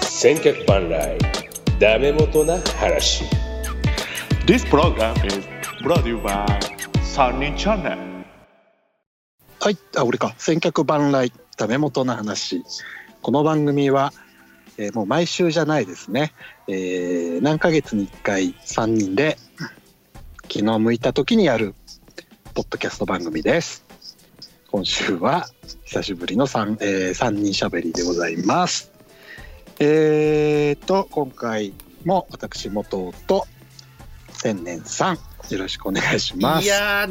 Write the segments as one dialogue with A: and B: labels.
A: 千客万来ダメ元な話
B: This program is brought to you by Sunny Channel.
C: はい、あ、俺か。千客万来、ダメ元な話。この番組は、えーもう毎週じゃないですね。えー何ヶ月に1回3人で、気の向いた時にやる、ポッドキャスト番組です。今週は、久しぶりの3、えー三人しゃべりでございます。えーと、今回も私、元夫と、千年さん、よろしくお願いします。
D: いやー、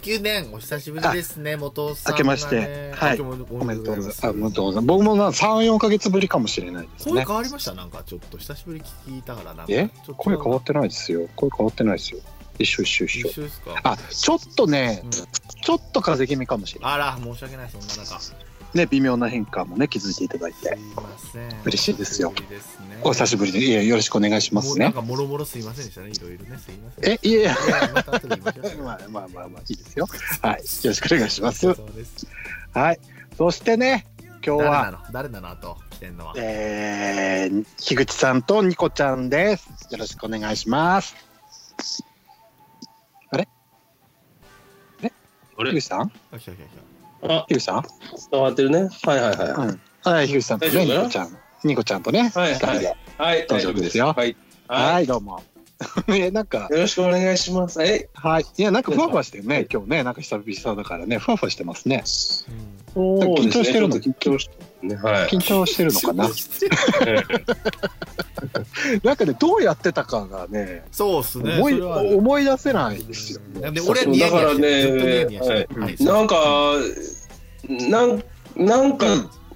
D: 2019年、お久しぶりですね、元さん、
C: 明
D: ね。
C: けましてはい
D: おめでとう
C: おめでとうございます。あ、おめでとうご
D: ます。
C: ざいます。僕もな、三四ヶ月ぶりかもしれないです
D: 声
C: ね。
D: 変わりましたなんか、ちょっと久しぶり聞いたからなんか。
C: え
D: ちょっと
C: 声変わってないですよ。声変わってないですよ。一緒一緒一緒
D: 一。緒ですか
C: あ、ちょっとね、
D: うん
C: ちょっと風邪気味かもしれない。
D: あら、申し訳ない、そんな中。す
C: ね、微妙な変化もね、気づいていただい
D: い
C: て。
D: ません。
C: 嬉しいですよ
D: お久しぶりですね、
C: お久しぶりで、いえ、よろしくお願いしま
D: も
C: す
D: うなん
C: ね。
D: か、もろもろすいませんでしたね、いろいろね、すいません。
C: え、いえいえ、
D: いや、また後で言いましょう
C: まあまあまあまあ、いいですよ。はい、よろしくお願いします
D: お疲れ様です
C: はい。そしてね、今日
D: 誰な
C: は、
D: の誰なのあと、来てんのは。
C: えー、樋口さんとニコちゃんです。よろしくお願いします。あれあれ
A: あれ
C: 樋口さん
D: あ来た来た来
A: あ
C: ひぐさん、
A: 伝わってるねはいはいはい
C: うん、はい、ひぐさんとね、
A: 大丈夫
C: ニコちゃん、ニコちゃんとね、
A: はい
C: 二人で
A: はい
C: 大丈夫ですよ
A: はい
C: はい、
A: はい
C: どうも。 え、なんか、
A: よろしくお願いしますえ
C: はい、いや、なんかふわふわしてるね、今日ね、なんか久々だからね、ふわふわしてますね。
D: た。うん
A: そうですね
C: 緊張してるの
A: ちょっと緊張してるねは
C: 緊張してるのかな。なんかね、どうやってたかがね、
D: そうっすね。
C: 思
D: そ
C: い、
D: れはある
C: 思い出せないですよ。
D: うんで
C: そう
D: 俺はニヤニヤして
A: そ
D: る
A: うだからね
D: ずっとニヤニヤして
C: は
D: る
C: い
D: はい
A: いなんかなんなんか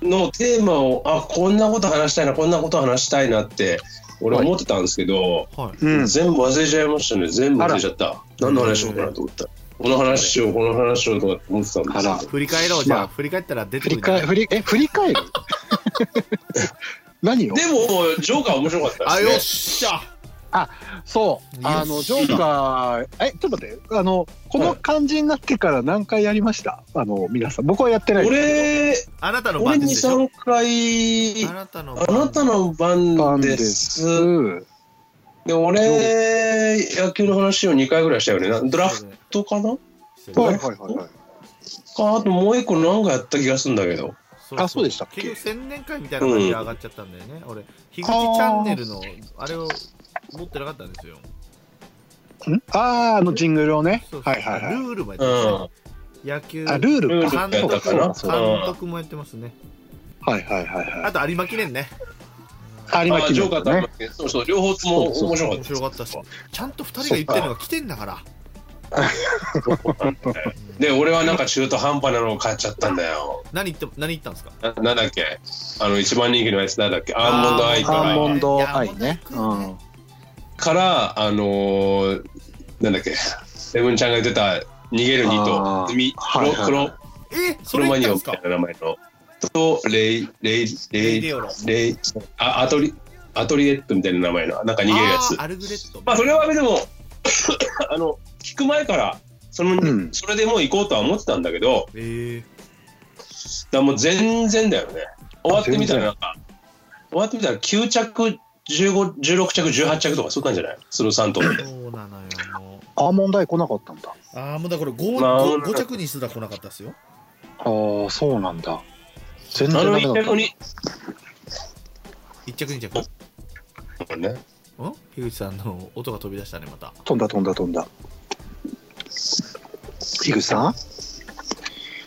A: のテーマをあこんなこと話したいなこんなこと話したいなって俺思ってたんですけど、
D: はい。
C: うん、
A: 全部忘れちゃいましたね全部忘れちゃった何の話しようかなと思ったこの話しようこの話しようとか思ってたんですけど
C: あら
D: 振り返ろうじゃあ、
C: まあ
D: 振り返ったら出
C: 振
D: てく
C: り
D: るんじゃな
C: 返、
D: い
C: 振り、え、振り 返る。何を
A: でも、ジョーカー面白かった
D: あ
A: で
D: よっ
A: す
D: しゃ
C: そう
D: よっしゃ
C: あのジョーカーえちょっと待ってあのこ
A: は
C: の
A: い
C: 感じになってから何回やりましたあの皆さん僕はやってな
A: ね。
C: いです
A: 俺、
D: あなたの
A: 俺
D: 番で
A: 2、
D: し
A: 3
D: ょ
A: 回
D: あ、なたの
A: あなたの番です。
C: うん
A: で俺、野球の話を2回ぐらいしたよねな。ドラフトかな
C: はいいはいはいはい
A: かあともう1個何かやった気がするんだけど。
C: あそうでしたっけ
D: 結局、宣伝会みたいな感じで上がっちゃったんだよね。俺、樋口チャンネルの、あれを持ってなかったんですよ。
C: んあーあのジングルをね
D: そうそう
C: はいはい
D: ル
C: はい
D: ールもや
A: う
D: ってます
A: ん。
D: ね野球、
C: あルール
A: ルー
C: か
A: ル
D: 監督
A: やったかな。
C: そう
D: 監
A: うん
D: 督もやってますね。
C: はいはいはいは
D: あ
C: い
D: と、有馬記念ね。
C: 有馬
A: あ、
C: 記
A: ジョー
C: 念
A: カーと
C: だ
A: あん
C: ね
A: まりそうそう、両方とも面白かっ
D: 面白かったっす。ちゃんと2人が言ってるのが来てんだから。
A: た。で、俺はなんか中途半端なのを買っちゃったんだよ。
D: 何言って、何言ったんですか
A: ななんだっけあの、一番人気のやつなんだっけアーモンドアイ
D: あ
A: か
D: ー
C: アーモ
A: ら、
C: ンドアイね
D: いや
C: う
D: アーモンドアイ
C: ん
A: から、あのー、なんだっけ、セブンちゃんが出た、逃げる2
C: あ
A: と、
C: ー
A: み
C: はいはいは
A: 黒、
C: い
A: 黒、
D: え、そ
A: クロ
D: れ
A: マ
D: 言っ
A: ニ
D: たん
A: オみた
D: ですか
A: いな名前の。と、レイ、レイ、レ
D: レイデ
A: イ、
D: ィオロ。
A: レイ、あアトリ、アトリエットみたいな名前の、なんか逃げるやつ
D: あー。アルグレット。
A: まあ、それはでも、 あの、聞く前から、その、
C: うん
A: それでもう行こうとは思ってたんだけど、
D: ええ
A: だからもう全然だよね。終わってみたら
C: 全然
A: なんか、終わってみたら9着、15、16着、18着とか、そうなんじゃないその3頭で。
D: そうなのよ、もう。
C: アーモンドアイ来なかったんだ
D: ああ、もうだから 5,
A: まあ
D: 5, 着にすら来なかったですよ。
C: ああそうなんだ全
A: あの
C: 然ダメだ
A: 1
C: った
A: 着に、
D: 1着2着。
A: ね、
D: ん樋口さんの音が飛び出したね、また。
C: 飛んだ飛んだ飛んだ樋口さん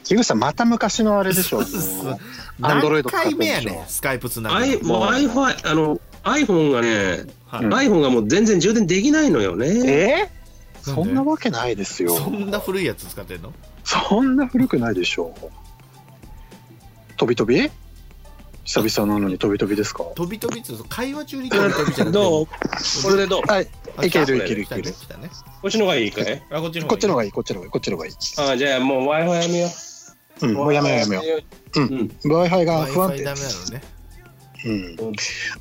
C: 樋口さんまた昔のあれでしょアンドロイド
D: 何
C: 使って
D: 回
C: るでし
D: 目
C: ょ
D: やねんスカイプつな
A: ア
D: ぐ
A: イもう iPhone、あの、iPhone がね、
D: はい
C: うん
A: iPhone がもう全然充電できないのよね。
C: えーそんなわけないですよ。
D: そんな古いやつ使ってんの
C: そんな古くないでしょう。飛び飛び久々なのに飛び飛びですか
D: 飛び飛びっつうの会話中に飛び飛びじゃなくて。
A: どうこれ
D: で
A: でどう
C: はい、いけるいけるい
D: 来た
C: け
D: ね、
C: る。
D: 来たね。
A: こっちの方がいいかい
D: あ、こっちの方がいい
C: こっちの方がいい、こっちの方がいい、こっちの方がいい。
A: あじゃあもう Wi-Fi やめよ
C: う
A: う。
C: ん、もうやめようやめよ
A: よ
C: う
A: う。
C: う
A: うん。
C: う。Wi-Fi が
D: Wi-Fi
C: 不安定
D: ダ
C: で
D: メなの
C: す。
D: ね。
C: うん
A: うん。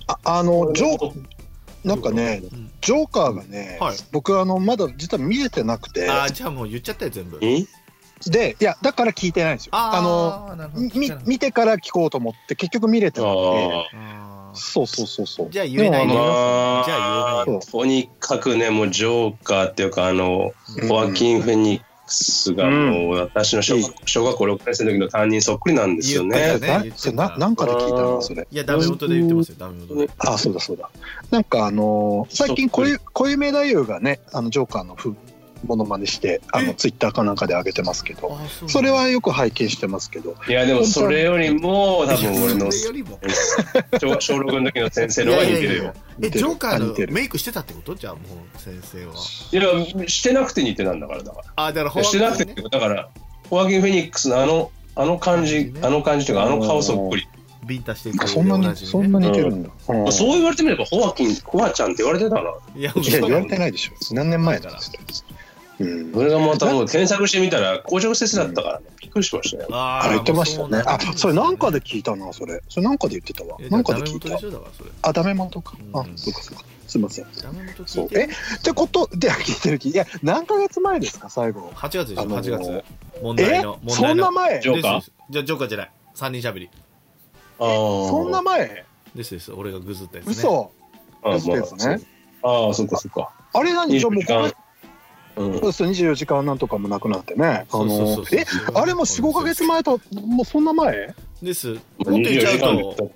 C: ああの、ジョー、なんかね、
D: うん
C: ジョーカーがね
D: はい、
C: 僕あの、まだ実は見れてなくて、
D: あー、じゃあもう言っちゃったよ、全部。
A: え
C: でいやだから聞いてないんですよあの
D: あーなるほど
C: み見てから聞こうと思って結局見れてなくて
A: あ
D: あー
C: そうそうそうそう
D: じゃあ言えな
A: ー
D: いね
C: でも
A: まあ、
D: じゃあ言えない
C: よ
A: とにかくね、もうジョーカーっていうか、あの、
C: うん
A: ホアキン・フェニックスが、もう私の小学,、小学校6年生の時の担任そっくりなんですよ
D: 言
A: ね
D: っ。た
C: あ
D: よ
C: れ
D: ね
C: それななんかで聞いた
A: あー
C: のそれ
D: いやダメ元で言ってますよダメ元で
C: あそうだそうだなんかあのー最
A: そっ
C: 近
A: く
C: 小
A: り
C: ゆ小夢太夫がねあのジョーカーのふものまねしてあ
D: え
C: のツイッターかなんかで上げてますけど
D: あそう
C: それはよく拝見してますけど
A: いや、でもそれよりも、
D: 多
A: 多分俺の
D: それよりも
A: 小小6の時の先生の方が似てるよ。
D: え
C: 似て
D: ジ
C: る
D: ョーカ
C: あ似て
D: ーの
C: る
D: メイクしてたってことじゃあもう先生はい
A: や、してなくて似てなんだから、だから。
D: あだから
A: いやしてなくてっていうかだから、ホアキン・フェニックスのあの、あの感じ、あの感じというか、あの顔そっくり。
D: ビンタして
C: あそんなにそんなに似てるんだ、うん
A: まあそう言われてみれば、ホアキン、ホアちゃんって言われてたな。
D: にいや
C: いや言われてないでしょ何年前だからうん
A: それがまたもう検索してみたら、校長先生だったからね、びっくりしましたよ。
D: あ
C: あ
D: ー
C: れ言ってましたよね。
D: ま
C: あ、それなんかで
D: い
C: 聞いたな、それ。それなんかで言ってたわ
D: や。
C: なんかで
D: ダ
C: 聞
D: メ
C: い
D: 元で
C: た
D: し。ょだからそれ
C: あ、ダメ元か。あ
D: う、ん
C: そうかそうか。すいません。
D: ダメ元聞
C: そ。
D: いうて
C: え、ってことで聞いてる気。いや、何ヶ月前ですか、最後。
D: 8月でしょ
C: あのー
D: 8月問題
C: え
D: の、問
C: そ
D: 題
C: んな
D: の
C: 前
A: ジョーカー
D: ですですじゃあジョーカーじゃない三人しゃべり
A: あー
C: そんな前
D: ですです俺がグズったやつね
C: 嘘
A: あ
C: ですですね。
A: まあ、あーそっかそっか。
C: あれ何じゃあも
A: 24
C: う
A: 時
C: この
A: 間。うん
C: そうです24時間なんとかもなくなってね。あ
D: そうそうそ
C: の
D: う、そう
C: え、あれも4、5ヶ月前と、もうそんな前
D: ですもっと言
A: 24
D: っちゃう
A: 時間で。
D: ともっと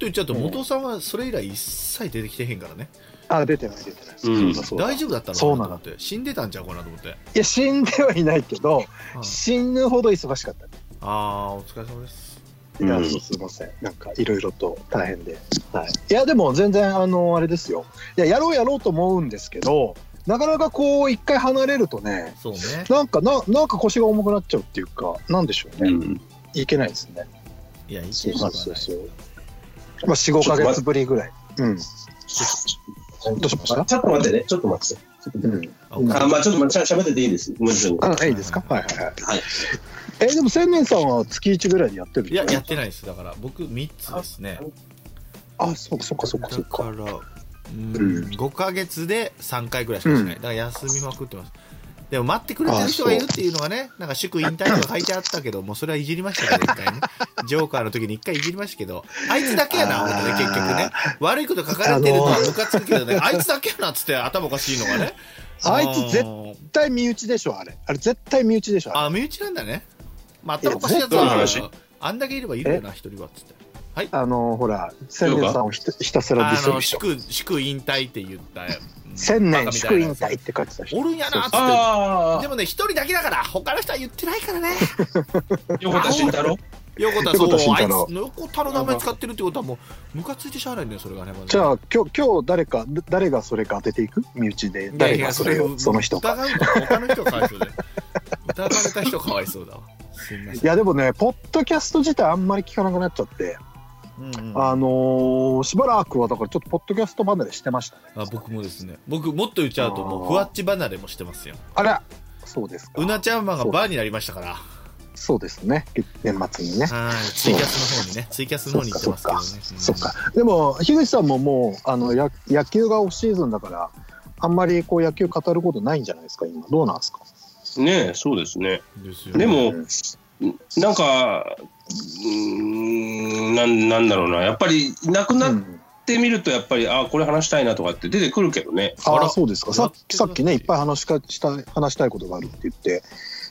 D: 言っちゃうと
C: うん
D: 元さんはそれ以来一切出てきてへんからね
C: あ、出てない、出てない。
A: うん
C: そうだそうだ
D: 大丈夫だったのか
C: そう
D: な
C: な
D: と思
C: の
D: って死んでたんちゃうかなと思って
C: いや、死んではいないけど、
D: い
C: 死ぬほど忙しかった。
D: ああお疲れ様です
C: いや
A: うん
C: すいません、なんかいろいろと大変で、はい、いやでも全然あのあれですよいややろうやろうと思うんですけどなかなかこう一回離れるとね
D: そうね
C: なんかななんか腰が重くなっちゃうっていうかなんでしょ
A: う
C: うね、
A: ん。
C: いけないですね
D: いやい
C: そ
D: け
C: う
D: るの
C: そう
D: か
C: そう
D: な
C: そうまあ45か月ぶりぐらいうんどうしました
A: ちょっと待ってね、ちょっと待って。
C: うん
D: あお
A: あ、まあちょっと待って、しゃべってていいです。もうちょっと
C: あいいですかはいはいはい、
A: はい
C: えでも千年さんは月1ぐらいでやってるん
D: い
C: です
D: や
C: か
D: やってないですだから僕3つですね
C: あそうかそうかそうかそ
D: だ
C: う
D: から
C: か
D: うん
C: うん
D: 5ヶ月で3回ぐらいしかしないだから休みまくってますでも待ってくれてる人がいるっていうのがねなんか祝引退とか書いてあったけどもうそれはいじりましたけど一 回ねジョーカーの時に一回いじりましたけどあいつだけやな思ってね
C: あー
D: 結局ね悪いこと書かれてるのはムカつくけどねあいつだけやなっつって頭おかしいのがね
C: あいつ絶
D: 対
C: 絶対身内でしょあれあれ絶対身内でしょあれ
D: あ身内なんだねまあ頭おかしいやつは
A: えどういう話
D: あんだけいればいるよな一人はっつって
C: あのほら千年さんをひたひたすらディ
D: あ
C: スる
D: の
C: 人
D: 祝祝引退って言った
C: 千年祝引
D: バカみたいなや
C: 退って書いてた
D: つお
C: 人
D: るんやなっつって
A: あ
D: で
A: あ、
D: もね、一人だけだから、他の人は言ってないからね。
A: 横田慎太郎
D: 横田そ
C: 横
D: う
C: 田慎
D: あい
C: 太
D: つ
C: 郎
D: 横田の名前使ってるってことはもう、ムカついてしゃあないんだよ、それがね。まず
C: じゃあ今日今日誰か誰がそれか当てていく身内で
D: いや
C: 誰
D: いや
C: がそれをその人か
D: 疑うの他の人がかわいそう だよ。疑われた人かわいそうだわ。すみません。
C: いやでもねポッドキャスト自体あんまり聞かなくなっちゃって、
D: うんうん
C: あ
D: あ
C: のーしばらくはだからちょっとポッドキャスト離れしてましたね
D: 僕もですね、僕、もっと言っちゃうと、も
C: あ
D: う、
C: ー
D: ふわっち離れもしてますよ。
C: あらそうですか
D: うなちゃんマンがバーになりましたから、
C: そうですね年末にね
D: はい、ツイキャスの方にね、ツイキャスの方に行ってますけどね。うん
C: そっか。でも樋口さんももうあのや野球がオフシーズンだからあんまりこう野球語ることないんじゃないですか今どうなんですか
A: ねえそうですね。
D: ですよね
A: でも
C: うん、
A: なんか、うーんなん、なんだろうな。やっぱり、いなくな
C: う
A: っ
C: ん
A: てみると、やっぱり、ああ、これ話したいなとかって出てくるけどね。
D: あ
C: あ
D: ら
C: あそうですか
D: や
C: さ
D: っ
C: ってきさっきねいっぱい話しかしたい話したいことがあるって言って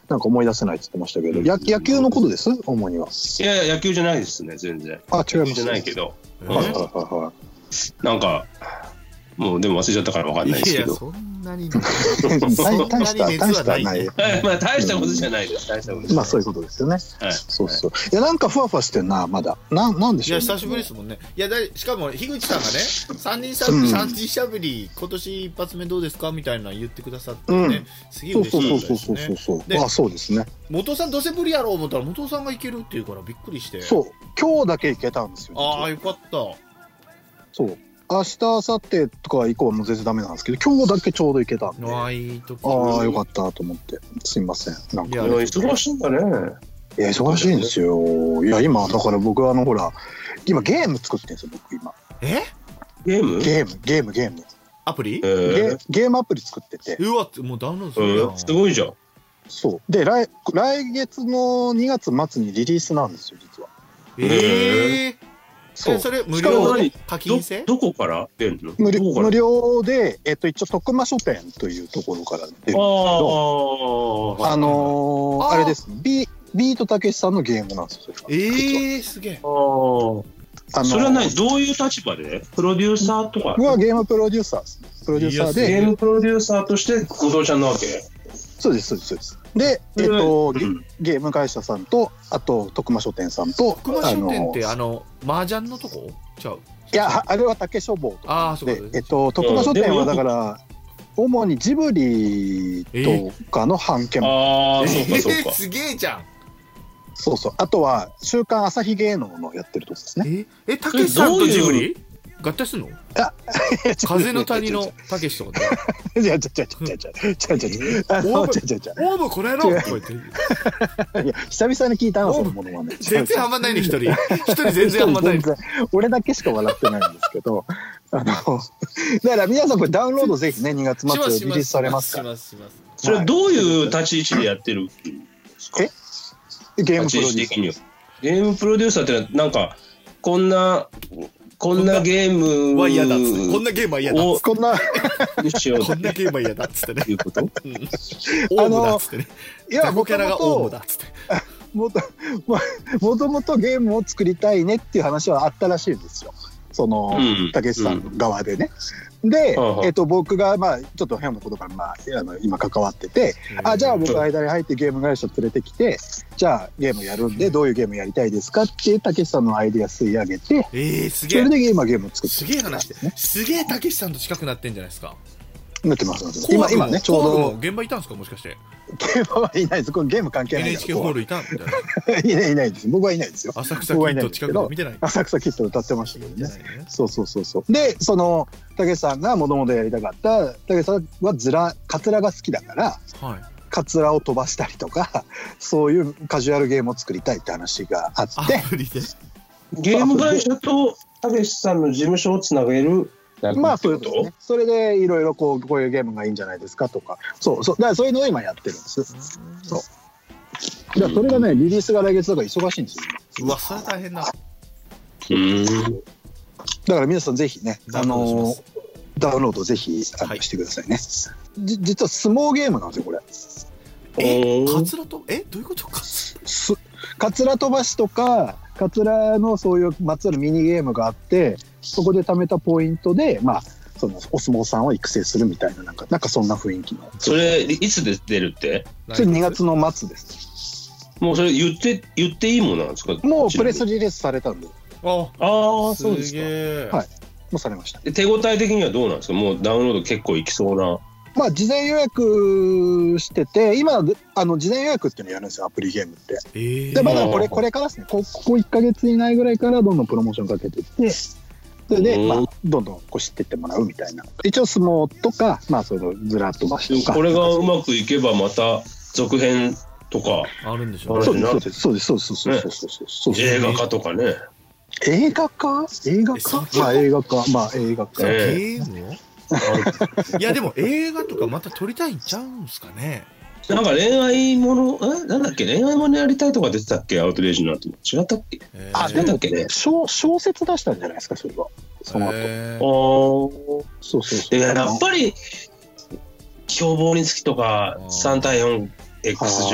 C: なんか思い出せないって言ってましたけど、
A: うん
C: や野球のことです主にはい
A: やいや、野球じゃないですね、全然。
C: あ違います
A: じゃないけど、
D: え
C: はいはいはいはい
A: なんか、もうでも忘れちゃったからわかんないです
D: い
A: け
D: や、
A: ど。
D: そんなに。
C: 大
D: そんな
C: 大
D: に
C: した
D: 熱は
C: 大した
D: ない
C: な
A: は
C: い
A: い まあ、大したことじゃないです。大したことじゃない
C: まあそういうことですよね
A: はい
C: そうそういやなんかふわふわしてんなまだなんなんで
D: い
C: しょ
D: や
C: う、
D: 久しぶりですもんね。いやだいしかも樋口さんがね、三人しゃ
C: うん
D: 三人しゃべり今年一発目どうですかみたいなの言ってくださって
C: う
D: ね
C: ん、
D: すげえ
C: そう
D: 嬉
C: そう
D: し
C: そそ
D: いうったで
C: う
D: す
C: そうそうそう、
D: ね。で
C: あそうですね
D: 元尾さんどうせ無理やろう思ったら元尾さんがいけるっていうからびっくりして。
C: そう今日だけ行けたんですよ
D: ああよかった。
C: そう明日明後日とか以降はもう全然ダメなんですけど今日だけちょうど行けたんで
D: あ
C: あ
D: あいい時。
C: あよかったと思ってすいませんなんか
D: いや
A: 忙しいんだね。
C: いや忙しいんですよいや今だから僕あのほら今ゲーム作ってるんですよ僕今
D: え？
A: ゲーム
C: ゲームゲームゲーム
D: アプリ？
A: えー
C: ゲゲームアプリ作ってて
D: うわもうダウンロードする
A: う
D: や
A: んすごいじゃん。
C: そうで来来月の2月末にリリースなんですよ実は
D: ええ
C: そ
D: そうそれ無
A: しかも
D: 料
A: 何
D: 課金制
A: どどこから出るの
C: 無料
A: どこか
C: 無
A: ら
C: 料で、えっと、一応徳間書店というところから出る
A: あ
C: あのー
D: あー
C: あれですビビートたけしさんのゲームなんですよそれが実は
D: ええすげえ
A: あー
C: あのー
A: それは何どういう立場でプロデューサーとか
C: 僕はゲームプロデューサーですプロデューサー
D: いやすげ
C: で
A: ゲームプロデューサーとして後藤ちゃんなわけ
C: そうですそうですそうですで、えっと
A: う
C: ゲ
A: ん
C: ゲーム会社さんとあと徳間書店さんと
D: 熊書店って
C: あのー
D: あの麻雀のとこちゃう
C: いやああれは竹書房と
D: ああそう
C: で
D: か
C: えっと徳間書店はだから主にジブリとかの版権、
A: ああそう
D: え
A: かそう
D: え
A: か
D: すげえじゃん
C: そうそうあとは「週刊朝日芸能」のやってるとこですね
D: ええたけしさんとジブリ合体すんの風の谷 のたけしとかって
C: いや、ちゃちゃちゃちゃちゃちゃちゃ。あの、ちゃちゃちゃ。
D: オーブこの野郎とか言って
C: いや、久々に聞いたの、そのものまね。
D: 全然ハマんないね一人一人全然ハマんない
C: 全然俺だけしか笑ってないんですけど。あの、だから皆さんこれダウンロードぜひね、2月
D: します
C: 末
D: し
C: リリ
D: ま
C: ー
D: す
C: スされますか
D: しますします
A: それはどういう立ち位置でやってるっていう
C: ら。ゲー
A: 立
C: ムプ
A: ち位
C: ロデ
A: 置
C: ュー
A: 的には
C: ス。
A: ゲームプロデューサーってのはなんかこんなこんなゲーム
D: は嫌だっつってこんなゲームは嫌だっつ
A: を
D: っ
C: こんな、
A: しよう
D: てこん
A: っ
D: なゲームは嫌だっつってね
A: ていうこと
D: うんオウムだっつってね
C: い
D: ザ
C: や、
D: コ
C: も
D: キャ
C: と
D: ラ
C: も
D: がオウム
C: と
D: だ、っつって
C: もともともとゲームを作りたいねっていう話はあったらしいんですよ。その、
A: うん
C: たけしさん側でね。で、
A: はいはい
C: えっと、僕が、まあ、ちょっと変なことから、まあ、あの今関わってて、あじゃあ僕間に入ってゲーム会社連れてきてじゃあゲームやるんでどういうゲームやりたいですかってたけしさんのアイディア吸い上げて
D: ええす
C: そ
D: げえ
C: れで今ゲームを作って
D: すげえ話で
C: ね
D: すげえたけしさんと近くなってんじゃないですか
C: なってます今今ねちょうど
D: 紅白も現場いたんですかもしかして
C: ゲームはいないですこれゲーム関係ない
D: NHK ホー
C: ル
D: ルいたみたいない
C: ないいないです僕はいないですよ
D: 浅草キッド近くで見てない
C: 浅草キッド歌ってましたけど
D: 見て
C: ね
D: ないよね
C: そうそうそうそうでそのたけしさんがもともとやりたかったたけしさんはずらカツラが好きだから
D: はい
C: カツラを飛ばしたりとかそういうカジュアルゲームを作りたいって話があ
D: ア
C: って
D: プリで
A: ゲーム会社とたけしさんの事務所をつなげる
C: まあそういうこと
A: と
C: ですね。それでいろいろこうこういうゲームがいいんじゃないですかとか、そうそうだからそういうのを今やってるんです。そう。だからそれがねリリースが来月だから忙しいんですよ。
D: うわそれ大変だ
A: うん
C: だから皆さんぜひね
D: ダウ
C: あ
D: ンロード
C: の
D: します
C: ダウンロードぜひあの
D: はい
C: してくださいね。じ実は相撲ゲームなんですよこれ。
D: え
A: おー
D: カツラとえどういうことか
C: すカツラ飛ばしとかカツラのそういうまつわるミニゲームがあってそこで貯めたポイントでまあそのお相撲さんを育成するみたいななんかなんかそんな雰囲気の。
A: それいつで出るって
C: それ2月の末です。
A: もうそれ言って言っていいものなんですか
C: もうプレス
A: あ
C: リリースされたんで、も
D: あ
A: あそうですす
D: げ
A: か
D: え
C: はいもうされました。
A: で手応え的にはどうなんですかもうダウンロード結構いきそうな
C: まあ、事前予約してて、今、あの事前予約っていうのやるんですよ、アプリゲームって。
D: ええ
C: で、まだこ
A: え
C: れ、
A: ー
C: これからですね、こここ1か月以内ぐらいからどんどんプロモーションかけていって、それで、
A: うん
C: まあ、どんどんこう知ってってもらうみたいな。一応、相撲とか、まあ、そのずらっとば
A: でも
C: しとか。
A: これがうまくいけばまた続編とか
D: あるんでしょ
A: こ
C: そう
A: れ
C: で
A: な
C: すそうですそうですそうですそうですそうですそうです
A: 映画化とかね
C: 映画化映画
D: えそ
C: 化
D: う
C: まあ映画化まあ映画化
A: ええ
D: ゲームを いやでも映画とかまた撮りたいんちゃうんすかね
A: なんか恋愛ものえなんだっけ恋愛ものやりたいとか出てたっけアウトレイジの後違ったっけ
D: え
A: な
C: あで
A: んだ
C: も
A: っけね
C: 小小説出したんじゃないですかそれはその後、
D: え
A: あー
C: そうそうそう
A: でやっぱり凶暴につきとか3対 4X10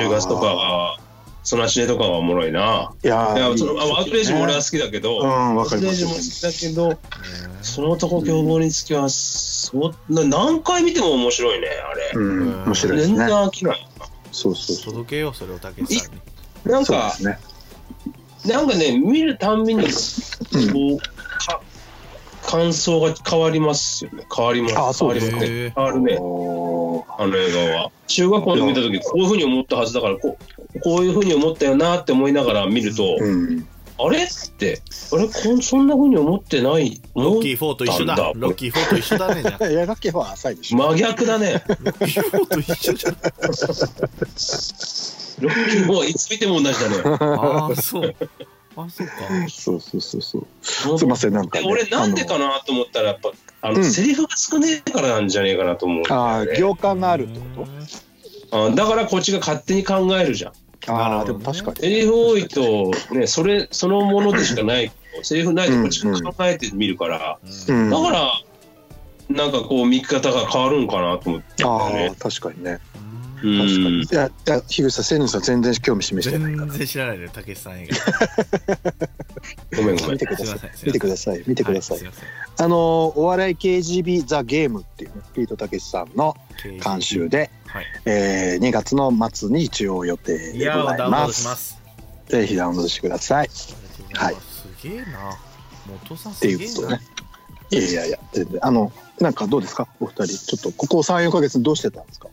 A: 月とかはソナチネとかはおもろいな。
C: いや
A: い
C: ー
A: やその
C: いいですよね
A: アウトレイジも俺は好きだけ
C: う
A: ど、
C: ん、
A: ア
C: わ
A: ウト
C: かり
A: レ
C: ま
A: イジも好
C: す。
A: きだけど、そ
D: ー
A: の男凶暴につきはそな何回見ても面白いねあれ。
C: うん、面白いで
A: 全
C: す
A: 然
C: ね。
A: 飽きない。
C: そうそうそ
D: 届けようそれをたけしさんに
C: う。
A: なん
C: そう
A: か
C: ですね。
A: なんかね見るたんびにこうか感想が変わりますよね変わります
C: あ
A: 変
C: そう
A: わ
C: で
A: り
C: す
A: ま
C: ね
A: す
D: へえ
A: ね変わるね
C: おー
A: あの映画は中学校で見た時こういうふうに思ったはずだからこうこういうふうに思ったよなって思いながら見ると、
C: うん。
A: あれってあれこんそんなふうに思ってない思
D: ロッ
A: う
D: キー4と一緒だ
A: なんだ
D: ロッキー4と一緒だねじゃん
C: いや、ラッキーは浅いでしょ。
A: 真逆だね
D: ロッキー4と一緒じゃん
A: ロッキーもいつ見ても同じだ ね
D: ああそうあそうか
C: そうそうそうそう。すいません、なんか、
A: で
C: ね。
A: 俺なんでかなと思ったらやっぱあの、
C: うん
A: セリフが少ねえからなんじゃねえかなと思う
C: あのあー、行間があるってこと
D: と
A: あだからこっちが勝手に考えるじゃん。
C: あ
D: な
C: あ、で
D: るほど
C: も
D: ね
C: 確かに。
A: セリフ多いと、ね、それ、そのものでしかない、セリフないとこっちが考えてみるから、
D: うん
C: うん、
A: だか
C: あ
A: ら、なんかこう、見方が変わるんかなと思って、
C: あ
A: ね
C: ー、確かにね。
A: う
C: 確かに。
A: ん
C: い、や、いや樋口さん、千人さん全然興味示してないから
D: 全。然知らないで、たけしさん映画。
A: ごめんごめん
C: 見。てくだ
D: すいま
C: さ
D: せ
C: い。
D: ん
C: 見てください。見てください。
D: はいす
C: あのお笑い KGB ザゲームっていうねピートたけしさんの
D: いません
C: 監修。で、
D: はい。
C: えー2月の末に一応予定
D: い
C: で
D: や
C: ござ
D: ーダウ
C: い
D: ンロー
C: ま
D: ドし
C: す。
D: ます。
C: ぜひダウンロードしてください。っはい
D: すげえな。元さんす
C: て
D: げ
C: い
D: え
C: うこと
D: な
C: ね。。いやいやいや、全然あのなんかどうですか、お二人。ちょっとここ3、4ヶ月どうしてたんですか。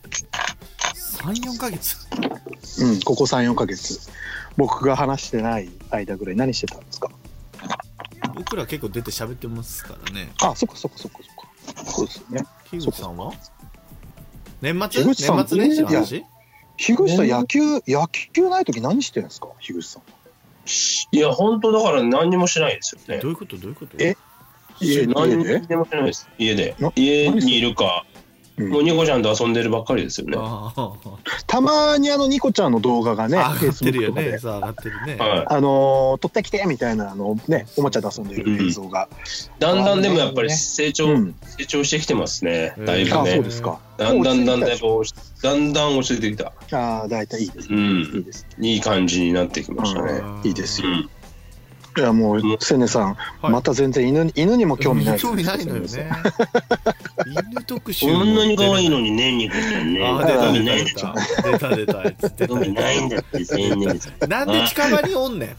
D: 三四ヶ月。
C: うん、ここ3、4ヶ月。僕が話してない間ぐらい何してたんですか。
D: 僕ら結構出て喋ってますからね。
C: あ、そっかそっかそっかそっか。そうですよね。
D: 樋口さんは年末
C: 樋口さん
D: 年末年始の話
C: 樋口さん、野球野球ない時何してるんですか、樋口さん。
A: いや、本当だから何にもしないですよね
D: ど。ういうことどういうこと
C: え家
A: 何
C: で
A: にもしないです。家で
C: な。
A: 家にいるか、
C: うん
A: もうニコちゃんと遊んでるばっかりですよね。は
D: あー
C: たまにあのニコちゃんの動画がね、
D: あ上がってる
C: Facebook
D: よ
C: とか
D: ね。
C: で、
D: さあ上がってるね。
A: い。
C: あのー取ってきてみたいなあの、ね、おもちゃで遊んでる映像が、
A: だんだんでもやっぱり成長、
C: うん
A: 成長してきてますね。
D: うん
A: だいぶ
C: あそう
A: ね
C: で。すか。
A: だんだんだんだん
C: もう落ち着いてきた
A: や
C: で
A: っぱ落ちだ
C: し
A: んだん落ち着いてきた。
C: ょああ、大体いいです
A: う
C: ね。い
A: ん
C: い。です
A: いい感じになってきましたね。
D: うん
C: いいです
A: う
C: よ。
A: ん。
C: いやもう
A: うん
C: 千年さん、
D: い
C: また全然犬に犬にも興味ない。
D: 興味ないのよね。犬特集。
A: こんなに可愛いのにね、ニコちゃんね。
D: あー、
A: 興味ない
D: 出た出た出た出た出た
A: 興味ないんだって、全然。
D: なんで近場におんね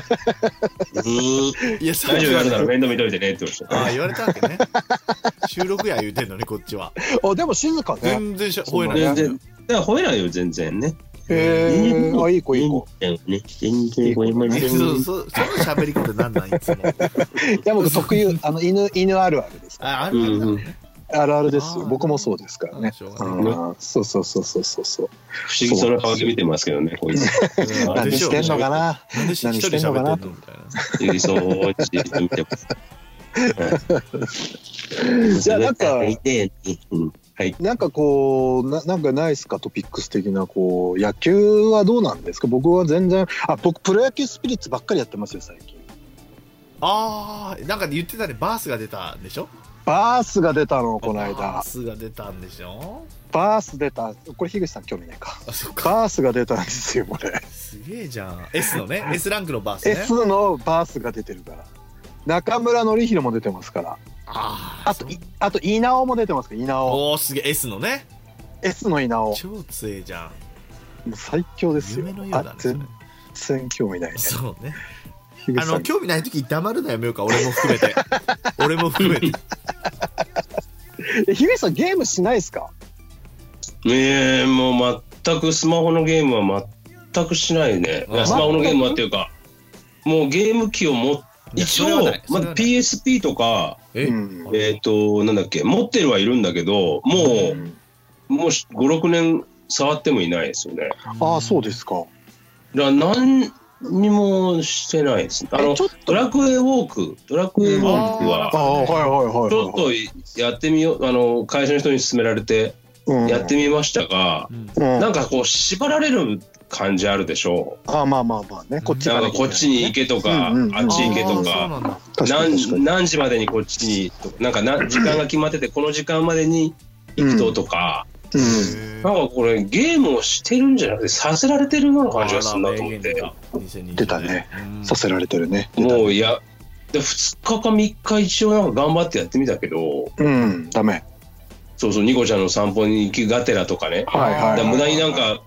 A: うーん
D: ん。いや、さ
A: 大丈夫だから面倒見といてねって言ってました
D: ああ、言われたわけね。収録や言うてんのに、こっちは。
C: あでも静かね。
D: 全然しゃ吠えない
A: 全
D: ですよ
A: 然。だから吠えないよ、全然ね。
C: えー、あいい子いい子。
A: 全然ね。全然吠えません
D: そうそう、その喋り方なんなんいつも。
C: いや僕特有あの犬犬あるあるです。
D: あ、あ
A: う
D: る
A: んうん
D: ん
A: 不
D: だ。
C: あるあるですよ。
D: あー
C: 僕もそうですからね。
D: しょう
C: あ
D: がない
C: ーそうそうそうそうそうそう。
A: 思議そうな顔で見てますけどね、こ いつ。
D: うん
C: 何してんのかな。
D: なんで一人で喋ってんのみたいな。
A: 不思議そうに見てます。はい
C: じゃあなん か
A: はいうんはい。
C: なんかこうな、なんかないですか、トピックス的な、こう、野球はどうなんですか、僕は全然、あ僕、プロ野球スピリッツばっかりやってますよ、最近。
D: ああ、なんか言ってたね、バースが出たんでしょ
C: バースが出たの、この
D: バ
C: 間
D: ー。スが出たんでしょ
C: バース出た、これ、樋口さん、興味ないか。
D: あ、そっか。
C: バースが出たんですよ、これ。
D: すげえじゃん。S のね、S ランクのバースね
C: S。のバースが出てるから。中村紀弘も出てますから。
D: あー
C: あと、いあと稲尾も出てますから、稲尾。
D: おお、すげえ、S のね。
C: S の稲尾。も
D: 超強いじゃん。
C: う最強ですよ
D: 夢の。ようだ
C: あ
D: ね、それ
C: 全然興味ないね。
D: そうね。
C: 樋
D: あ
C: 口さ
D: の
C: ん。
D: 興味ない時黙るのやめようか俺も含め て俺も含めて
C: え樋口さん、ゲームしないですか
A: ねえ、もう全くスマホのゲームは全くしないね。いやスマホのゲームはっていうか、もうゲーム機をも、一
D: いやそれは
A: 応
D: ない、そ
A: ま
D: れは
A: あ、
D: ない
A: PSP とか、
D: え
C: うん
A: えっ、と、なんだっけ、持ってるはいるんだけど、も
C: ん
A: う、もう5、6年触ってもいないですよね。
C: ああそうですか。
A: だから何にもしてないです。あの
C: えちょっ
A: ドラクエウォーク、ドラクエウォーク
C: あ
A: は、
C: あはいはいはいはい。
A: ちょっとやってみよう、あの会社の人に勧められて
C: と
A: やってみましたが、
D: うん
C: み、うん、
A: なんかこう、縛られる感じあるでしょ
C: ああまあまあまあねこっち
A: う。
C: か
A: な
C: ら
A: んかこっちに行けとか、
C: うんうんうん
A: あっち行けと
D: あーそう
A: か、
D: なんだ
C: 確かに確か
A: 何
C: に
A: 何時までにこっちにとか、なんかな時間が決まってて、この時間までに行くととか、
C: うん
A: なんかこれ、ゲームをしてるんじゃなくて、させられてるような感じがするなと思って。
D: 2020
C: 出たね
D: うん
C: させられてるね。
A: もういや、で2日か3日一応なんか頑張ってやってみたけど、
C: うんダメ。
A: そうそう、ニコちゃんの散歩に行きがてらとかね、
C: はいはい
A: だ
C: は
A: から
C: い。
A: 無駄になんか、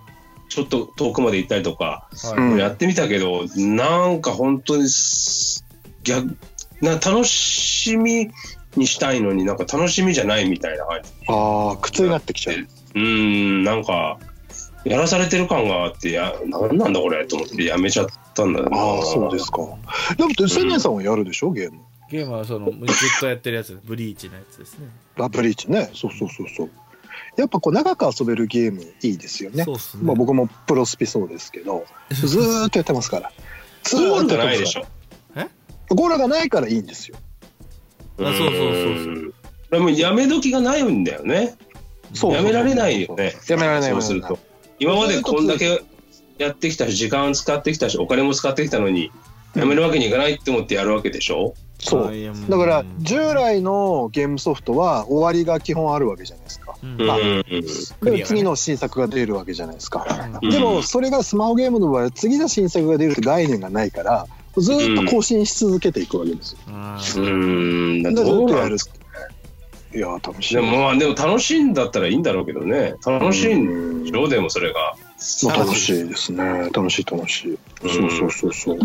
A: ちょっと遠くまで行ったりとか、
D: はい
C: うん
A: やってみたけど、なんか本当にす、逆、な楽しみにしたいのになんか楽しみじゃないみたいな感じ。
C: ああ苦痛になってきちゃう。
A: うーん、なんか、やらされてる感があって、や、なんなんだこれと思ってやめちゃったんだよな
C: ああそうですか。でも千年さんはやるでしょゲーム。
D: ゲームはそのずっとやってるやつブリーチのやつですね
C: ラブリーチねそうそうそうそう。やっぱこう長く遊べるゲームいいですよね。
D: そうっすね
C: まあ僕もプロスピそうですけどずーっとやってますから。ず
A: ゴー
C: ー
A: ル
C: っと
A: が
C: や
A: な
C: っ
A: いで
C: てます
A: し
C: か
A: ょ
C: ら。ゴールがないからいいんですよ。
D: あそうそうそうそう
A: うん。でもやめ時がないんだよね。
C: そう
A: やめられないよね。
C: やめられない
A: そうすると。今までこんだけやってきたし、時間使ってきたし、お金も使ってきたのに、やめるわけにいかないって思ってやるわけでしょ
C: そう
D: う
C: だから従来のゲームソフトは終わりが基本あるわけじゃないですか
D: うん
A: うん
C: あ
A: うん
D: クリアがね
C: で次の新作が出るわけじゃないですか
A: うん
C: でもそれがスマホゲームの場合は次の新作が出るって概念がないからずーっと更新し続けていくわけですよ
D: あ
A: う
D: ー
A: ん、だ
C: だからず
A: ど
C: っ
A: う
C: と
A: な
C: や
A: ん
C: る
A: で
C: いやー楽しい
A: でもまあ、でも楽しいんだったらいいんだろうけどね。楽しいん
C: うん
A: でしょ、でもそれが。
C: まあ、楽しいですね楽しい楽しい、
A: うん
C: そうそうそうそう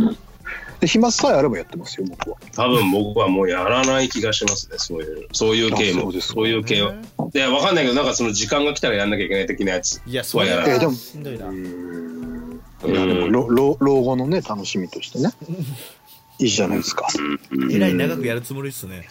C: で暇さえあればやってますよ僕は
A: 多分僕はもうやらない気がしますね、そういう、そういう系
C: あそ
A: も。
C: うですか
A: そういう系は。
D: ね
A: で、わかんないけど、なんかその時間が来たらやんなきゃいけない的なやつ。
D: いや、それ
A: い
C: やで
D: は
C: も
D: しんどいな。
C: いやでも
A: うん
C: 老老老後のね楽しみとして ねいいじゃないですか
D: えらい長くやるつもりっすね。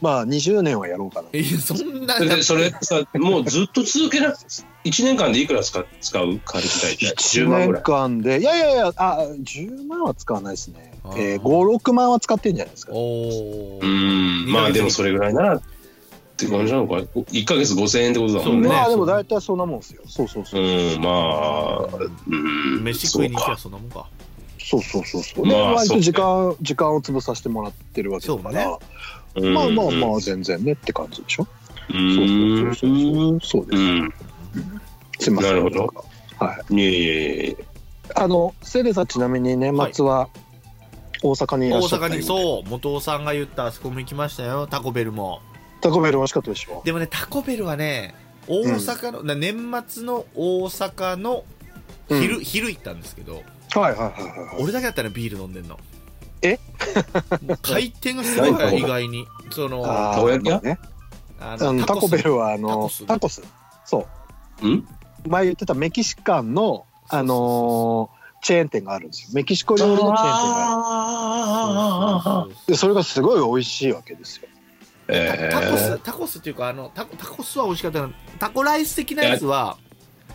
C: まあ20年はやろうかない
D: や、そんな
A: それで、それさ、もうずっと続けなくて、1年間でいくら使う使う軽く大体。10
C: 10
A: 万ぐら
C: 年
A: い。
C: 間でいやいやいやあ10万は使わないですね、
D: あー
C: えー、56万は使ってんじゃないですか
D: お
A: う
D: ー。
A: ん、まあでもそれぐらいならって感じなのか。1ヶ月5000円ってことだもんね。
C: まあ
D: ね
C: でも大体そんなもんですよそうそうそう、
A: うん、まあ、うん、
D: 飯食いに行きゃそんなもんか。
C: そうそうそうそう、
A: まあ
C: で
A: そ
C: 割
A: う
C: と
A: ね
C: 時間、時間を潰させてもらってるわけだから、
D: そ
A: そうか
C: まあまあ
A: うん
C: まあ全然ねって感じでしょ、
A: うん
C: そうそうそうそうそうです、
A: うん、
C: すいませ
A: な
C: ん
A: るほど
C: んかはい
A: いえいえいえ。
C: あのセレさんちなみに年末は大阪にいら
D: 大
C: っしゃった
D: 阪に、そう、元尾さんが言ったあそこも行きましたよ、タコベルも。
C: タコベル美味しかったでしょ
D: でもね、タコベルはね、大阪の、な年末の大阪の昼、昼行ったんですけど、
C: はいはいはいはい
D: 俺だけだったらビール飲んでんの。
C: え
D: もう回転がすごい
A: 何タコ
D: 早
A: ベ
D: い、
A: ル
D: 意外に。その、あ
C: あー
A: たこ焼き屋
C: まあねあ
D: の
C: のタコベ
D: ス
C: ルはあの
D: タ
C: タ
D: コ
C: コスそ
A: うん
C: う前言ってたメキシカンのあのーチェーン店があるんですよメキシコ料理のチェーン店がある
D: そうそうそう
C: でそれがすごい美味しいわけですよ
A: え
D: タコス、タコスっていうか、あの、タコタコスは美味しかったな。タコライス的なやつは、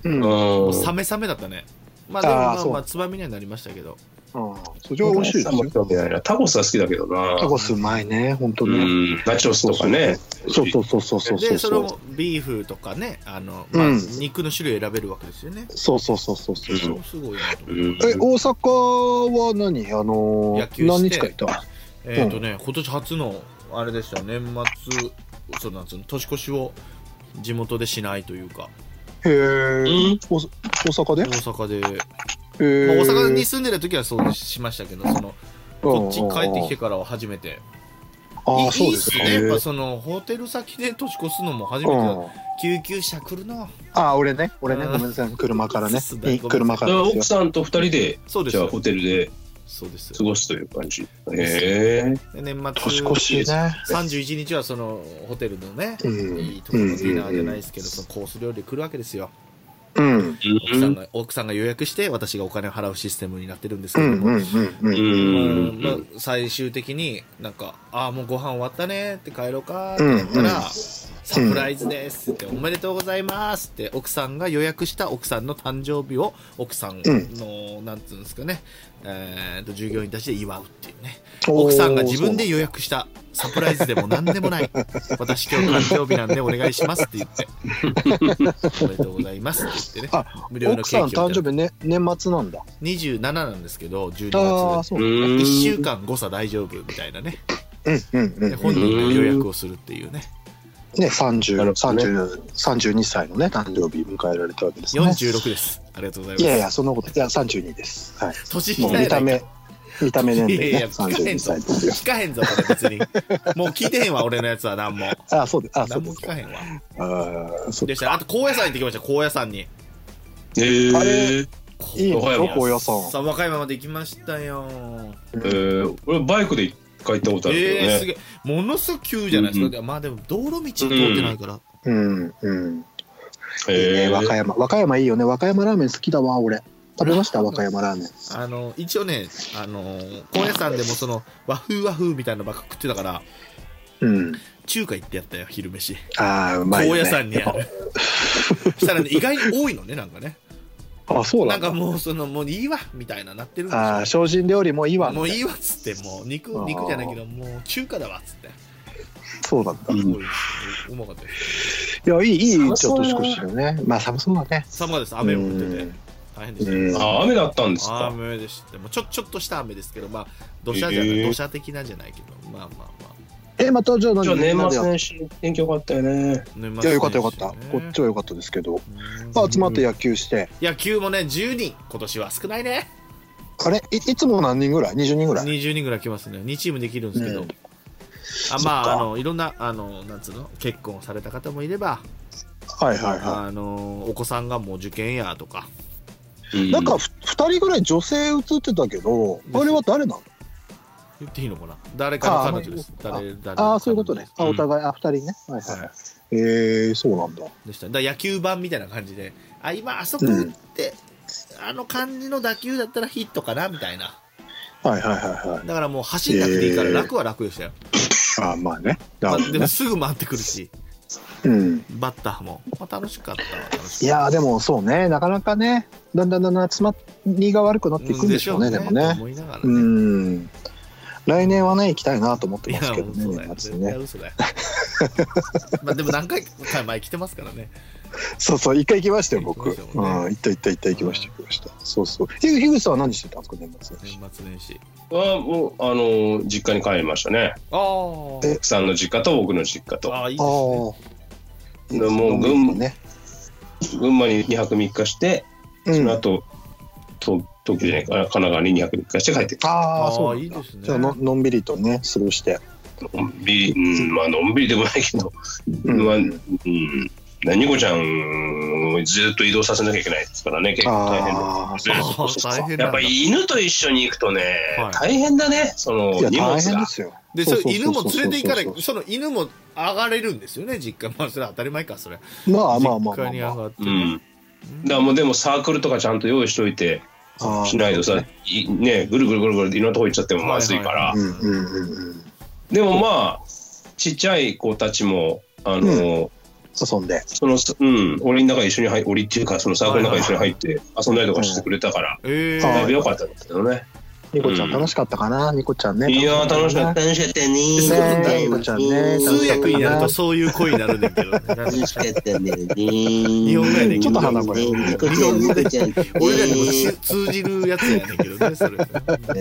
C: うん、うん、
D: もう
A: ー。
D: サ
A: うん。
D: メサメだったね。まあでもま
C: あー
D: あ
C: そう
D: まあ、つまみにはなりましたけど。
C: それは美味しいですよ
A: 興味ないなタコスは好きだけどな。
C: タコスうまいね本当
A: う
C: ね、
A: ん、ナチョスとかね。
C: そうそうそうそうそうそ
D: で、
C: う
D: そ
C: そ
D: れ
C: う
D: をビーフとかね、あの、まあ、
C: うん
D: 肉の種類選べるわけですよね。
C: そうそうそうそうそう
D: それもすごいなと思う
A: うん
C: え大阪は何あのー
D: 野球して
C: 何日かいた
D: えっ、とね、今年初の、あれでしたよ、年末、そうなんつうの、年越しを地元でしないというか、
C: へえ、
A: ん
C: お大阪で
D: 大阪で、まあ、
C: へー
D: 大阪に住んでる時はそうしましたけど、その、こっちに帰ってきてからは初めて。
C: あ
D: い
C: あそう
D: いい
C: で
D: っ
C: す
D: す
C: か
D: ね。やっぱその、ホテル先で年越すのも初めてだ
C: うん
D: 救急車来るの
C: あ俺ね俺ね
D: うん
C: ごめんなさい車からね
D: すごめん
C: い車か
A: だからら
C: で
A: 奥
C: す
A: さんと二人で、
D: そうです
A: じゃあ
D: よ
A: ホ。テルで
D: そうです
A: 過。ごすという感じ。へえ。
D: で年末、
C: よ年越しね
D: 31日はその、ホテルのね、
C: うん
D: いいところのディナーじゃないですけど、そのコース料理来るわけですよ。
C: うん
A: う
D: 奥さん
A: ん。
D: が奥さんが予約して私がお金を払うシステムになってるんです
C: う
D: けど
C: んうんうんう
D: も、
C: んうん
A: うん。
D: まあ、最終的になんか「ああもうご飯終わったね」って帰ろうかって言ったら
C: う
D: 「
C: んうん
D: サプライズです」って「おめでとうございます」って奥さんが予約した奥さんの誕生日を奥さんの、なんつうんですかね、えー、と従業員たちで祝うっていうね奥さんが自分で予約したサプライズでも何でもない 私今日誕生日なんでお願いしますって言って「おめでとうございます」って言ってね無料の
C: 奥
D: ケーキ
C: さ
D: を
C: ん
D: いただ
C: 誕
D: い
C: 生
D: て
C: 日ね年末なんだ
D: 27なんですけど12
C: ああ
D: 月
C: そううん
A: 1
D: 1週。間誤差大丈夫みたいなね
C: うんうん
D: で本人が予約をするっていうね
A: な
C: ね
A: る
C: 30
A: ほどね
C: 30 32歳のね誕生日迎えられたわけですね
D: 46ですありがとうございます
C: いやいやそんなこといや32ですはい
D: 年
C: もう
D: 控
C: 見
D: えな
C: た
D: い
C: 目見た目年
D: いやい
C: 齢
D: や
C: ね
D: 聞かへん
C: 32
D: ぞ
C: 歳ですよ
D: 聞かへんぞこれ別にもう聞いてへんわ俺のやつは何も
C: あそうですあそう
D: 何
C: で
D: も
C: す
D: 聞か
C: か
D: へんわ
C: あーそう
D: でしたあと高野山行ってきました高野山に
C: あ
A: え
C: れ
A: え。
C: いいの
A: 和歌山
C: 高野山
D: さあ和歌山まで行きましたよ
A: えー俺バイクで一回行ったことある
D: ええー、
A: け
D: す
A: どね。
D: げえものすごく急じゃないですか、
A: うん
D: でまあでも道路道は通ってないから、
C: うんうんいい
A: え
C: ね
A: え。
C: 和歌山和歌山いいよね和歌山ラーメン好きだわ俺食べました和歌山ラーメン
D: あの一応ねあの高野山でもその和風和風みたいなのばっか食ってたから
C: うん
D: 中華行ってやったよ昼飯
C: ああうまい
D: 高
C: よ、ね、
D: 野山にあ るしたらね意外に多いのねなんかね
C: あそうな
D: な
C: んん
D: か
C: だ
D: もうそのもういいわみたいななってるんで
C: ああ精進料理もいい
D: す
C: わ
D: よもういい
C: わ
D: わっつってもう肉
C: あー
D: 肉じゃないけどもう中華だわっつって
C: そうなんだ。
D: す
C: い
D: ごいですねうまかったです。
C: や、いい、いい、ち
A: 寒
C: ょっ
A: そう
C: と
A: だな
C: 年越しだよね。まあ、寒そうだね。
D: 寒かったです。雨も降ってて
C: うん。
D: 大変でした。
C: うん。
A: あ雨だったんですか。
D: 雨でした。もうちょ、ちょっとした雨ですけど、まあ、土砂じゃな
A: え
D: い、
A: ー
D: 土砂的なんじゃないけど、まあまあまあ。
C: え、また、じゃあ何、
A: じゃあ
C: みんな
A: 年
C: で
A: 末
C: やっ
A: 年始天気良かったよね。
D: 年
C: いや、
D: 末
C: よかった、よか
D: 年
C: った。
D: 始ね
C: こっちはよかったですけど。
D: うん
C: まあ、集まって野球して。
D: 野球もね、10人、今年は少ないね。
C: あれいいつも何人ぐらい ?20 人ぐらい
D: 20人ぐらい来ますね。2チームできるんですけど。
C: うん
D: あ
C: っ
D: まあ、
C: か
D: あの、いろんな、あの、なんつうの、結婚された方もいれば、
C: はいはいは
D: あの、お子さんがもう受験やとか、
C: い。なんかふ2人ぐらい女性映ってたけど、あれは誰なの
D: 言っていいのかな誰かの彼女です。
C: あ
D: 誰、誰
C: あ
D: の
C: あ、そういうことね。あ、
D: 彼
C: お
D: 女です
C: 互い、あ、2人ね。はい
D: うんはい
C: はい。へえー、そうなんだ。
D: でした。だから野球版みたいな感じで、あ、今、あそこ打って、あの感じの打球だったらヒットかなみたいな。
C: はいはいはいはい。
D: だからもう走んなくていいから
C: えー
D: 楽は楽でしたよ。
C: あまあね。
D: ま
C: な
D: あ
C: るほ
D: で
C: ど
D: も
C: ね。
D: すぐ回ってくるし、
C: うん。
D: バッターも。まあ、楽しかったわ。楽し
C: い
D: かっ
C: やーでもそうね、なかなかね、だんだんだんだん集まりが悪くなっていくんでしょうね、でも
D: と
C: ね。
D: 思いながら
C: う
D: ね。
C: ん。来年はね、行きたいなと思って
D: いや
C: ますけど
D: もうそうだ
C: ね、
D: よ
C: 年末
D: 絶
C: に
D: 対
C: ね。
D: 嘘だよ まあでも何回か前来てますからね
C: そうそう、一回行きましたよ、僕。
D: 行
C: う
D: き
C: ん、
D: ましたもんね
C: 行った行った行った行きました、行きました。そうそう。ひぐさんは何してたんですか、年末年
D: 年
C: 始。
D: 末年始
A: はもうあの実家に帰りましたね。
D: あー
C: え
A: 奥さんの実家と僕の実家と。
D: あーいい
C: ああ
D: ですね
A: でもう
C: 群馬
A: 群
C: ね。
A: 群馬に2泊3日して、
C: う
A: その
C: ん。
A: 後東東京じゃないかな神奈川に2泊3日して帰ってきた。
C: ああ、
D: あ
C: そう
D: ー
C: ないん
D: い
C: だ。
D: ですね
C: じゃあの、のんびりとね、過ごして。
A: のんびり、うん、まあのんびりでもないけど、
C: うん
A: まあ、うん、何ごちゃんをずっと移動させなきゃいけないですからね、結構大変で
C: ああ、
A: す
C: そうそう
D: あー
C: そう
A: や
D: 大変な
A: っ
D: んだ
A: ぱり犬と一緒に行くとね、
D: はい
A: 大変だね、その
C: いや、
A: 荷物
C: 大変で
A: が。
C: すよ。
D: で
C: そ
D: そうれ
C: そうそう
D: 犬
C: そう
D: も連れて行
C: そ
D: か
C: う
D: な
C: そう
D: いその犬も上がれるんですよね実家まあそれは当たり前かそれ
C: まあまあまあ
D: 実
C: まあ
D: 家に
C: ま
D: 上
C: あ。
D: がって
A: う
D: ね、
A: ん、
D: う
A: だ
D: ん
A: からもうでもサークルとかちゃんと用意しといて
C: あー
A: しないとさ、いね、ぐるぐるぐるぐるいろんなとこ行っちゃってもまずいから、
D: はいは
C: う
D: い
C: んうんうんうん。
A: でもまあちっちゃい子たちもあの、
C: 遊んで。
A: そのうん俺の中に一緒に入俺っていうかそのサークルの中に一緒に入って遊んだりとかしてくれたから、
D: え
C: はい
A: だい
D: ー
A: ぶ良かったんですけどね。
C: ニコちゃん楽しかったかな、ニコちゃんね。。
A: いやー楽しかったた楽しかった
D: ね
A: ね。
C: ねニコちゃんね。
D: 通訳になるとそういう声になるんだけど日
E: しかったね。
C: ちょ
D: 本語やねんけ
C: っと
D: ど
C: 鼻声。
D: 日本 語で俺らに
E: し
D: もし通じるやつやねんけどねそれ
E: 可愛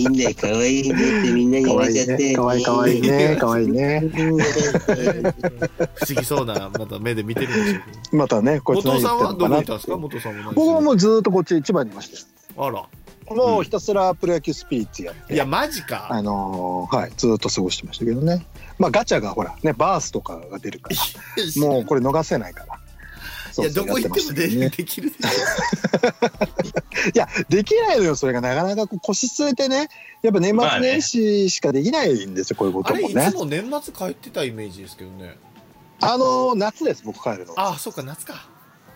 E: いんだよ、可愛いねってみんなに言
C: 可
E: われ
C: 愛
E: ちゃ
C: い
E: って。
C: ね。可愛い可愛いね。可愛いね。
D: 不思議そうなまた目で見てるんでしょうけど
C: またね、こいつ何
D: 元尾さ
C: 言
D: ん
C: って
D: は
C: るの
D: どこにいたんです
C: かな。
D: か元さんは何
C: 僕はもうずーっとこっち千葉にいました
D: あら
C: よ。もうひたすらプロ野球スピリッツやって。
D: いやマジか
C: あのーはい、ずーっと過ごしてましたけどね。まあガチャがほら、ね、バースとかが出るから、もうこれ逃せないから。
D: い
C: そう
D: や
C: そ
D: ど
C: う
D: こ行っても
C: やまし
D: で,、
C: たけどね
D: できる
C: いや、できないのよ、それがなかなかこう腰据えてね、やっぱ年
A: まあ
C: 末
A: ね
C: 年始しかできないんですよ、こういうこ
D: あ
C: と
D: れ
C: も
D: い
C: ね
D: つ。も年末帰ってたイメージですけどね
C: あのー夏です、僕帰るの。
D: ああそうか夏か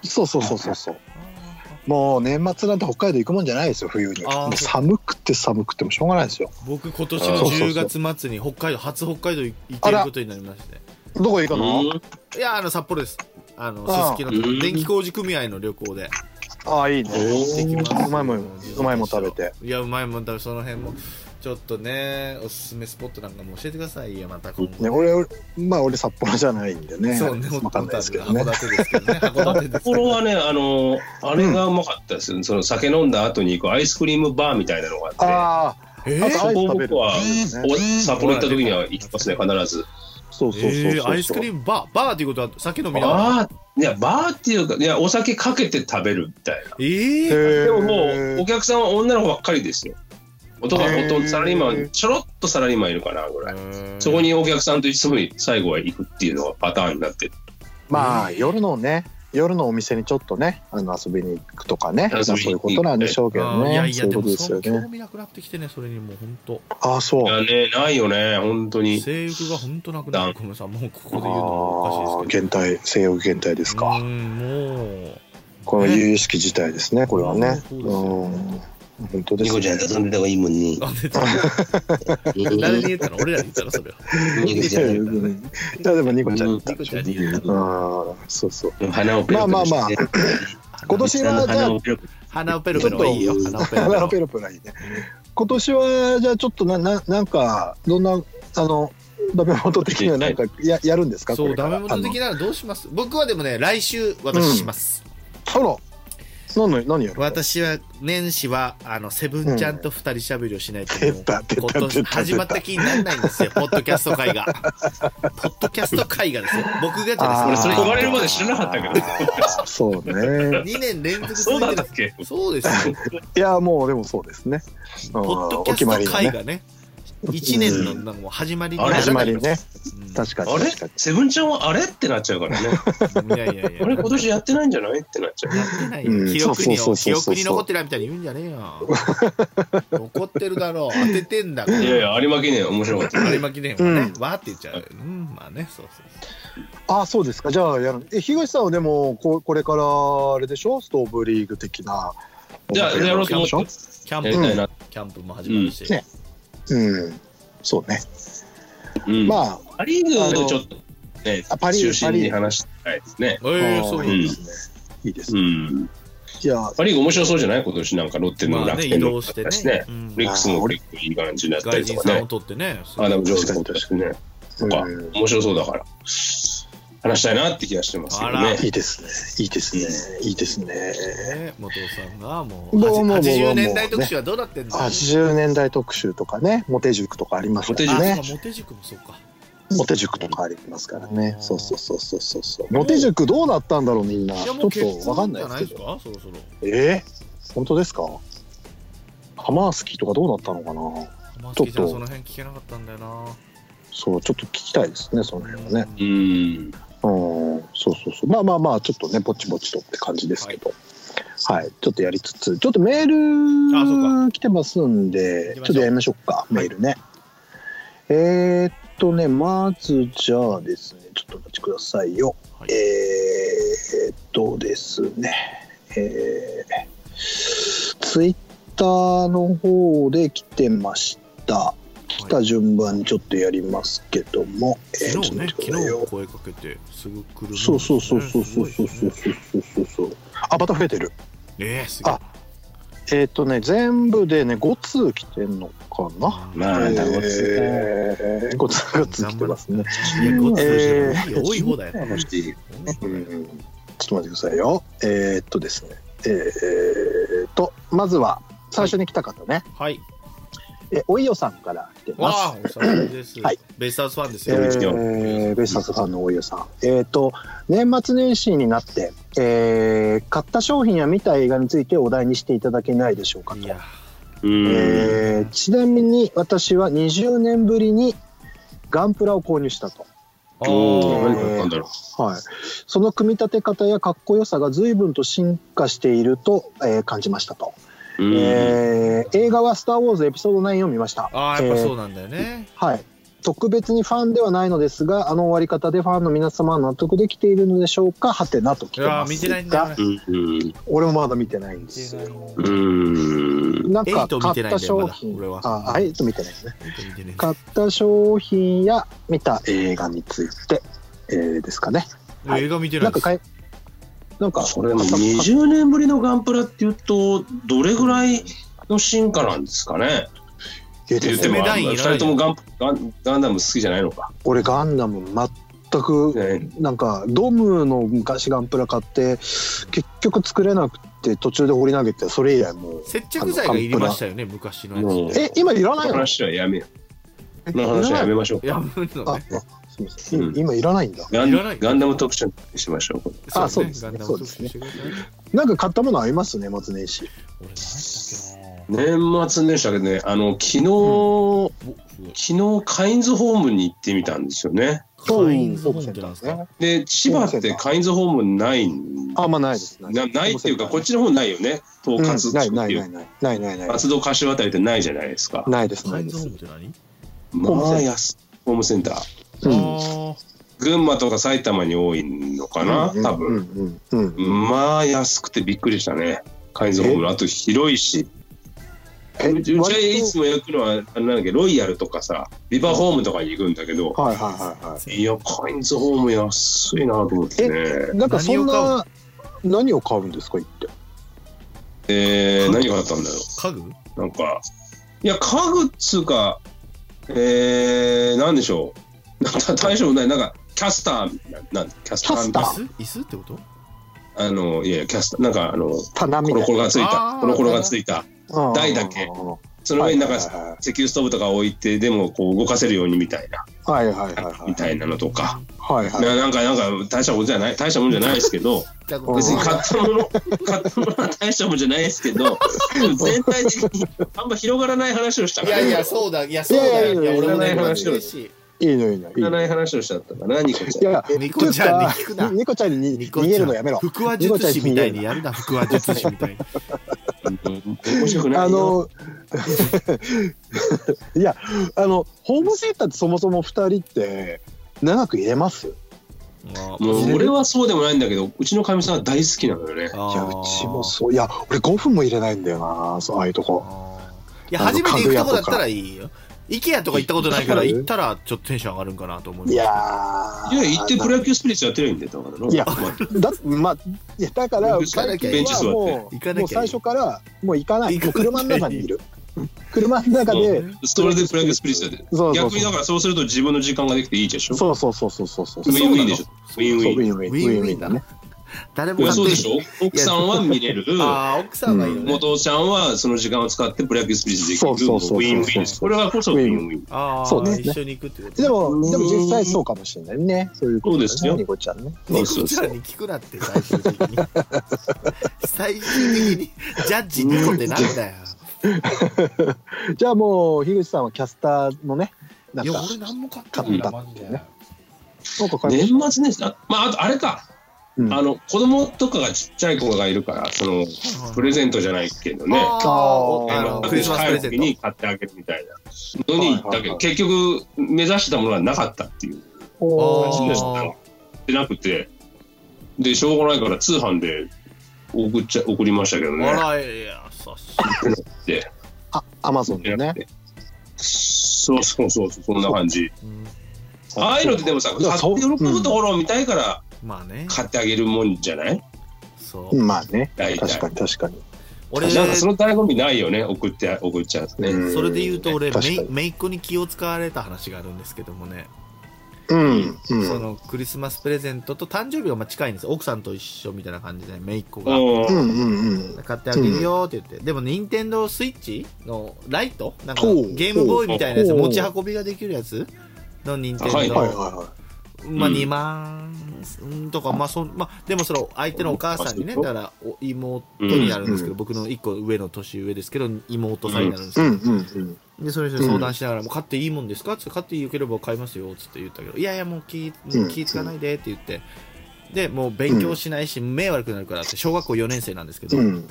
C: そうそうそうそうそう。もう年末なんて北海道行くもんじゃないですよ、冬に。
D: あー
C: もう寒くて寒くてもしょうがないですよ。
D: 僕今年の
A: そう
C: そう
D: 10月末に北海道初北海道行けることになりまして
C: どこ行くの、
D: いやあの札幌ですあの
C: ああ
D: すすきの
A: うん
D: 電気工事組合の旅行で
C: ああ、いいね。
D: 行きます
C: うまいもん、うまいもん食べて。
D: いやうまいもん食べその辺もちょっとねおすすめスポットなんかも教えてくださいよまた今後
C: ね、俺、俺まあ俺札幌じゃないんでね。
D: そうね
C: わかんないですけどね
D: 函。館ですけどね函館
A: と
D: で
A: ころはね、あの、あれがうまかったですよ。その酒飲んだ後に行くアイスクリームバーみたいなのがあっ
C: あ
D: え
C: あ、あ
D: ー
C: とアイス食べ
A: そ
C: る
A: こは
C: ね
A: て、お札幌行った時には行きますね、必ず。
C: そうそうそう
D: え
C: そう。
D: ーアイスクリームバーバーっていうことは酒飲みながら
A: バー、いや、バーっていうか、いや、お酒かけて食べるみたいな。
D: えー
C: へー
A: でももう、お客さんは女の子ばっかりですよ。男は
C: へ
A: ほ
C: ー
A: とんどサラリーマン、ちょろっとサラリーマンいるかなぐらい。そこにお客さんといつも最後は行くっていうのがパターンになってる。
C: まあ夜のね、夜のお店にちょっとね、あの遊びに行くとかね、まあ
A: 遊びに
C: そういうことなんでしょうけど
D: あーいや
C: ね。
D: い
C: そ
D: や
C: ういう
D: で
C: こ
D: も
C: とです
D: そ
C: よ
D: の
C: ね
D: 興。味なくなってきてねそれにもう本当
C: ああ、そう
A: い。やね、ないよね、本当に。
D: 性欲が本当なくなるごめんなさいもうここで言うのは
C: あ
D: お
C: あ、
D: かしいですけ
C: 減
D: ど
C: 退、西洋減退ですか。
D: うんもう
C: この由々しき事態ですね、これはね。
D: そううんですよ、
C: 本当で
E: ニ
C: す
E: コちゃん
C: ね。
E: 遊んでた方がいいもんね。
D: あ出た 誰に言ったの俺らに言ったのそれは
E: ニコちゃん。
C: うんいやでもニコちゃんだったで
D: ニコ
C: し
D: ち
C: ょ
D: ゃんに言った
C: うんあーそうそう。
A: 花をペロペロして。
C: まあまあま今年はじゃあ
A: ペロペ
D: 鼻をペロペロはいいよ鼻をペロペ
C: ラ
D: ロ
C: ペロペラいいね。今年はじゃあちょっとなななんかどんなあのダメ元的にはなんかややるんですか
D: そう、ダメ元
C: 的
D: 的ならどうします僕はでもね、来週、私します。
C: あら何の何やるの
D: 私は、年始は、あの、セブンちゃんと二人しゃべりをしないと、
C: 出
D: もう
C: た出
D: 今
C: た
D: 年
C: 出た
D: 始まった気にならないんですよ、ポッドキャス ト会が。ポッドキャスト会がですよ。僕がじゃない
A: 俺
D: です
A: それ
D: よ
A: 生まれるまで知らなかったけど。
C: そうね
D: 2年連続
A: そう
D: 続
A: なん
D: いてる
A: だっ。け
D: そうですよ。
C: いやもうでもそうですねポ
D: ポッドキャスト会がね、1年のなんかもう始まりにならない
C: 始まりね
D: うん
C: 確かに
A: あれ
C: 確かに
A: セブンちゃんはあれってなっちゃうから ね。
D: いやいやいや。
A: 俺今年やってないんじゃないってなっちゃう。
D: やってない
C: うん
D: よ。記憶に
C: そうそうそうそう
D: 記憶に残ってないみたいに言うんじゃね えよ。残ってるだろう。当ててんだから。
A: いやいや、有馬記念面白かった。
D: 有馬記念はね、
C: う
D: わーって言っちゃう。うん、まあね、そうそうそう。
C: あそうですかじゃあやるえ東さんはでもここれからあれでしょストーブリーグ的な
A: じゃあ、やろうと思って
C: う
D: キャン
A: やりたい
D: プ、
A: な。
D: キャンプも始まるし
C: うん。ねうんそうね、
A: うん
C: まあ
A: パ・リーグでちょっとね
C: あパ、リーグ
A: 中心に話したいですね。
D: ええ
C: あー
D: そう
A: うん
C: いいですねいいです
A: う
C: ね
A: ん、
C: いや
A: パ・リーグ面白そうじゃない今年なんかロッテ
D: ま
A: の
D: あ
A: 楽
D: ね、
A: 天
D: 移
A: の
D: 動して
A: です
D: ね
A: ね。
D: うん
A: リックスも結構いい感じになった
D: 外
A: りと
D: 人
A: か
D: さん
A: ね
D: を。取ってね。
A: アダム・ジョーンズも
C: 確かに
A: 取ってね。とか、
C: うん
A: 面白そうだから。話したいなって気がしてますけど
D: あら
A: ね。
C: いいですねいいですねいいですね
D: ね元さんがもう
C: どうもどうも
D: 80年代特集はどうなってんの
C: 80年代特集とかねモテ塾とかありますから
D: あ、
C: ね
D: そうかモテ塾もそうか。
C: モテ塾とかありますからね
D: あ。ー
C: そうそうそうそうそうそう。モテ塾どうなったんだろうみんな。
D: い
C: ち
D: や
C: ょ
D: もう
C: っ
D: 結
C: とわかん
D: 婚
C: な
D: じ
C: いで
D: ゃない
C: すけ
D: ですか
C: ど。
D: そろそろ。
C: えー、本当ですか。ハマースキーとかどうなったのかな。
D: まあ、好きじゃ
C: ちょっ
D: ん
C: と
D: その辺聞けなかったんだよな。
C: そうちょっと聞きたいですねその辺はね。
A: う。ん。
C: うんそうそうそう。まあまあまあちょっとねぼちぼちとって感じですけど。はい、ちょっとやりつつちょっとメ
D: あそう
C: ール来てますんで
D: 行
C: ちょ
D: きましょう
C: っとやりましょうかメールね。えーっとねまずじゃあですねちょっとお待ちくださいよ。
D: はい
C: えーっとですね、えー、ツイッターの方で来てました。来た順番にちょっとやりますけども、えー
D: 昨日ね、
C: ちょっと待って
D: 昨
C: くださいよ
D: 日声かけて、すぐ来るもんです
C: そ
D: ね。
C: うそうそうそうそうそう
D: す
C: そう
D: ごいですね
C: そうそうそう。あ、また増えてる。
D: ええ、すげえ。
C: えーっとね、全部でね、5通来てんのかな。
A: まあ、な
C: え
A: んか
C: ー、5通、5通来てますね。
D: いや、ごつ
C: え
D: い多い方だよ。
A: 楽しい。
C: うんちょっと待ってくださいよ。えーっとですね。えーっと、まずは、最初に来た方ね。
D: はい。
C: え、おいよさんから来てます。
D: わあ、お久しぶりです
C: はい。
D: ベイスターズファンです
C: え
D: よ。
C: ー、ベイスターズファンのおいよさん。えーっと、年末年始になって、えー買った商品や見た映画についてお題にしていただけないでしょうか
D: い
C: と。
D: や、
A: うん。
C: えーちなみに私は20年ぶりにガンプラを購入したと。
D: あ
A: おー、何
D: ー
A: 買ったんだろ
C: はい、その組み立て方やかっこよさが随分と進化していると、えー感じましたと、
A: う。うん。
C: えー映画は「スター・ウォーズ」エピソード9を見ました、
D: あー、やっぱそうなんだよね。
C: はい、特別にファンではないのですがあの終わり方でファンの皆様は納得できているのでしょうかはてなと来
D: い
C: て
D: や
C: ま
D: ー、
C: す
D: 見てないんだよね。
A: うん。
C: 俺もまだ見てないんで
D: 見て
C: す
D: ない
C: よ
A: うん。
C: なん
D: エイ
C: か
D: ト見
C: 買
D: て
C: っ
D: ない
C: た
D: んだよま
C: 商
D: だ
C: 品
D: 俺は
C: ああエイト見てないですね
D: 見てね
C: 買った商品や見た映画について、えーですかねはい
D: 映画見てな
C: ないんか
D: です。
C: 買いなんか
A: それも
C: 買った
A: 20年ぶりのガンプラっていうと、どれぐらいの進化なんですかね。
C: えー
A: って言って
D: 攻
A: も、
D: め
A: あ
D: ラインいらない
A: 2人ともガンガンガンダム好きじゃないのか。
C: 俺ガンダム全く
A: ね
C: なんかドムの昔ガンプラ買って結局作れなくて途中で放り投げてそれ以来もう
D: 接着剤がいりましたよね、昔の
A: も
D: や
A: う
D: つ。
C: え今いら
A: こ
C: ない
A: の
C: の
A: 話はやめよう。この
C: いら
A: 話は
C: ない
A: やめましょう。
D: やむの
C: あ
D: ね。
C: あすみません、
A: うん
C: 今いらないんだ
A: ガ
D: いらない
A: ンガンダム特集にしましょう。
C: あそ
D: そ
C: うう
D: ね
C: です
D: ガ
C: ね
D: ンダム
C: そうで
D: 特
C: す
D: 集
C: ね
D: してください
C: なんか買ったものありますね松年始
D: 俺何だっけな
A: 年末年始だけどね、あの、昨日、昨日、カインズホームに行ってみたんですよね。
D: おカインズホームってなんですか
C: ね
A: で、千葉ってカインズホームないん
C: あんまあないです
A: なないっていうか、こっ
C: ち
A: ちの方ないよね。統
C: うん
A: 括
C: ない
A: 地区っ
C: な
A: て
C: い
A: い
C: な
A: う
C: いないないないない
A: 松戸柏辺りってないじゃないですか。
C: ないですな
D: カイ
C: い
D: ン
C: で
D: ズホー
C: す
D: ムって何
C: ホームセ
A: ま
C: ンタ
A: あ
C: ー
A: 安ホームセンター。
C: うん
D: あ
A: 群馬とか埼玉に多いのかな、
C: うん
A: 多分、
C: うんうんうん
A: まあ安くてびっくりしたねカインズホームあと広いし
C: え
A: うちうちは
C: 割
A: い
C: と
A: つも行くのはあれなんだっけロイヤルとかさビバホームとかに行くんだけど
C: はいはいはいはい
A: やカインズホーム安いなと思ってね
C: いなんかそん
D: 何
C: な何を買うんですか言って
A: えー、何があったんだろ
D: ー家具
A: うなんかいや家具っつうかえー、なんでしょう なんか大丈夫ない、なんかキャスター、なんキャスター
C: キャスター
D: 椅子椅子ってこと
A: あの、いやいや、キャスター、なんかあの、コ
C: 棚み
A: ロ
C: た
A: コ
C: い
A: ロがつい
D: あー
A: た、コロコロがついた、
C: な
A: 台だけ
C: は
A: その上になんか
C: はい
A: 石
C: はいはいはい
A: 油ストーブとか置いて、でもこう動かせるようにみたいな、
C: いはいはいはい
A: みたいなのとか、
C: はいはい
A: ななんか、なんか大したことじゃない、大したもんじゃないですけど、
D: だ から
C: うん
A: 別に買ったも の、買ったものは大したもんじゃないですけど、でも全体的にあんま広がらない話をした
D: い
A: から、
D: やいや、そうだ、いや、そうだよ。い
C: いやいや
D: や、
C: いや
D: 俺もね、
A: いらない話
D: 嬉しい。
C: いいのいいのいい
A: 広がら
C: の
A: ない話をしちゃったから、ニコち
C: い
A: ゃん。
C: や
D: ニコちゃんに聞くな
C: ニコちゃんに逃げるのやめろ
D: 腹話術師みたいにやるな、腹話術師み たいに。
A: 面白くないよ
C: あの いやあのホームセンターってそもそも二人って長く入れます
D: も
A: もう俺はそうでもないんだけど、うちのかみさんは大好きなのよね。
C: いやうちもそういや俺5分も入れないんだよなそうああいうとこ
D: いや、初めて行くとこだったらいいよ。IKEA とか行ったことないから、行ったらちょっとテンション上がるんかなと思う。
C: いや
A: い
C: ー
A: や、行ってプロ野球スピリッツやってるんで、だからの。
C: いや
A: まあ
C: だまあいやだから
A: 行か
D: なきゃ
C: 最
D: いい
C: 近はも
D: 行かなきゃいい
C: もう最初からもう行かないもう車の中にいる車の中
A: そう
C: で
A: ねそれでプロ野球スピリッツやってる。
C: そうそう
A: 逆
C: そ
A: にだ
C: う
A: からそうすると自分の時間ができていいでしょ。
C: そうそうそうそうそうそう
A: ウィンウィンでしょ。ウィンウ
C: そうウ
A: ィン。
C: ィンウィンウィンウィンだね
D: 誰も
A: いや
D: 勝
A: そうで
D: 手に
A: しょ。奥さんは見れる。
D: ああ、奥さんがいいよね。
A: 元ちゃんはその時間を使ってプロ野球スピリッツできる。
C: そうそうそうそう
A: ウィンウィンです。これはこそウィンウィン。
D: あ
C: そう
D: あ、
C: ね
D: 一緒に行くってこと
C: でもでも実際そうかもしれないねそういうことだね
A: そうですよ
C: ニコちゃんね
A: そう
D: ニ
A: そ
D: コ
A: う
D: ちゃ
A: そ
D: ん
A: う。
D: に聞くなって、最終的 に。最終的に、ジャッジニコってなんだよ。
C: じゃあもう樋口さんはキャスターのねなん
D: いや、
C: か
D: 俺何も買ってないんだ、マジで。
C: なんか買いま
A: 年
C: した
A: 末年始だ。まあ、あとあれか。
C: うん
A: あの、子供とかがちっちゃい子がいるから、その、プレゼントじゃないけどね。
D: あーあ
C: あ
D: の
C: ー
D: クリスマスプレゼン
A: 帰る時
D: ト
A: に。買ってあげるみたいなのに行ったけど、
C: はいはいはい
A: 結局目指してたものはなかったっていう
D: お
A: 感じでした
D: あ
A: でなくてでしょうがないから通販で送っちゃ送りましたけどね
D: あら、いや、優しい。
A: で
C: あアマゾンでね
A: そうそうそうそうそんな感じ
D: うん
A: ああいうのってでもさ買
C: いやそ
A: っ
C: う
A: て喜ぶところを見たいから
D: まあね、
A: 買ってあげるもんじゃない
D: そう。
C: まあね
A: 大体
C: 確かに確かに
D: 俺、
A: なんかそ
D: そ
A: の醍醐味ないよね送って送っちゃうとね、
C: うん
D: れで言うと俺、
C: 確
D: め
C: か
D: い
C: に
D: めいっ子に気を使われた話があるんですけどもね、
C: うんうん
D: そのクリスマスプレゼントと誕生日がまあ近いんですよ。奥さんと一緒みたいな感じで、めいっ子が。
C: う
A: うん
C: んうん
D: 買ってあげるよって言って、でも任天堂スイッチのライトなんか
C: ほう
D: ゲームボーイみたいなやつ
C: ほう
D: 持ち運びができるやつの任天堂、
A: はい
C: うんはいはいは
D: まあ
A: うん
D: 2万うんとかまあそんまあでもその相手のお母さんにね
A: う
D: だ
A: ん
D: からお妹になるんですけど、
C: うん
D: 僕の1個上の年上ですけど妹さんになるんです
C: い
D: け
C: う
D: ど、
C: んうんうん
D: でそれ人に相談しながら、もう買っていいもんですか?」っつって「買ってよければ買いますよ」っつって言ったけど「いやいやもう気
C: うん
D: 気つかないで」って言ってでもう勉強しないし迷惑になるからって小学校4年生なんですけど、
C: うん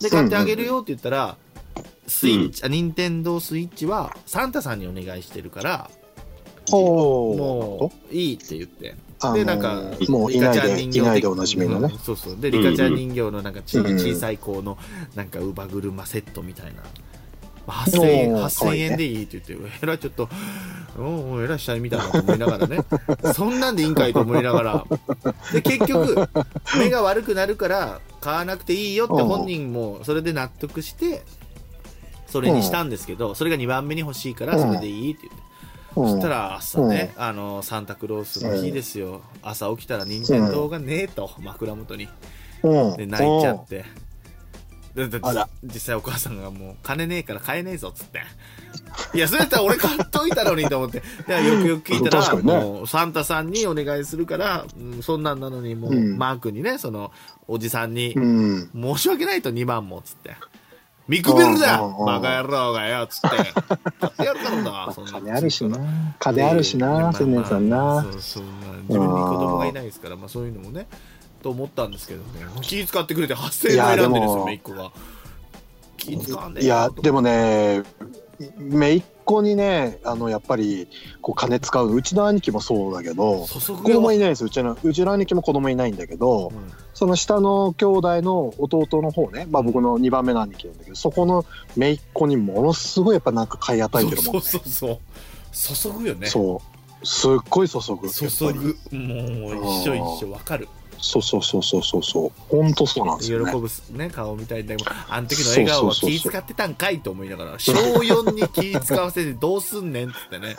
D: で買ってあげるよって言ったら、スイッチ、あ、任天堂スイッチはサンタさんにお願いしてるから、
C: お
D: も
C: お
D: ういいって言って。
C: あ
D: で、
C: の
D: なんか、
C: もういないで
D: リカちゃん人形
C: いないでおなじみのね
D: うんそうそう。で、リカちゃん
A: うん
D: 人形のなんかち、
C: うんうん
D: 小さい子のなんか、乳母車セットみたいな。8000円、
C: おー
D: 8000円でいいって言って、えらいちょっと、おお、えらい下に見たなと思いながらね。そんなんでいいんかいと思いながら。で、結局、目が悪くなるから、買わなくていいよって本人も、それで納得して、それにしたんですけど、それが2番目に欲しいから、それでいいって言って。
C: うん
D: そしたら朝ね、あのサンタクロースの日ですよ、朝起きたら任天堂がねえと、枕元に
C: うん
D: で泣いちゃって、でで
C: あら
D: 実際お母さんがもう金ねえから買えねえぞっつっていやそれやったら俺買っといたのにと思ってでよくよく聞いたら、
C: 確かにね
D: もうサンタさんにお願いするから、うんそんなんなのにもう、
C: うん
D: マークにねそのおじさんに、
C: うん
D: 申し訳ないと2万もっつって見くびるな
C: うんうんうん
D: バカ野郎がよっつって買ってやる からなそんな
C: 金あるしな
D: で
C: 金あるしな千年さんな
D: そうそうまあ自分に子供がいないですからまあそういうのもねと思ったんですけどね気使ってくれて8000円選んでるんで
C: いやで
D: すよ
C: も
D: 姪っ子が気使んで
C: いやでもね姪っ子にねあのやっぱりこう金使ううちの兄貴もそうだけど
D: 注
C: 子
D: ぐよ
C: 供いないんですようちのうちの兄貴も子供いないんだけど
D: うん
C: その下の兄弟の弟の方ね、まあ、僕の2番目の兄貴なんだけどそこの姪っ子にものすごいやっぱなんか買い与えてるもん
D: そ
C: ね
D: うそうそう注ぐよね
C: そうすっごい注ぐ
D: 注ぐもう一緒一緒わかる
C: そうそうそうそうそうそう本当そうなんです
D: 喜
C: よね
D: ぶすね顔みたいでもあの時の笑顔は
C: そうそうそう
D: 気
C: そう
D: 使ってたんかいと思いながら小4に気使わせてどうすんねんっつってね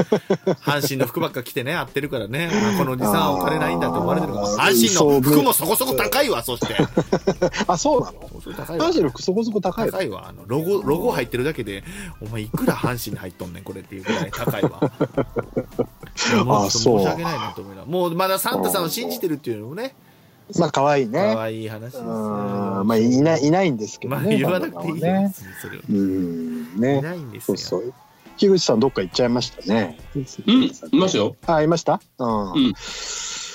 D: 阪神の服ばっか着てね合ってるからねあこのおじさんはお金ないんだって思われてるから
C: あー
D: 阪神の服もそこそこ高いわそして
C: あそうなの
D: そこそこ高いわ
C: マジのそこそこ高いの
D: 高いわあのロゴロゴ入ってるだけでお前いくら阪神に入っとんねんこれっていうぐらい高いわいやも
C: あ
D: うちょっと
C: そう
D: 申し訳ないなと思いながらもうまだサンタさんを信じてるっていうのもね
C: まあ可愛いね
D: 可愛い話です
C: う
D: よ
C: んまあいないいないんですけど
D: まあ
C: ね
D: 言わなくてい
C: バン
D: い
C: ドマンは
D: で
C: ね
D: す、それは
C: うん
D: い
C: ね
D: ないんです
C: そ
D: よ
C: うそう樋口さんどっか行っちゃいましたね
A: うん、いますよ。
C: あいましたうん、
A: うん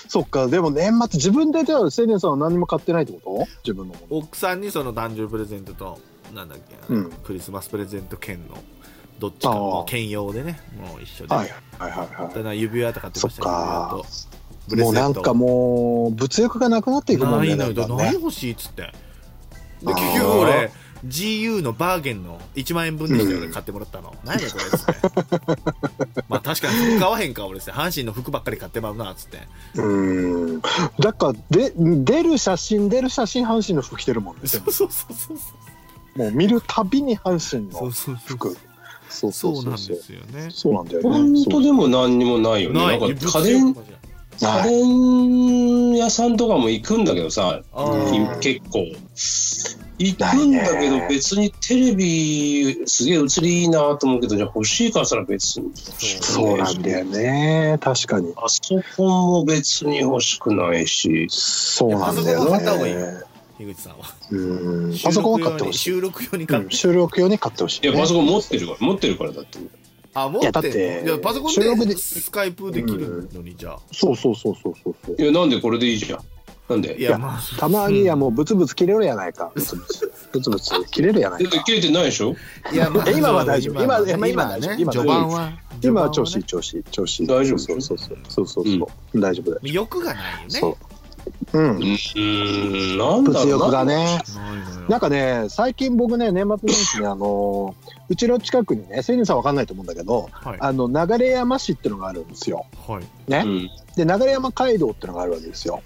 C: そっかでも年末自分でじゃあ青年さんは何も買ってないってこと自分のもの
D: 奥さんにその誕生日プレゼントとなんだっけ、
C: うん
D: クリスマスプレゼント兼のどっちか
C: あー
D: もう兼用でねもう一緒で、
C: はいはいはいは
D: ただ指輪とか買って
C: そ
D: ま
C: っ
D: したけ
C: か
D: ど指
C: い
D: 輪と
C: もうなんかもう物欲がなくなっていくもん
D: な
C: ね
D: いのよ
C: なんか
D: 何
C: ね
D: 欲しいっつってで
C: あー
D: 結局俺 GU のバーゲンの1万円分でしたよ、
C: うん
D: 俺買ってもらったの何やねんこれっつって まあ確かに服買わへんか俺っつって阪神の服ばっかり買ってまうなっつって
C: うんだからで出る写真出る写真阪神の服着てるもんね
D: そうそうそうそう
C: もう見るたびに阪神
D: そう
C: の
D: そうそう
C: 服そうそう
D: そ
C: そ
D: うなん
C: う
D: で
C: そう
D: すよね
C: そうなんだよね
A: 本当でも何にもないよね。
D: ない
A: なんか家電、
C: そう
A: 家
C: はい
A: 電屋さんとかも行くんだけどさ、
D: あ
C: ー
A: 結構。行くんだけど別にテレビすげえ映りいいなと思うけどじゃあ欲しいからら別に
C: そうなんだよね確かに
A: パソコンも別に欲しくないし
C: そうなんだ
D: いやパソコン買った方がいい
C: よね
D: 樋口さんは
C: うんパソコンは買ってほしい
D: 収録用に買って、
C: 収録用に買ってほしい
A: いや
C: ね、
A: パソコン持ってるから持ってるからだって
D: あ持
C: いや
D: っ
C: だってて
D: いやパソコン
C: 収録
D: で
C: で
D: スカイプできるのにじゃあ
C: そうそうそうそうそうそう
A: いやなんでこれでいいじゃんなんで
D: い
A: だ
D: やまあ
C: たまにはもうブツブツ切れるやないかブツブツブツブツ切れるやない
A: って
C: か
A: 切れてないでしょ
D: いやまあ
C: え今は大丈夫
D: 今は
C: 今は今は
D: ね
C: 今は
D: 序盤は
C: 今は調子いい
D: 序
C: 調子いい調子いい
A: 大丈夫
C: そうそうそうそうそうそう、大丈夫だよ、
D: 盤はね欲がないよね
C: そう
A: う
C: う
A: んーんなんだろ
C: 物
A: う
C: 欲
A: な
C: がね
D: ないのよ
C: なんかね最近僕ね年末年始ねあのーうちの近くにね千人さんわかんないと思うんだけど
D: はい
C: あの流山市ってのがあるんですよ
D: はい
A: うん
C: で流山街道ってのがあるわけですよ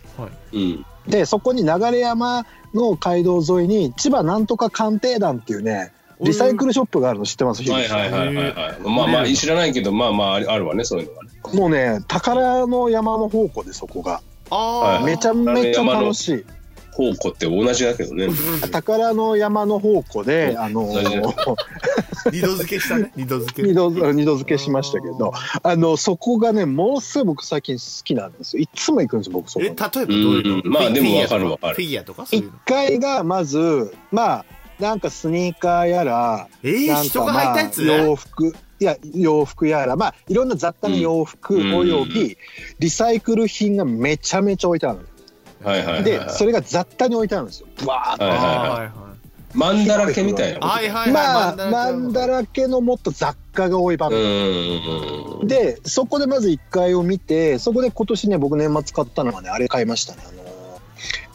A: うん
C: でそこに流山の街道沿いに千葉なんとか鑑定団っていうねリサイクルショップがあるの知ってます、
A: はいはいはいはいはいまあまあ知らないけどまあまああるあるわねそういうのはね
C: もうね宝の山の宝庫でそこが
D: ああ
C: めちゃめちゃ楽しい
A: 宝庫って同じだけどね
C: 宝の山の宝庫であの
A: それで
D: 二度付けしたね二度付け
C: 二度二度付けしましたけどあのそこがねものすごい僕最近好きなんですよいつも行くんです僕そ
D: え
C: こ
D: 例
C: に
D: えばどうい
A: う
D: うの
A: んまあでも
D: フィギュア
A: わかる
D: と
A: わかる
D: フィギュアとかそうい
C: 1
D: うの
C: 階がまずまあなんかスニーカーやら
D: えー
C: なん
D: 人
C: か
D: が履い
C: ま
D: た
C: あ
D: やつ
C: 洋服いや洋服やらまあいろんな雑多な洋服
A: うん
C: およびリサイクル品がめちゃめちゃ置いてある
A: はいはいはい
C: でそれが雑多に置いてあるんですよ
A: は
C: わ
A: いはい
D: あー
A: は
D: はいはい
A: マンだらけみたいなこと
D: いはいはい
C: まあ
D: マ
C: マ
D: ン
C: ン
D: ダ
C: だ
D: ラ
C: らけのもっと雑貨が多い場
A: うん
C: 面、
A: うんうん
C: でそこでまず1階を見てそこで今年ね僕年末買ったのはねあれ買いましたねあの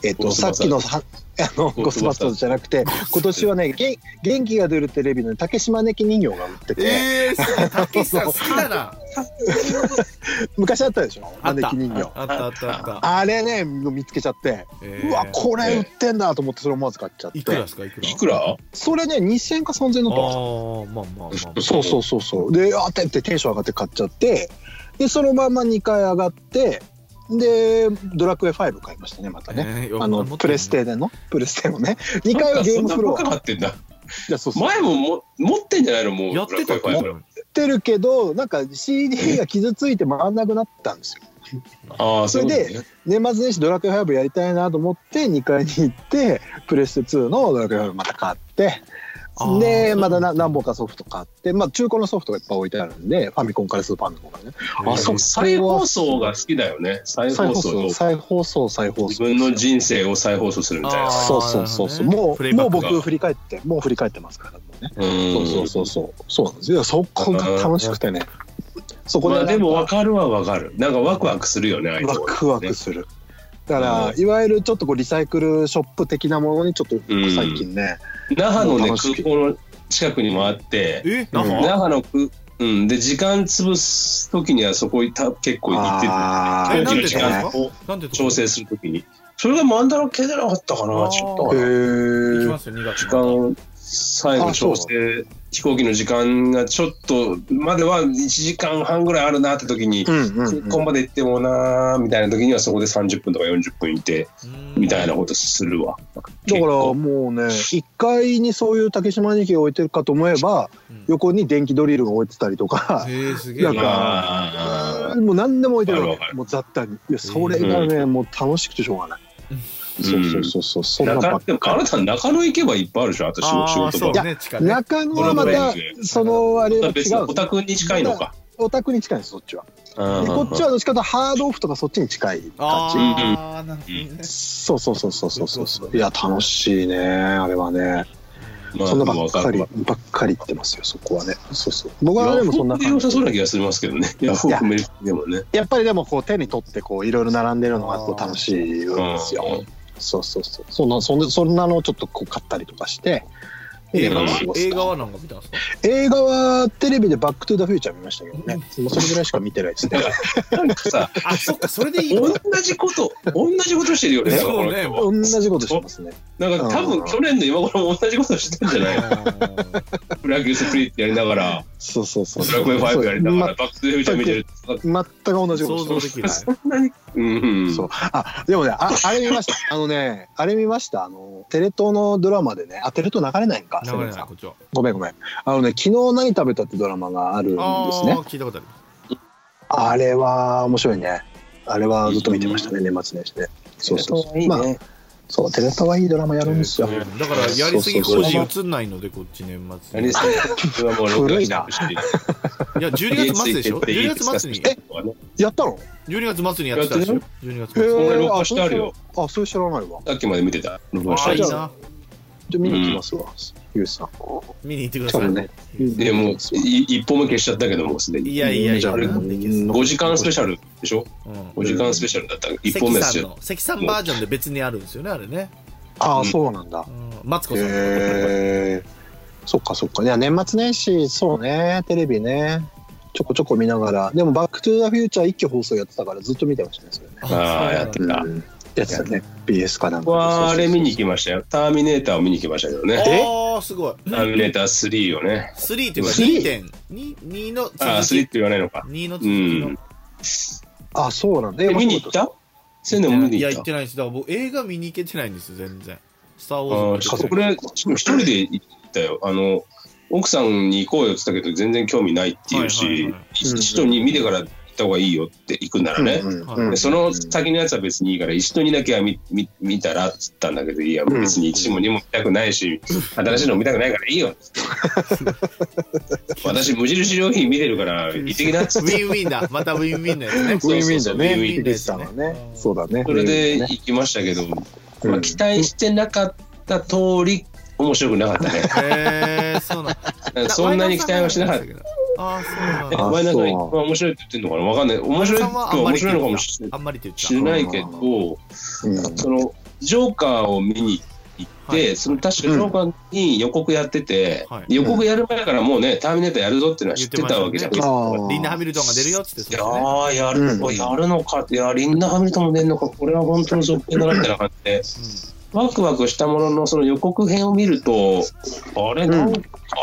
C: えっ
A: ゴ
C: と
A: ス
C: さ
A: バ
C: っ
A: スター
C: き
A: ズ
C: のさあの
A: ゴ
C: ゴ
A: ス
C: ス
A: バ
C: バ
A: ス
C: ス
A: タ
C: タ
A: ー
C: ー
A: ズ
C: ズじゃなくて今年はねげん元気が出るテレビの竹島ねき人形が売ってて、
D: ええー、たけしさん好きだな。
C: 昔あったでしょ
D: あっ
C: 招
D: た
C: き人形
D: あったあったあった。
C: あれね見つけちゃって、
D: えー
C: うわこれ売ってんだと思ってそれ思わず買っちゃっ
D: いくら
C: て
D: ですかいくら。
A: いくら
C: それね2000円か3000円
D: あ
C: だ
D: あ
C: ったかな
D: ーまあまあまあまあ。
C: そうそうそうそうであってってテンション上がって買っちゃってでそのまま2回上がってでドラクエ5買いましたねまたね、
D: えー
C: あのプレス。テでのプレステのね2回はゲームフロ
A: そんなバカ買
C: ア
A: ってんだ
C: いやそうそう
A: 前もも持ってんじゃないのもう
D: やってたっけ
A: ブラックファイブ
C: 売ってるけどなんか CD が傷ついて回んなくなったんですよ
A: ああそういうことね
C: それ年末年始ドラクエ5やりたいなと思って2階に行ってプレステ2のドラクエ5また買って
D: あー
C: でまだな何本かソフト買って、まあ、中古のソフトがいっぱい置いてあるんでファミコンからスーパーファミコンからね
A: あそう
C: えー
A: 再放送が好きだよね再
C: 再
A: 放
C: 放
A: 送
C: 送
A: と
C: 再放送再放送
A: 自分の人生を再放送するみたいな
D: あ
C: そうそうそうそう、
D: なるほどね
C: も
D: プレイ
C: う
D: バッ
C: もう
D: クが
C: 僕振り返ってもう振り返ってますからもうね、
A: うん
C: そうそうそうそうそうなんですよそこが楽しくてねそこ
A: ま
C: で
A: あ
C: なんか
A: でも分かるは分かるなんかワクワクするよねああいうと
C: ワ
A: こ
C: クワ
A: ね
C: クするだからいわゆるちょっとこうリサイクルショップ的なものにちょっ
A: う
C: と
A: ん
C: 最近ね、
A: 那覇のね
C: 楽し
A: 空
C: い
A: 港の近くにもあって、
D: え
C: う
D: なんんか、
A: 長野く、うん、で、時間潰すときにはそこいた結構行ってた。
C: あ
D: え
C: ー
D: なんで
A: 時間を
D: なんでとこ
A: 調整するときに。それがマンダラ系じゃなかったか
D: あ
A: な、
D: ー
A: ちょっとか
C: へ
A: な。
D: 行きま
C: ー
D: すよ、2月
A: 時間を最後調整、飛行機の時間がちょっと、までは1時間半ぐらいあるなってときに、
C: うんうん
A: 空港まで行ってもなーみたいな時にはそこで30分とか40分いてみたいなことするわ。だか
C: だからもうね1階にそういう竹島兄貴が置いてるかと思えば
D: よ
C: 横に電気ドリルが置いてたりとか
D: へえ、すげ
C: な
D: え
C: ん
D: な。
C: か
A: あ
C: もう何でも置いてるわ
A: わかるわか
C: け
A: る
C: もう雑多にいやそれがねもう楽しくてしょうがないそうそうそうそうそんなばっ
A: でもあ
C: か
A: なた中野行けばいっぱいあるでしょ、あと仕
D: あ
A: 事
D: あ、
A: 仕
D: そ
A: 事場。
D: うね、近
C: り
D: く。ね
C: 中野はまたそのあれは違
A: 別に
C: う
A: お宅に近いのか。
C: お宅に近いんですそっちはでこ
A: こ
C: っちはどっちかというとハードオフとかそっちに近い感じ
D: ああ、なるほどね。
C: そうそうそうそうそうそうそういや楽しいねあれはね
A: まあ
C: そんなばっかり
A: わか
C: ばっかり言ってますよそこはねそうそう僕はで
A: る
C: もそん
A: わ
C: な
A: ヤフオクで良さ
C: 感じ
A: そうな気がしますけどね。ヤフオクメリットでもね。
C: やっぱりでもこう手に取ってこういろいろ並んでるのがこう楽しいんですよ、
A: うん
C: そうそうそうそんなそんなそんなのをちょっとこう買ったりとかして
D: 映画は
C: 過ごす
D: 映画はなんか見たんですか
C: 映画はテレビで「バック・トゥ・ザ・フューチャー」見ましたけどね、もうそれぐらいしか見てないですね
A: なんかさ、
D: あ、そっか、それでいいの
A: 同じこと、同じことしてるよね。
D: そうね
A: この人
C: 同じことしてますね
A: なんか多分去年の今頃も同じことしてんじゃ ないブラックユースプリットやりながら、
C: そうそうそう
A: ブラックウェイファイブやりながら、バックスフューチャー見てる。
C: ま、全く同じこと
D: 想
C: して
D: 像
C: ま
D: ですきない。
A: そんなに。うんうん。
C: そう。あ、でもね、ああれ見ました。あのね、あれ見ました。あの、テレ東のドラマでね、あ、テレ東流れないんか。
D: 流れ
C: セブン
D: な
C: さ
D: い、
C: ん
D: こっちは。
C: ごめんごめん。あのね、昨日何食べたってドラマがあるん
D: あ
C: です
D: あ
C: ね。、
D: 聞いたことある。
C: あれは面白いね。あれはずっと見てましたね、年末年始で。そうそうそう。まあ、そう、テレ東はいいドラマやるんですよ。
D: だから、やりすぎ個人映んないので、こっち年
A: 何
D: 末に。
A: で
D: い
A: すかそれはもう
C: 古いな
D: や、12月末 でしょ ?12 月末に。
A: え
C: やったの
D: 12月末にやってたんですよ。12月
C: へ
D: 末。
C: ー
A: 俺録画してあるよ。
C: あ、それ知らないわ。
A: さっきまで見てた。録画し
D: ああ、
A: た
D: いい
A: やつ
D: な。
C: じゃあ見に行きますわ、ゆうさん。
D: 見に行ってくだ
C: 多
D: さい
C: 分。ね。
A: でもう、い一本目消しちゃったけど、もうすでに。
D: いやいやい
C: じ
D: や、
C: ゃあ
D: なんで消すの
A: 5時間スペシャルでしょ
D: うん
A: 5時間スペシャルだった一本
D: 関
A: 目で
D: さ
A: す
D: ん
A: よ。
D: の、関さんバージョンで別にあるんですよね、あれね。
A: う
C: ああ、
A: ん
C: そうなんだ
D: う。んマツコさん。
C: へえそっかそっかいや年末年始そうねテレビねちょこちょこ見ながらでも「バック・トゥ・ザ・フューチャー」一挙放送やってたからずっと見てましたねそれね
A: ああー、やって
D: る。
A: た。
C: やってたね BS かなん
A: 僕
C: か
A: はあれ見に行き
C: ま
A: ましたよ。ターミネーターを見に行きましたけどね。
D: ああ、すごい。
A: ターミネーター3をね。
D: 3というか、
C: 3
D: 2.2 2の続
A: ああ、3っ
D: き
A: て。言わないのか。
D: 2の
A: う
D: 続きの
A: ん。。
C: あそうなんだ
A: え、見に行ったせんでも見
D: い
A: に
D: や、
A: 行っ
D: 行っ
A: た。
D: てないです。だから僕、映画見に行けてないんですよ、全然。スター・ウ
A: あ
D: ォ
A: あ
D: ーズも
A: ー、
D: 見
A: こ
D: て
A: れ、
D: ない。
A: 一人で行ったよ。あの、奥さんに行こうよって言ったけど、全然興味ないっていう
D: はいはい
A: し
D: はい、
A: 一度に見てから行った方がいいよって行くならね。
D: うん
A: でその先のやつは別にいいから、一度にだけは見見見たらっつったんだけど、いや、
C: ん
A: 別に1も2も見たくないし、新しいの見たくないからいい よっつって。私、無印良品見てるから、行ってきなっつ
D: ウ
A: って。
D: ィンウィンだ。またウィンウィンだよ ね。
C: ウィンウィンだね
A: そうそうそうウィンウィ
D: ン
C: リスさんはね
D: うん
C: そうだね
A: それで
C: ウィンウィンだね
A: 行きましたけど、
C: うん
A: まあ、期待してなかった通り、面白くなかったね。
D: へえ、そう な ん
A: そんなに期待はしなかった。
D: た。ああ、そうなん
A: え
D: だ。
C: あ
A: 前田さん、一番
C: そう
A: 面白いって言ってるのかなわかんない。面白い
D: さ
A: と
D: んは
A: は
D: あんま
A: 面
D: りって
A: 白いのか
D: 言
A: も
D: っ
A: しれ
D: た。あんまりって言って
A: しれないけど、
C: うん
A: そのジョーカーを見に行って、
D: はい
A: その確かジョーカーに予告やってて、
D: はい
A: 予告やる前からもうね、ターミネーターやるぞっていうのは知ってたわけじゃん。
D: 言っ
C: あ
D: た。
C: あ
D: リンダ・ハミルトンが出るよって言って
A: いや
D: たんですよね。
A: ーやる、
C: うん
A: やるのか、いや、リンダ・ハミルトンも出るのか、これは本当に続編だなみたいな感じで、ワクワクしたものの、その予告編を見ると、あれ、なんか、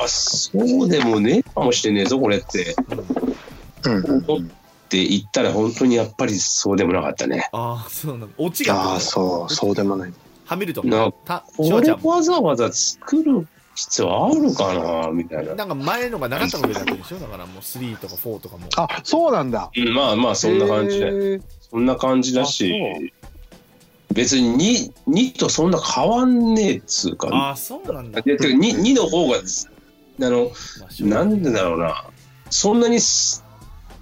A: そうでもねえかもしれねえぞ、これって。
C: うんうんうん
A: って言ったら、本当にやっぱりそうでもなかったね。
D: ああ、そうなんだ。オチ
C: あ
D: が
C: あ。そうそうでもない
D: ハミルトン
A: な。
D: た、シ
A: こ
D: ち
A: れ
D: ゃんも。
A: わざわざ作る必要あるかな、みたいな。
D: なんか前のがなかったことになってるでしょだからもう3とか4とかも。
C: あそうなんだ
A: うんまあまあ、そんな感じだよ
C: へえ
A: そんな感じだ
C: あそ
A: し、別に 2, 2とそんな変わんねえっつうか、
D: ああ、そうなんだ。
A: でてか 2, 2の方が、あの、なんでだろうな、そんなにす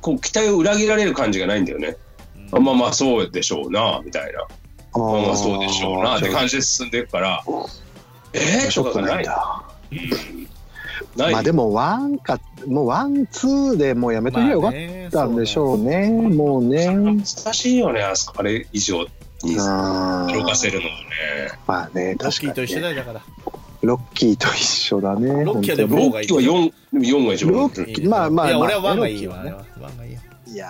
A: こう期待を裏切られる感じがないんだよね。あまあまあ、そうでしょうな、みたいな。
C: あ
A: まあまあ、そうでしょうな、って感じで進んでいくから、えー、
C: ショ
A: と
C: ッ
A: か
C: ク
A: が
C: な
A: なんい。
C: だ
A: ない
C: まあでもワンかもうワンツーでもうやめとけばよかったんでしょうね、もうね
A: 難しいよね、あそこあれ以上に
C: あ
A: 動かせ
C: ー
A: るのもね。
C: まあね
D: ロッキ
C: 確
D: ー
C: か
D: と
C: に
D: 一緒
C: ね
D: だよだから。
C: ロッキーと一緒だね。
D: ロッキーはでも
C: 本
A: ロッキーは4、四が一番。
C: ロッキーまあまあ
D: いや、
C: まあ
D: 俺はワンがいいよ。
C: ロッ
D: あ
C: キ
D: れ
C: ー
D: はワンがいいよ。
C: 当にいや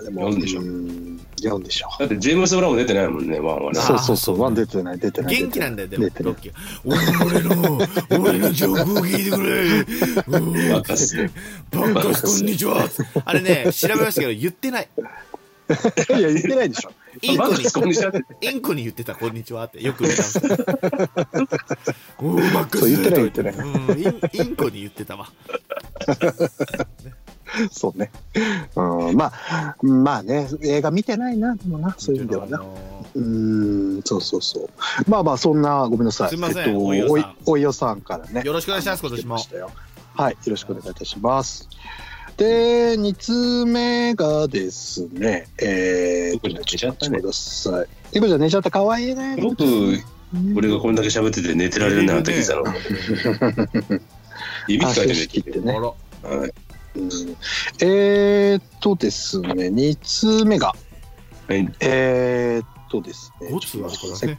C: ー、でも、
A: 四でしょ
C: うん四でしょ。
A: だってジェームス・ブラウン出てないもんね、ワンはね。
C: そうそうそう、
D: そう
C: ワン出てない、出てない。
D: 元気なんだよ、でも、
C: 出てな
D: ロ
C: い
D: ッキーは。俺の、俺の情報を聞いてくれ。うん
A: 若すぎる
D: バンカス、こんにちは。あれね、調べましたけど、言ってない。
C: いや、言ってないでしょ。
D: インコ
A: バ
D: に
A: カ、スこんにちはって
D: インコに言ってた、こんにちはって。よ く見た。おーバック
C: そう言ってない
D: ス
C: 言って
D: うんインインコに言ってたわ。
C: そうね。うん、まあ、まあね、映画見てないな、でもな、そういう意味ではな
D: あ。の
C: う
D: ー
C: ーん、そうそうそう。まあまあ、そんな、ごめんなさい。
D: すいません
C: えっと、
D: おいお
C: お
D: さ
C: い
D: ん、
C: おいよさんからね。
D: よろしくお願いします今年も
C: 来てましたよはい、よろしくお願いいたします。で、二通目がですね、えー、
A: 猫ちゃん寝ちゃったね
C: ちょっと待ってください。猫ちゃん寝ちゃった、かわいいね。
A: よく俺がこんだけ喋ってて寝てられるなって聞いてたの。指
C: あ
A: 使えて
C: 正直言って
A: る
C: ね。
D: あら
A: はい
C: うんえーっとですね、二通目が、
A: はい。
C: えーっとですね、
D: ゴツはこれね。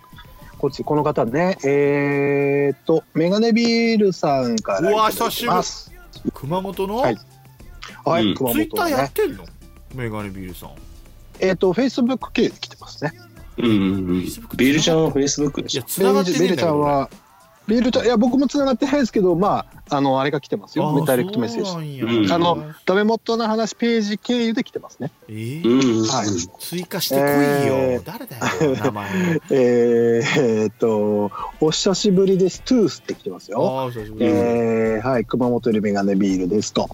C: こっちこの方ね、えー、っと、メガネビールさんから。
D: うわ久しぶり
C: ます
D: 熊本の、
C: はいは
A: う
C: い、
A: ん
C: 熊
D: ツイッタ
C: 本
D: ー
C: の
D: や
C: ね
D: っ。てんのメガネビールさん。
C: えーっと、フェイスブック系で来てますね。
A: うんうんうん。ビールちゃんはフェイスブックで
D: い
A: し
D: や、
A: ょ。
D: 繋がってねえ
C: ビール
D: ん
C: ち
D: だ
C: ゃ
D: け
C: ん
D: ど。
C: は、ビールちゃん、いや、僕も繋がってないですけど、まあ、あの、あれが来てます
D: あ
C: よ。
D: ー
C: ダイレクトメッセージ。
D: そうなんや
A: あ
C: の、ダメ元の話ページ経由で来てますね。
D: えー
A: うんうんうん。
C: はい
D: 追加してこいよ。
C: えー
D: 誰だよ、名前。
C: えー、えーっと、お久しぶりです、トゥースって来てます
D: あ
C: よ。
D: ー久しぶり
A: うん
C: えー、はい、熊本よりメガネビールですと。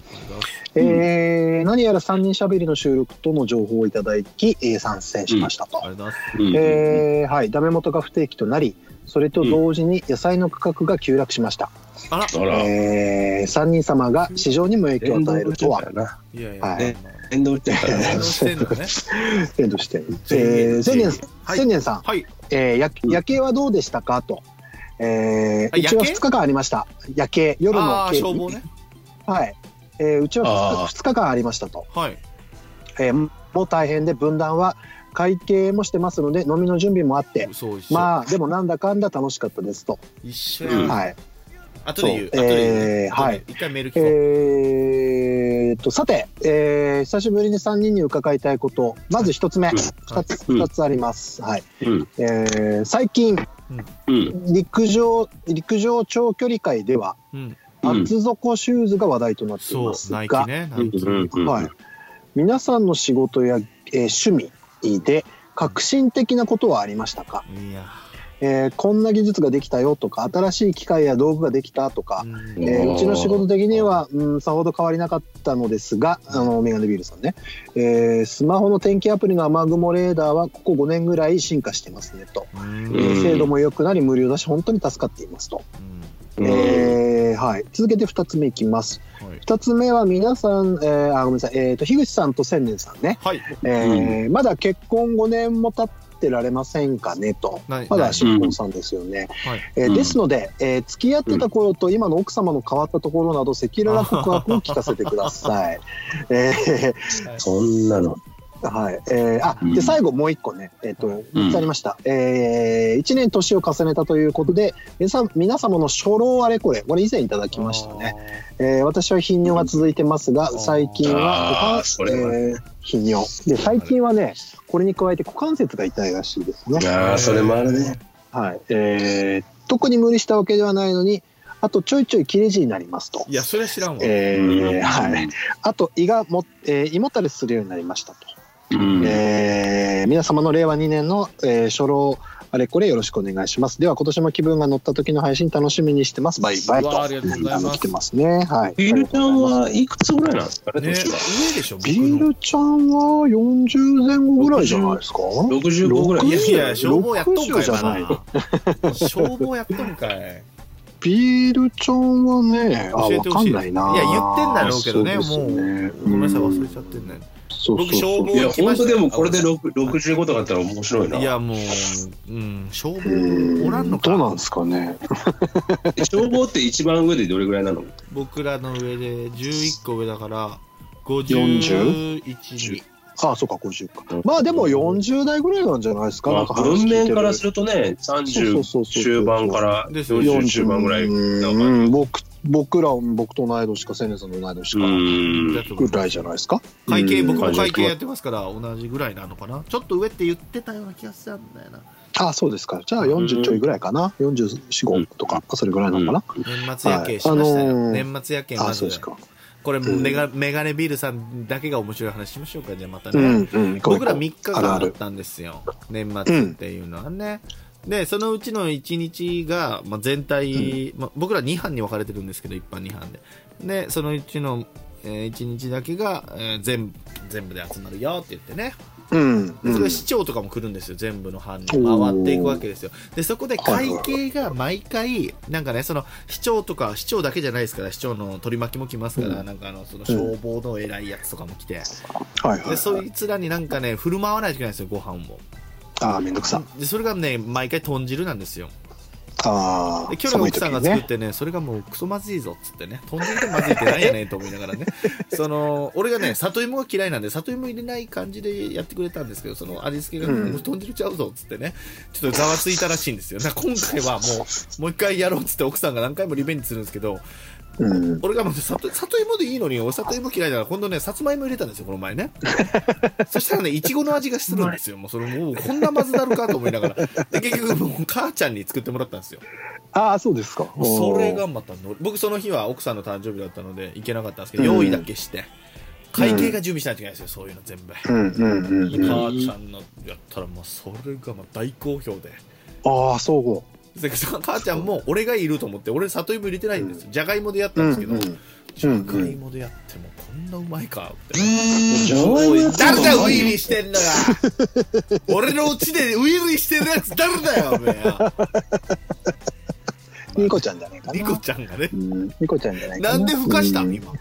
C: えー何やら3人しゃべりの収録との情報をいただき、えー参戦しましたと、
D: あれだ。
A: うんうんうん
C: えーはい、ダメ元が不定期となりそれと同時に野菜の価格が急落しました、
D: あら、
A: あら、
C: え3人様が市場にも影響を
A: 電動
C: 与え
A: 売っ
C: る
A: ちゃ
C: と
A: ったか
C: は
A: らな。
D: いやい
C: はい
D: や、まあまあ
A: 電動売っちゃったから
D: 連
A: な
D: 動してんの
C: 遠
D: ね。
C: 慮してえー千年
D: はい
C: 千年さん、
D: はい。
C: えーや夜景はどうでしたかと、え
D: あ
C: ーうちは
D: 夜景
C: 2日間ありました夜景夜
D: あ
C: の
D: あ、
C: 景
D: 消防ね。
C: はい、えーうちは
A: あー
C: 2, 日間ありましたと
D: はい。
C: えーもう大変で分断は会計もしてますので飲みの準備もあって
D: そう一緒。
C: まあでもなんだかんだ楽しかったですと。
D: 一緒
A: うん
D: や。
C: はい。
D: 後で言う。後
C: そう
D: で言
C: え
D: う。
C: ーはい
D: 一回メール聞こう。
C: えーっとさて、えー久しぶりに3人に伺いたいことまず1つ目
A: ん
C: 2つ
A: うん
C: 2つあります。はい。
A: うん
C: えー最近
A: うん
C: 陸上陸上長距離界では
D: うん。
A: うん
C: 厚底シューズが話題となってい
D: そ
C: ま
D: う、
C: す
D: ナイ
C: が
D: キ、ね。ナ
A: う
D: イ
A: ん
D: キ。
A: うんうん
C: はい、皆さんの仕事や、えー趣味で革新的なことはありましたか、
D: いや。
C: えーこんな技術ができたよとか新しい機械や道具ができたとか
D: う、ん
A: え
C: えー
A: おー
C: うちの仕事的には、うん、さほど変わりなかったのですがあのメガネビールさんね、えースマホの天気アプリの雨雲レーダーはここ5年ぐらい進化してますねと、
D: うん
A: う
C: えー
A: ん
C: 精度も良くなり無料だし本当に助かっていますと、
A: うん
C: えーはい、続けて2つ目いきます
D: はい
C: 2つ目は皆さん、えーあごめんなさい、えー、と樋口さんと千年さんね、
D: はい。
C: えーまだ結婚5年も経ってられませんかねと
D: ない
C: ま
D: な
C: だ
D: い
C: 新婚さんですよね、
D: はい
C: えー
A: うん
C: ですので、えー付き合ってた頃と今の奥様の変わったところなど赤裸々な告白を聞かせてください。え
A: そんなの。
C: ー はいえーあ
A: うん
C: で最後もう一個ね、えー、と3つありました、え1年年を重ねたということで皆さん皆様の初老あれこれこれ以前いただきましたね、。えー私は頻尿が続いてますが
D: うん
C: 最近は
A: あーそ
C: 股
A: れ
C: 関
A: は
C: えー頻尿で最近はねこれに加えて股関節が痛いらしいですね
A: ああ、それもあるね。
C: はい、えー特に無理したわけではないのに、あとちょいちょい切れ字になりますと。
D: いや、それは知らんわ。
C: えー
A: うん
C: はい、あと胃がも、えー胃もたれするようになりましたと、
A: うん
C: えー皆様の令和2年の、えー初老あれこれよろしくお願いしますでは今年も気分が乗った時の配信楽しみにしてますバイバイと
D: わあありがとうございます
C: あの来てますねはい
A: ビールちゃんはいくつぐらいなんですかね、
D: ね、上
A: 年は。
D: でしょ、僕
C: ビー
D: の。
C: ルちゃんは40前後ぐらいじゃないですか
A: 65ぐらい。
D: いやいや、
C: 60
D: 消防やっとんかい
C: じゃない
D: な。消防やっとんかい。
C: ビールちゃんはねあ
D: 教え
C: わ
D: て
C: か
D: ほしい
C: んないない
D: や言ってんだろうけどね
C: そですね
D: ごめんなさい、忘れちゃってんね。
C: そうそう
D: 僕
C: そう
D: 消防
A: いや、本当でもこれで6 65とかだったら面白いな。
D: いや、もう、うん、消
C: うー
D: 防おらんの
C: どうなん
D: か
C: で。すかね。
A: 消防って一番上でどれぐらいなの
D: 僕らの上で11個上だから、
C: 40
D: 51、
C: ああ、そうか、50か。まあでも40代ぐらいなんじゃないですか。
A: ま
C: な
A: あ
C: んか
A: 文面からす
C: る
A: るとね、
C: そうそうそ
A: 30
C: うそう
A: 中盤から
D: ですよね
A: 40中盤ぐらいな
C: うん
A: か
C: ん、僕、僕ら、僕と同い年か、千年さんと同い年
A: う
C: か。
A: ん
D: だと思
C: ぐ
D: う
C: らいじゃないですか。
D: 会計、
C: うん
D: 僕も会計やってますから、同じぐらいなのかな。ちょっと上って言ってたような気がするんだよな。
C: ああ、そうですか。じゃあ40ちょいぐらいかな。44、五とか、それぐらいなのかな。
D: 年末夜景しました
C: は
D: よ。
C: いあのー
D: 年末夜景
C: あ
D: ま
C: あ、そう
D: ず
C: です。か。
D: これ、メガメガネビールさんだけが面白い話しましょうか、じゃあまた
C: う
D: ね。
C: ん、うん。
D: 僕ら3
C: 見
D: 日間だったんですよ、年末っていうのはね。で、そのうちの1日が、まあ、全体、まあ、僕ら2班に分かれてるんですけど、一般2班で。で、そのうちの、え1日だけが、えー全部、全部で集まるよって言ってね。
C: うん、う
D: でそれ
C: ん
D: 市長とかも来るんですよ、全部の班に回っていくわけですよ。で、そこで会計が毎回、なんかね、その市長とか、市長だけじゃないですから、市長の取り巻きも来ますから、なんかあの、その消防の偉いやつとかも来て、
C: はいは
D: で、
C: い。
D: そいつらになんかね、振る舞わないといけないんですよ、ご飯を。
C: ああ、めんどくさ。
D: で、それがね、毎回豚汁なんですよ。
C: ああ
D: で、、今日の
C: 寒い
D: 奥
C: 時
D: さん
C: に
D: が作
C: ね
D: っ。てね、それがもうクソまずいぞっつってね、豚汁でまずいってなんやねんと思いながらね、 その、俺がね、里芋が嫌いなんで、里芋入れない感じでやってくれたんですけど、その味付けが、
C: うん
D: もう豚汁ちゃうぞっつってね、ちょっとざわついたらしいんですよ。だから今回はもう、もう一回やろうっつって奥さんが何回もリベンジするんですけど、
C: うん。
D: 俺がもう里里芋でいいのに、俺里芋嫌いだから、今度ね、さつまいも入れたんですよ、この 前ね。そしたらね、いちごの味がするんですよ。もうそれもう、こんなまずなるかと思いながら。で、結局、もう母ちゃんに作ってもらったんですよ。
C: ああ、そうですか。
D: もうそれがまたの、僕その日は奥さんの誕生日だったので、行けなかったんですけど、用意だけして、会計が準備しないといけないんですよ、そういうの全
C: う
D: 部。
C: ん、うん、うんうん。
D: 母ちゃんのやったらもうそれがまあ大好評で
C: ああ、そう。
D: で母ちゃんも俺がいると思って俺里芋入れてないんですよじゃがいもでやった
C: う
D: んで
C: ん
D: すけど、
C: うん。
D: じゃがいもでやってもこんなうまいかって。
A: じゃがいもやってん
D: 誰
A: の
D: だウイウイしてんのが俺のうちでウイウイしてるやつ誰だよおめえよ
C: ニコちゃんじゃないかな。
D: リコちゃんがね
C: うんニコちゃんじゃないか
D: な
C: な。
D: んでふかした
C: うんん
D: 今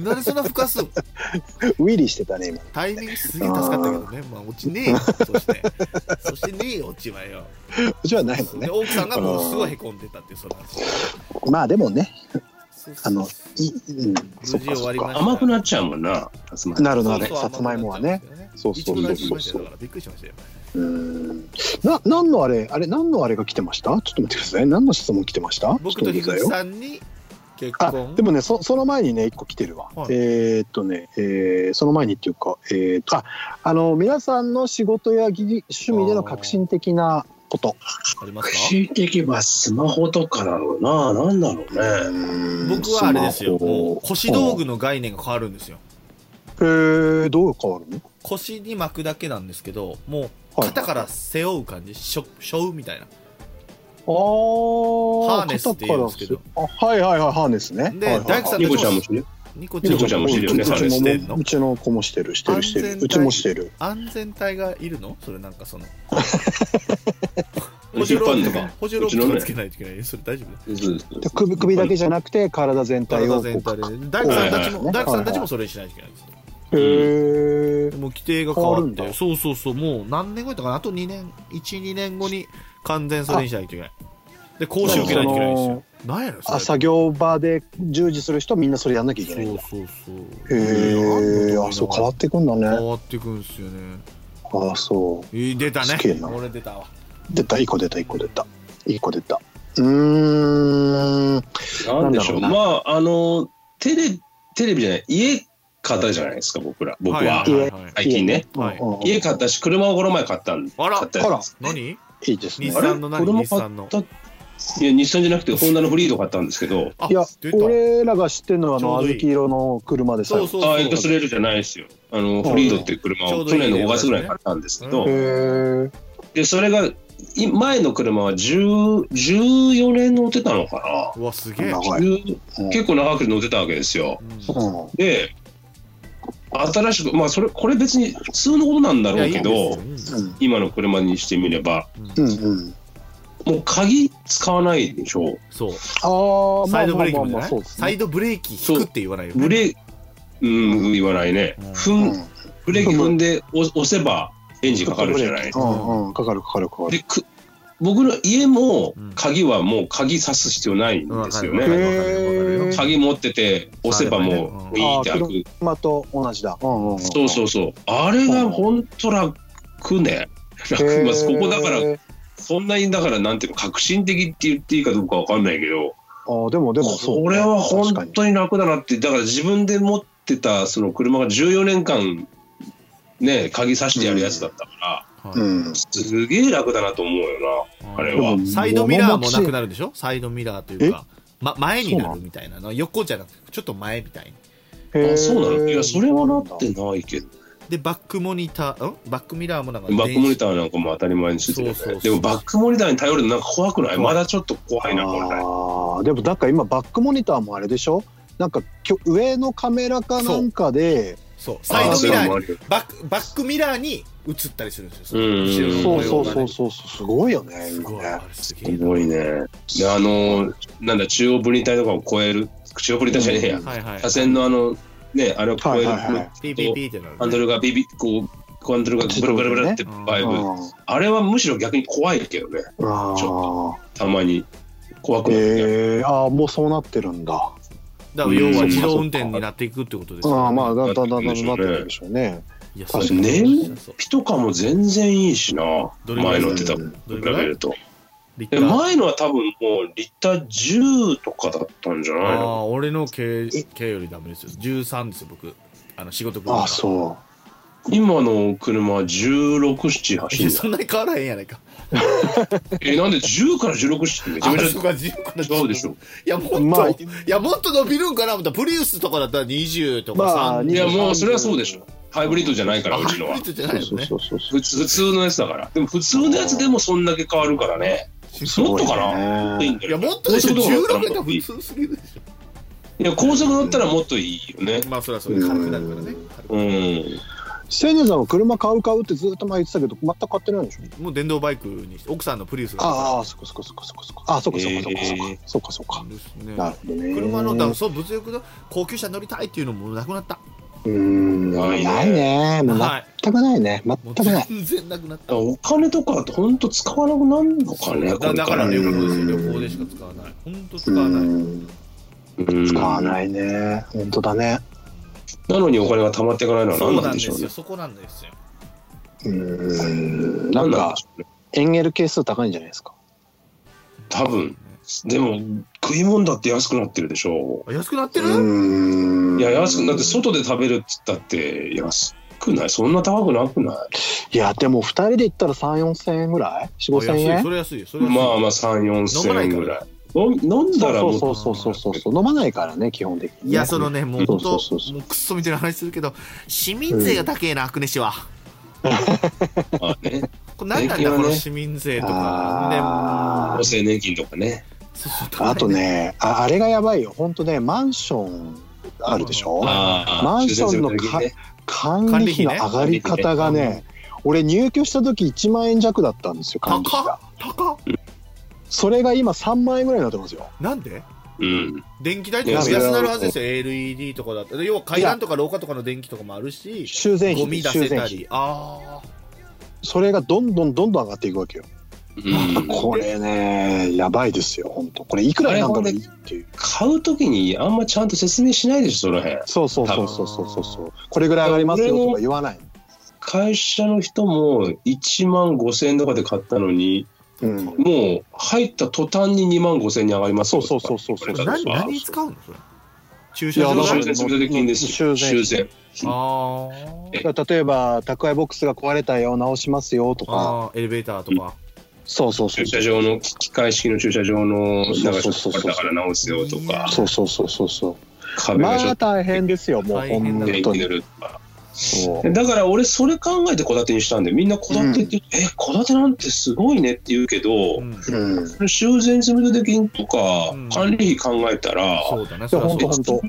D: なんでそんなふかすん
C: ウィリーしてたね、今。
D: タイミングすげえ助かったけどねまあ落ちねえよそしてそしてねえよ落ちはよ
C: うちはないのね
D: で。奥さんがもうすごいへこんでたっていうその話
C: まあでもね、
D: そうそうそう
C: あの、い、うん、そ
D: 無
C: っ
D: 事
C: か
D: 終
C: そ
D: わ
C: っ
D: りま
C: か。
D: した
A: 甘くなっちゃうもんな、さつまいも
C: なるほどね
D: そうそう
C: さつまいもはね
D: そ
C: そううそうう
D: そいちごの味しましたよだからびっくりしましたよ
C: うん。な、何のあれ、あれ、何のあれが来てましたちょっと待ってください。何の質問来てました
D: 僕と
C: ちょっ待って
D: 樋口
C: くださいよ
D: さんに結
C: あ
D: 婚
C: でもねそその前にね一個来てるわ、
D: はい
C: えーっとね、えーその前にっていうか、えーっとああの皆さんの仕事や技趣味での革新的なこと
D: ありますか
A: 櫛的はスマホとかなのかな、なんだろうね。
D: 僕はあれですよ、
C: スマホ
D: もう腰道具の概念が変わるんですよ。
C: へーどう変わるの
D: 腰に巻くだけなんですけど、もう
C: はい
D: 肩から背負う感じ、しょ背負うみたいな。
C: あハ
D: ハーネスって言うんですけど
C: あはいはいはいハーネスね
D: で
C: はいはいはい
D: 大工さん
A: ニコちゃんもしてる
D: ニコち
A: ニコち
D: ゃ
A: ゃ
D: ん
A: ん
D: も
A: もしてるよね、
C: うち
A: ハーネス
D: し
C: の子
D: てんの
C: もうちの子もしてるしてるして
D: 安全
C: る
D: 帯
C: うちもしてる
D: 安全帯がいるのそれなんか その。
A: 引
D: 補
A: っ
D: 助ロ
A: 張
D: ープ
A: ん
D: と
A: の
D: か
A: か、
D: 補助ロープつけないといけない。それ大丈
A: そ
D: 夫
A: うそう
C: で首首だけじゃなくて体全体
D: 体
C: を
D: 全体で
C: こ。
D: 大工さんたち
C: はいはい
D: も、
C: はい
D: 大工さんたちもそれにしないといけないんですよ。
C: うへえ
D: でもう規定が変わっ
C: 変わるん
D: て、
C: だ
D: そうそうそう、もう何年後やったかなあと2年、1、2年後に完全それにしないといけない。で、講習受けないといけないんですよ。なんやろそれ
C: あ作業場で従事する人みんなそれやんなきゃいけないんだ
D: そうそうそう。
C: へえあそう変わってくんだ
D: 変
C: ね
D: わってくんすよね。
C: あそ
D: えー出た
C: す
D: ね
C: げえ。な
D: 俺出たわ。
C: う出た1個出た1個出た1個出たうー
A: なん
C: ん
A: でしょう。
C: なんだろうな
A: まあ、あの、テレ、テレビじゃない、家買ったじゃないですか、僕ら。僕は。
D: いいい
A: 最近ね。
D: はい
C: うんうん
A: 家買ったし、車をこの前買ったん
D: あら
A: 買ったやつ
C: あら
D: 何
C: いいです
D: 日
C: ね
A: あれ
D: 産の何
A: 子供
D: 日産の。
A: いや、日産じゃなくて、ホンダのフリード買ったんですけど、
D: あ
C: いや
D: 出た。
C: 俺らが知ってるのはあの
D: ちょうどいい
C: 小豆色の車でさ
D: そうそう
A: ああ、エ
D: そう
A: クスレールじゃないですよ。あの、フリードっていう車
D: ちょう
A: を
D: どい
A: 去
D: い
A: 年の5月ぐらいに買ったんですけど
D: う、
C: へえ
A: で、それが、い前の車は10 14年乗ってたのか
D: うわ、すげえ。
A: な、
C: 長い
A: 10結構長く乗ってたわけですよ。
D: うん
C: 構
A: で、新しく、まあ、それ、これ別に普通のことなんだろうけど、
D: いやいいですよ
C: うん
A: 今の車にしてみれば、
C: うんうん
A: もう鍵使わないでしょ。
D: そう。
C: ああま
D: サ
C: あ
D: イドブ
C: まあ
D: レーキ
C: まあま
D: もじゃ
C: あ
D: ない
C: そうです
D: サ
C: ね
D: イドブレーキ引くって言わないよね。
A: ブレーキ、うん、言わないね。踏、
C: うんん
A: ブレーキ踏んで押押せばエンジンかかるじゃない。
C: うんうんかかるかかるかかる
A: でく僕の家も
D: うん
A: 鍵はもう鍵さす必要ないんですよね。
D: わかるわかるわかる
C: へー
A: 鍵持ってて押せばもう
D: う
A: ピーって開
C: あー
A: く。
C: 車と同じだ。うんうんうん、
A: そうそうそう。あれが本当楽ね。楽
C: へー
A: まあここだから、そんなにだからなんていうの、革新的って言っていいかどうかわかんないけど、
C: あーでもでもそう、
A: これは本
C: 確か
A: 当に楽だなって、だから自分で持ってたその車が14年間、ね、鍵さしてやるやつだったから、
C: に。
D: はい
C: うん。
A: すげえ楽だなと思うよあれは
C: でも
D: サイドミラーもなくなるんでしょサイドミラーというか、ま、前になるみたいなの横じゃなくてちょっと前みたいな
C: へ
A: な。
C: ー
A: あそうなのいや、それはなってないけど。
D: でバックモニターんバックミラーもなんか
A: バックモニ
D: ー
A: ターなんかも当たり前についてるよね
D: そうそうそう
A: でもバックモニターに頼るのなんか怖くないまだちょっと怖いな、これ。
C: あーでもなんか今バックモニターもあれでしょなんかきょ上のカメラかなんかで
D: そうサ
A: あ
D: イドミラ
A: そうも
D: ーに
A: あるよ
D: バックバックミラーに映ったりするんですよ
A: うん
D: 後ろの
C: そうそうそう
D: 模様がね
C: そうすごいよね
D: す
C: 今
D: ごい
C: ね
D: あれすげえ
A: すごいね。で、あの、なんだ、中央分離帯とかを超える、中央分離帯じゃねえや、
D: はいはい
A: 車線のあの、ね、あれを超える、
C: はいはいはい
D: ピーピーピーってなるね
A: ハンドルがビビ、こう、ハンドルがブルブルブルってバイブ、
C: うん
A: あれはむしろ逆に怖いけどね、
C: あ
A: ち
C: ー
A: たまに。怖くなって、
C: えー、あーもうそうなってるんだあ
D: だから要は自動運転になっていくってことですよね
C: ーまあだんだんだんだ
A: なってるんでしょうね
C: んなってるでしょうね
D: いや
C: 確
A: かに
D: そうそう
A: ピとかも全然いいしな、
D: どれぐら
A: 前
D: い
A: 乗ってたの
D: どれ
A: 比
D: ぐ
A: べ
D: らい
A: ると。
D: リッタ
A: で
D: ー
A: 前のは多分もうリッター10とかだったんじゃ
D: あ
A: ないの
D: あ俺の軽軽よりダメですよ13ですよ僕あの仕事分
C: あーそう
A: 今の車は16、7走
D: い
A: る
D: や
A: んだ
D: そ。んなに変わらへんやないか
A: え、なんで10から16、7ってめちゃめ
D: あ
A: ち
D: そうか10から
A: ゃ違うでしょ。
D: いや、もっと、
C: まあ
D: いや、もっと伸びるんかなと思ったらプリウスとかだったら20とか
C: まあ
D: 3、
A: い
C: 20
A: や、もうそれはそうでしょ。ハイブリッドじゃないから、うちの
D: ハ
A: は
D: イブリッ。ドじゃないのね。
C: そうそうそ
A: 普
C: う
A: 通普通のやつだから。でも普通のやつでもそんだけ変わるからね。
C: す
A: も
C: ご
A: っ
C: い
A: と
C: ね
A: かないいんだ
D: い
A: よ
D: や、もっとでしょ。
A: 高速道路だった
D: 16
A: ら
D: だ
A: もっとい
D: 普
A: い
D: 通すぎるでし
A: いや、高速乗ったらもっといいよね
D: ょ。。まあ、それはそれで軽くなるからね。軽く
A: うん。
C: 千年さんは車買う買うってずっと前言ってたけど全く買ってないんでしょ
D: もう電動バイクにして、奥さんのプリウスが。
C: ああそっかそっかそっかそっかそっかあーそっかそっかそっかそっ
A: え
C: かそっかそっか
D: ですね
C: なるほどね
D: 車の、だからそう、物欲の高級車乗りたいっていうのもなくなった。
C: うーん
A: ないね
C: ないねもう
D: はい
C: 全くないね
D: も
C: 全
D: う
C: くない
D: 全然なくなった。
A: お金とかってほんと使わなくなるのかね、
D: だだから
A: ね。
D: 旅行ですよ。旅行でしか使わない。本当使
C: う
D: わない。
C: ん
A: うん
C: 使わ
A: な
C: ないね本当だね
A: のにお金が溜まっていかないのは
D: そう
A: 何な
D: なん
A: んで
D: で
A: しょう
D: す
A: ね
D: よ。。そこなんですよ。
C: うーんな
A: 何
C: ん
A: なん
C: か
A: でしょうね。
C: エンゲル係数高いんじゃないですか
A: 多分。でも、食い物だって安くなってるでしょ
D: あ安くなって
C: う
D: る
C: ーん
A: いや、安く、だって外で食べるっつったって安くないそんな高くなくない
C: いやでも2人で行ったら3 4千円ぐらい4 5
D: あ
C: 千
D: 安い。
C: 円
D: それ安いよ。それ安い。
A: まあまあ3、4
D: 飲まな
A: 千
D: い
A: 円
D: から
A: ぐらい。飲ん飲んだら
C: そ
A: も
C: う
A: う
C: そうそうそうそうそう飲まないからね基本的にね
D: いや、そのね、もう本当、
C: そうそうそうそう
D: もうクソみたいな話するけど、市民税が高えな、アクネ市は。
A: まあね、
D: これ何なん
A: 税金
D: だ、
A: は
D: こ
A: ね
D: の市民税とか。
C: あ
A: 厚
C: ー
A: 生年金とかね。
D: そうそう
C: あと、ねああれがやばいよ本当ねマンションあるでしょ
A: ああ
C: マンションの
A: 修繕する時にね
C: 管理費の上がり方が
D: 管理費
C: ね俺入居した時1万円弱だったんですよ管理費
D: 高
C: が
D: っ高っ
C: それが今3万円ぐらいになってますよ
D: なんで
A: うん。
D: 電気代とか安なるはずですよ、LED とかだって。要は階段とか廊下とかの電気とかもあるし、
C: 修繕
D: ゴミ
C: 費
D: 出
C: 修繕
D: せた
C: 費
D: り。あ
C: それがどんどんどんどん上がっていくわけよ
A: うん、
C: これねやばいですよ本当これいくらなんだろういいっていう
A: 買うときにあんまちゃんと説明しないでしょ、その辺。
C: そうそうそうそうそうそうそうこれぐらい上がりますよとか言わない
A: 会社の人も1万5千円とかで買ったのに、
C: うん
A: もう入った途端に2万5千円に上がりますよ
C: そうそうそうそう
A: と
D: あ。
A: か
D: 何、
A: 言われた
D: 何
A: り
D: に
A: と
D: 使
A: か
D: うのそれ。駐
C: い
D: 車
C: や
D: 場
C: だか
D: 代
A: 修
C: ら
A: 繕積立金ですよ。
C: 修繕
A: 修
D: あー
A: え
C: だから例えば宅配ボックスが壊れたよ直しますよとか
D: あー、エレベーターとか。
C: そうそうそ
A: 駐
C: う
A: 車場の機械式の駐車場の
C: そう
A: なんか
C: そう
A: ち
C: そ
A: ょ
C: う
A: っとこれだから直すよとか
C: そうそうそうそうそう
A: 壁がちょ
C: まあ
A: っ
C: 大変ですよ、もう
D: 大変
C: 本
A: と
D: だな
A: 電
C: 当
A: 気
C: に。
A: 塗るとか
C: そう
A: だから俺それ考えて戸建てにしたんでみんな戸建てって、え戸建てなんてすごいねって言うけど、
D: うん。
C: う
D: そ
C: ん、
A: それ修繕積立金とか
D: うん
A: 管理費考えたら、
D: うだね、それはそう
C: いや
D: だ
C: 本。当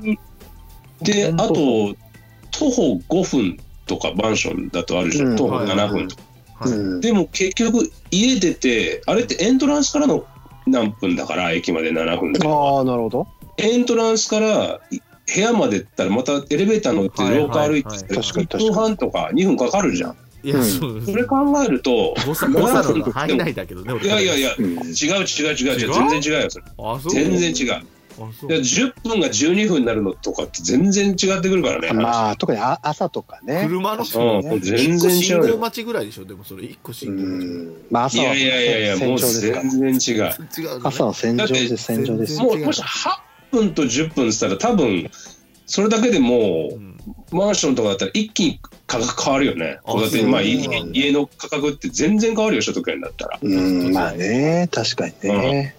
A: であ
C: 本
A: と
C: 当
A: 徒歩5分とかマンションだとあるじゃん、
C: うん
A: 徒歩7分とか、
D: はい
C: うん
A: でも結局家出てあれってエントランスからの何分だから駅まで7分だから
C: ああ、なるほど。
A: エントランスからい部屋まで行ったらまたエレベーター乗って
D: はい
A: 廊下歩いて
D: はいはい
A: たら
C: 確かに
A: 1分半とか2分かかるじゃん。
D: いや、
C: うん
D: そうです
A: そ。れ考えると、
D: 誤差
A: も
D: 誤
A: う
D: 差なの範囲内だけどね、俺
A: いやいやいや、
C: う
A: 違う
C: ん
A: 違う違う違
D: 違
A: う、
D: う
A: 全然違うよ、それ
D: あ、そう。
A: 全然違う。
D: あ、そう
A: いや。10分が12分になるのとかって全然違ってくるからね。
C: まあ特にあ朝とかね
D: 車の
A: うん、もう全然違
D: 信
A: う
D: 号
A: よ。
D: 待ちぐらいでしょ、でもそれ、一個
C: う
D: 信号待ち。
C: んまあ
A: い
C: 朝は
A: やいやいやいや、もう
C: 戦場ですから
A: 全然違う。
D: 違うのね。
C: 朝は戦場
A: だっ
C: で
A: て
C: 戦場です
D: 全
A: も
D: 然
A: うもし8分と10分っつったら多分それだけでも
D: うん
A: うマンションとかだったら一気に価格変わるよね。
D: あ
A: だって
D: そう
A: まあい
C: そうなんだ
A: 家の価格って全然変わるよ所得権だったら。
C: うんまあね確かにね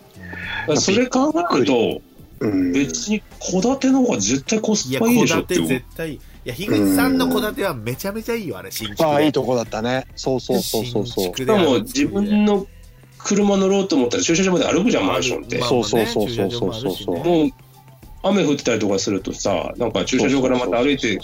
A: だからそれ考えると
C: うん
A: 別に戸建ての方が絶対コス
D: いや、
A: パいい
D: 戸
A: でしょ
D: 建
A: って
D: て
A: 思う
D: 絶。対いい。いや、樋口さんの戸建てはめちゃめちゃいいよ、あれ、新築で。
C: ああいいとこだったねそうそうそうそう
D: 新
C: そう
D: 築
A: し
D: で
A: か
D: あの
A: も自分の車乗ろうと思ったら駐車場まで歩くじゃんマンションって。
D: まあ
C: そうそうそうそうそうそう
D: 駐車場もあるしね
A: もう雨降ってたりとかするとさなんか駐車場からまた歩いて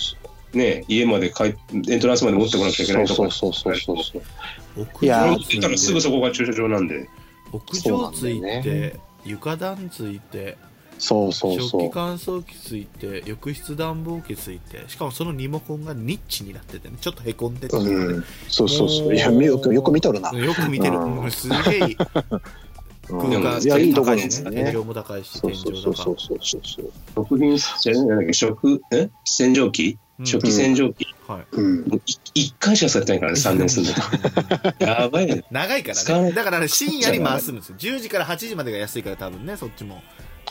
A: ね家まで帰っエントランスまで持ってこなきゃいけないと
C: そ
A: か
C: うそうそうそうそう
D: 屋
C: いや
D: 上
A: 持
C: ー
A: ってたらすぐそこが駐車場なんで。
D: 屋上つい
C: そうなんだよ
D: て、床暖ついて、
C: そうそう
D: 食
C: そう
D: 器乾燥機ついて、浴室暖房機ついて、しかもそのリモコンがニッチになっててね、ちょっとへこんでて、
C: うん、そうそうそう。いや、よく、よく見とるな。
D: よく見てる。
C: うん
D: うんすげえいい。
C: うん
D: 空間
C: いや、いいところ
D: 高い
C: で
D: し
C: す
D: ね。
C: ね
D: 天井。も高いし、
C: そ
D: 天
C: うそう
D: 井
C: そうそ
D: 高
C: うそうそう。
A: 食品じゃねなんだっけ食え洗浄機
D: い。
A: 食器洗浄機、
D: うんはい。
C: うん。
A: もう1回しか使ってないからね3年住んでたやばいね
D: 長いから
A: 使
D: ね。
A: う
D: だからね深夜に回すんですよ。10時から8時までが安いから多分ね、そっちも。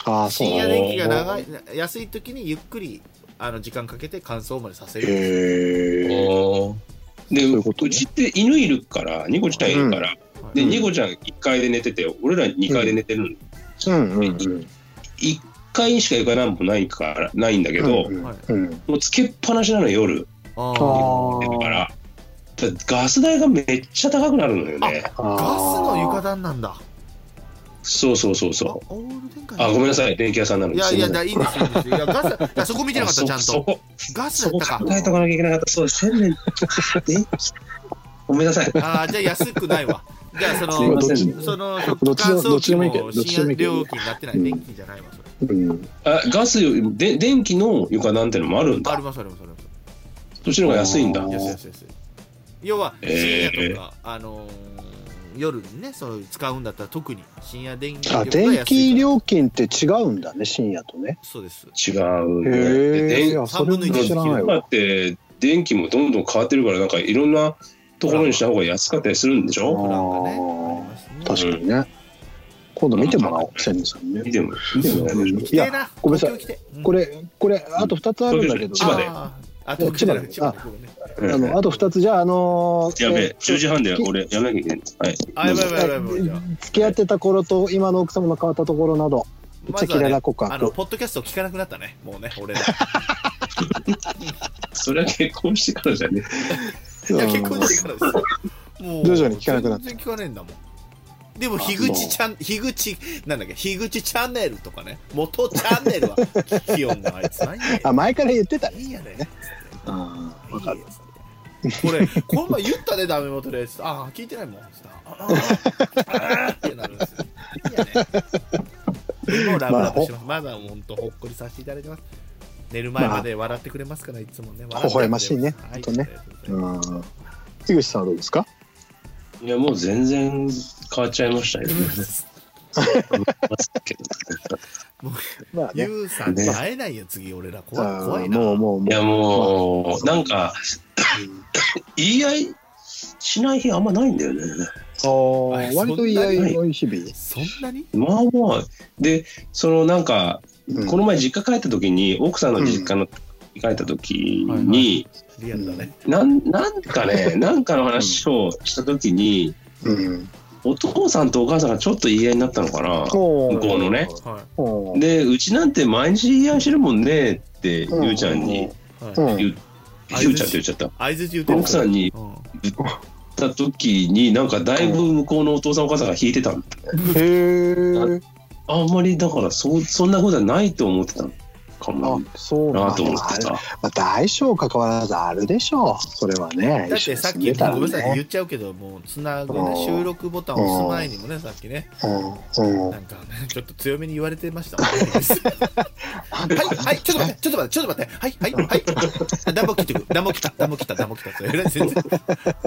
C: ああ、そう
D: 深
C: な
D: 夜
C: の。
D: 電気が長い、安い時にゆっくり、あの、時間かけて乾燥までさせる。
C: へ
A: で
C: え。そういううことね
A: ちって犬いるからニコちゃんいるから、
D: はい
A: で
C: うん
A: ニコちゃん1階で寝てて俺ら2階で寝てるの、
C: うんうんうん。
A: 1階しか床なんもないからないんだけど、
C: うん
D: はい
C: うん。
A: もうつけっぱなしなの夜
D: あ
C: あ
D: ー
A: だからだからガス代がめっちゃ高くなるのよね
C: あー。
D: ガスの床暖なんだ。
A: そうそうそう
D: あ
A: そ
D: オール電化
A: うあごめんな
D: さ
A: さい電気屋さんなの
D: いやいや、
A: す
D: だいいんですよいいんですよ。いや、ガス、いやそこ見て
A: ません
D: なかった、ちゃん
A: あそそ
D: と。
A: こ
D: ガス
A: そ
D: だ
A: こ
D: った
A: 考
D: か。
A: えとかなきゃいけなかった。そうです。1000年。 えごめんなさい。
D: ああ、じゃあ安くないわ。じゃあ、そ
A: すい
D: の
A: ま、せん
D: その、
C: どっちでも
D: 乾燥機
C: どっちでもいいけどどっちで
D: 深
C: もい
D: 夜
C: いけど
D: 料金になってない、
C: うん
D: 電気じゃないわ、それ。
C: うん。
A: あガスよりで電気の床なんてのもあるん
D: あ
A: だ
D: り。ます、あります、あります。
A: そっちの方が安いんだ
C: あ。
D: 安い安い安い要は
A: えー
D: 深夜とか、あのー夜にねその使うんだったら特に深夜電気料
C: あ、
D: が安いから
C: 電気料金って違うんだね、深夜とね。
D: そうです
A: 違う
C: へ
A: ね。
C: え。い
A: で
C: や、それも知らない
A: 電今
C: わ。
A: って電気もどんどん変わってるからなんかいろんなところにした方が安かったりするんでし
D: プ
A: ょ
D: ランがね
C: あー
D: あります
C: 確
D: ね
C: かにね。今度見てもらおう、セミさんに
A: 見
C: ね。
A: ても見てもらえるでし
D: き
C: い
D: てえ
C: や、
D: な
C: ごめんなさい
D: 東京来てうん
C: これ、これ、あと二つあるんだけど。
A: 千葉で
D: あーあ東
C: 千葉
D: 京じゃない
C: で
D: 千葉でごめんね
A: ょ。
C: あの、あと二つ、じゃあ、あのー
A: やべ
C: え
A: え、10時半で俺やらなきゃいけない。はい。
D: あやばいやばいやばいやばいじゃあ
C: 付き合ってた頃と今の奥様の変わったところなど、
D: ま
C: 赤
D: ずは
C: 裸
D: ね
C: 々告
D: あの
C: 白。
D: ポッドキャストを聞かなくなったねもうね 俺らい
A: それは結婚してからじゃね。
D: や結婚してからですもう
C: 徐々に聞かなくなった
D: 全然聞かねえんだもんでも樋口ちゃん樋口なんだっけ樋口チャンネルとかね元チャンネルは聞きよんのあいつ何やねん
C: あ、前から言ってたね。
D: いいやね。
C: あ
D: いいよこれ、この前言ったね、ダメ元で。つってああ、聞いてないもん。つってああ、ああってなるんですよ。いいやね。でもラブラブしてます。まだ本当、ほっこりさせていただいてます。寝る前まで笑ってくれますから、いつもね。笑って
C: 微笑ましいね
D: は
C: 本当ね。
D: ありがとうございます
C: うん。井口さんはどうですか
A: いやもう全然変わっちゃいました よ。
C: まあね。
D: ゆうさんに会えないよ、次、俺ら。怖い、怖
C: あ
D: い
C: ー
D: な。
C: もうもう
A: い
C: も
A: やもう、なんか、言い合いしない日あんまないんだよね。
C: う。あー割と言い合いの日々。
D: そんなに
A: まあまあ。で、そのなんか、
C: うん
A: この前実家帰った時に、奥さんの実家の、帰った時に、
D: リアルだね。
A: なんなんか ね、なんかの話をした時に、
C: うん。
A: お父さんとお母さんがちょっと言い合いになったのかな。
C: こ
A: 向こうのね。
D: は
C: ほう
A: で、うちなんて毎日言い合いしてるもんねって、
C: うん
A: ゆうちゃんに、
D: い。はい。
C: うん
A: ゆう
D: あ
A: ゆうちゃんって言っちゃった。
D: 相づち言ってる
A: 奥さんに
D: うん
A: 言った時に、なんかだいぶ向こうのお父さんお母さんが引いてたの。
C: へえ。
A: あんまりだからそそんなことはないと思ってたのか
C: あ
A: も
C: そう
A: な
C: なん
A: と思っ
C: だ
A: てた。
C: まあ、大小関わらずあるでしょう。それはね。
D: だってさっき、
C: 一緒に住んでたら
D: ごめんなさい、
C: ね
D: 言っちゃうけど、もうつなぐ
C: うん
D: ね、収録ボタンを押す前にもね、さっきね、
C: うんうん
D: なんかね、ちょっと強めに言われてましたもんね。はい、はい、ちょっと待って、ちょっと待って、ちょっと待って、はい、はい、はい。暖房切ってく、暖房切った、暖房切った、暖房切った。それ全然、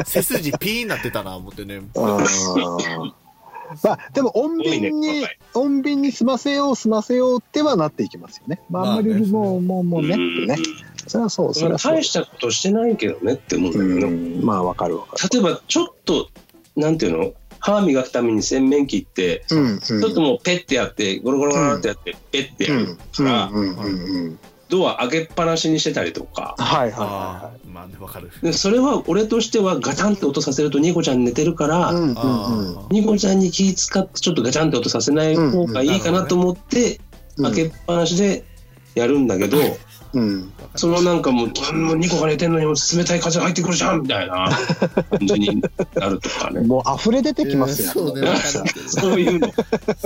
D: 背筋ピーになってたな、思ってね。
C: うんまあ、でも、穏便
A: 多い
C: に
A: ね、
C: 穏便に済ませよう、済ませようってはなっていきますよね。まあ、あんまり
D: まあね
C: もう、もう、もうね、
A: うん
C: ね。それはそう、そ
A: そ
C: れ
A: れ
C: はそう
A: 大。したことしてないけどねって思うんだけどね、
C: うん、まあ、わかるわか
A: 例えばちょっとなんていうの歯磨くために洗面器って、
C: る。うん、うん。
A: ちょっともうペッてやってゴロゴロゴロってやって、ペッてや
C: う
A: る、
C: ん、うん、うん、うんうん。
A: ドア開けっぱなしにしてたりとか
C: はい、はい、
D: あ
C: は
D: あ、まあね、わかる。
A: でそれは俺としてはガタンって音させるとニコちゃん寝てるから、
C: い。うん、うん、うん。
D: あ
A: ニコちゃんに気使ってちょっとガチャンって音させない方がいいかなと思って、
C: うんうん
A: 開けっぱなしでやるんだけど、
C: うん。
D: あ、
A: そのなんかもう「もうニコが寝てんのにも冷たい風入ってくるじゃん」みたいな感じになるとかね。
C: もう溢れ出てきます
D: えー
C: よ。
D: そうね、わかるけど。
A: そういうの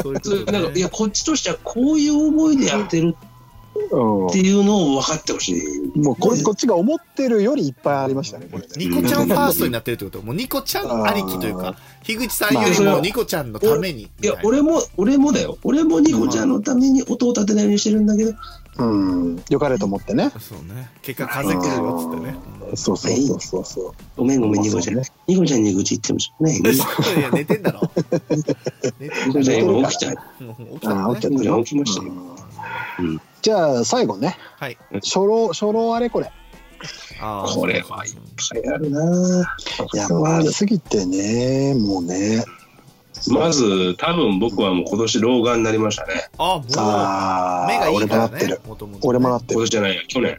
D: そういうこ
A: そう
D: と
A: な
D: ね
A: んかいやこっちとしてはこういう思いでやってる
C: うん
A: っていうのを分かってほしい。
C: もうこ、こっちが思ってるよりいっぱいありましたね、これね。
D: ニコちゃんファーストになってるってこともうニコちゃんありきという
C: あ
D: か、樋口さんよりもニコちゃんのために。
A: いや
D: みたな
A: 俺も俺もだよ俺もニコちゃんのために音を立てないようにしてるんだけど
C: うん。よかれと思ってね。
D: そうね。結果、風邪来るよっつってね。
C: そうそうそうそうそう。
A: ごめんごめんニコちゃん、
C: まあ
A: ニコちゃんに愚痴言ってもしょうがない ね
D: うんいや、寝てんだろ。
A: ニコちゃん今起き
D: 寝てんだろ。
A: ちゃう
D: もう起きた
C: あ
D: の
C: あ、起きちゃ
D: ね
C: っ。たよ
A: 起きましたようん
C: じゃあ、最後ね。
D: はい。
C: 初老、初老あれこれ。
D: あー
A: これはいっぱいあるなぁ
C: いや、もうありすぎてね、もうね。
A: まず多分僕はもう今年老眼になりましたね
D: あ、もう、目
C: ああ
D: が、い
C: 俺
D: い
C: もな
D: から
C: ってる
D: ね。。もともとね
C: 俺もなって
A: 今
C: る
A: 年。じゃないや去年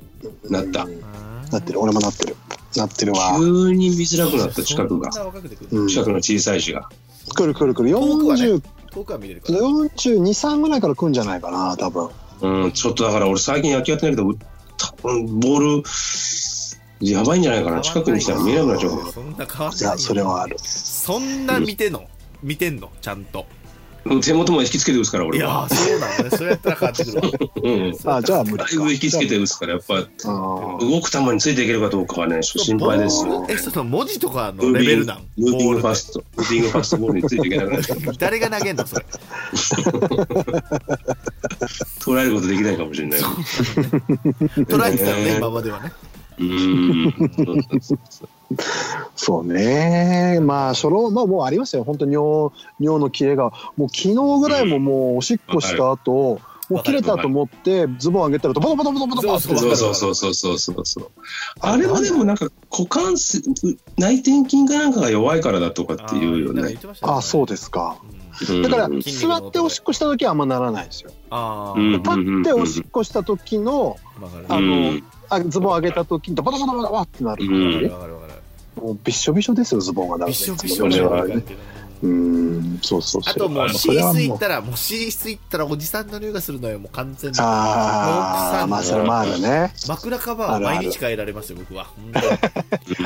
A: なった
C: うん
D: あー
C: なってる。俺もなってる。なってるわ。
A: 急に見づらくなった近くが
D: そんな若くてくる
C: うん。
A: 近
C: く
A: くの小さい字が
C: るくるくる。
D: 遠くはね
C: 40、
D: 遠くは見れるから。
C: 42、3ぐらいから来るんじゃないかな、多分。
A: うんちょっとだから俺最近野球やってないけど多分ボールやばいんじゃないかな近くに来たら見えなくなっちゃうかも
D: そんな変わん
C: い
D: な
C: や、
D: い。
C: それ。はある。
D: そんな見てんの見てんのちゃんと。
A: もう手元も引きつけて打つから
D: い
A: 俺
D: や
A: は
D: ー、そうなのね。それやったら変わってくるわ。
A: うん
C: あ、じゃあ無理
A: だ
C: か。
A: いぶ引きつけて打つからやっぱ
C: あー
A: 動く球についていけるかどうかはねちょっと心配ですよ
D: え、その文字とかのレベルなん
A: ムービングファ
D: ボ
A: ー
D: ー
A: ストムービングファーストボールについていけなく なっちゃう
D: ル 誰が投げんのそれ。
A: 捉えることできないかもしれない
D: 捉えてたのね、今まではね。
A: うんそうそうそうそう
C: そうね。まあ、初老、まあもうありましたよ。本当尿、尿の切れが。もう昨日ぐらいももうおしっこした後、もう切れたと思って、ズボン上げたらと、ボトボトボトボトボト
D: そう
A: そうそうそうそうそうそうあれはでもなんか股関節内転筋かなんかが弱いからだとかっていうよ
D: あーなんか
A: ね
D: 言ってましたね
C: あ、そうですか。
A: うん
C: だから、
A: うん
C: 座っておしっこした時はあんまならないですよ。
D: ああ、
A: うん
C: 立っておしっこした時の、
D: わかる。
C: あ
D: わ
C: の、あズボン上げた時に、ドボトボトボトボってなる。
A: うん
D: かるわかるわかる。
C: もうびっしょびしょですよ、ズボンが。だから
D: びっしょびし
A: そ
D: ょだ
A: れ
D: よ
A: は
D: ね
C: うん、そうそうそう。
D: あともう、
C: そ
D: 寝
C: れはもう
D: 室行ったら、もう寝室行ったら、おじさんの匂いがするのよ、もう完全に。
C: ああ、まあ、それもあるね。
D: 枕カバーは毎日変えられますよ、僕は。
A: う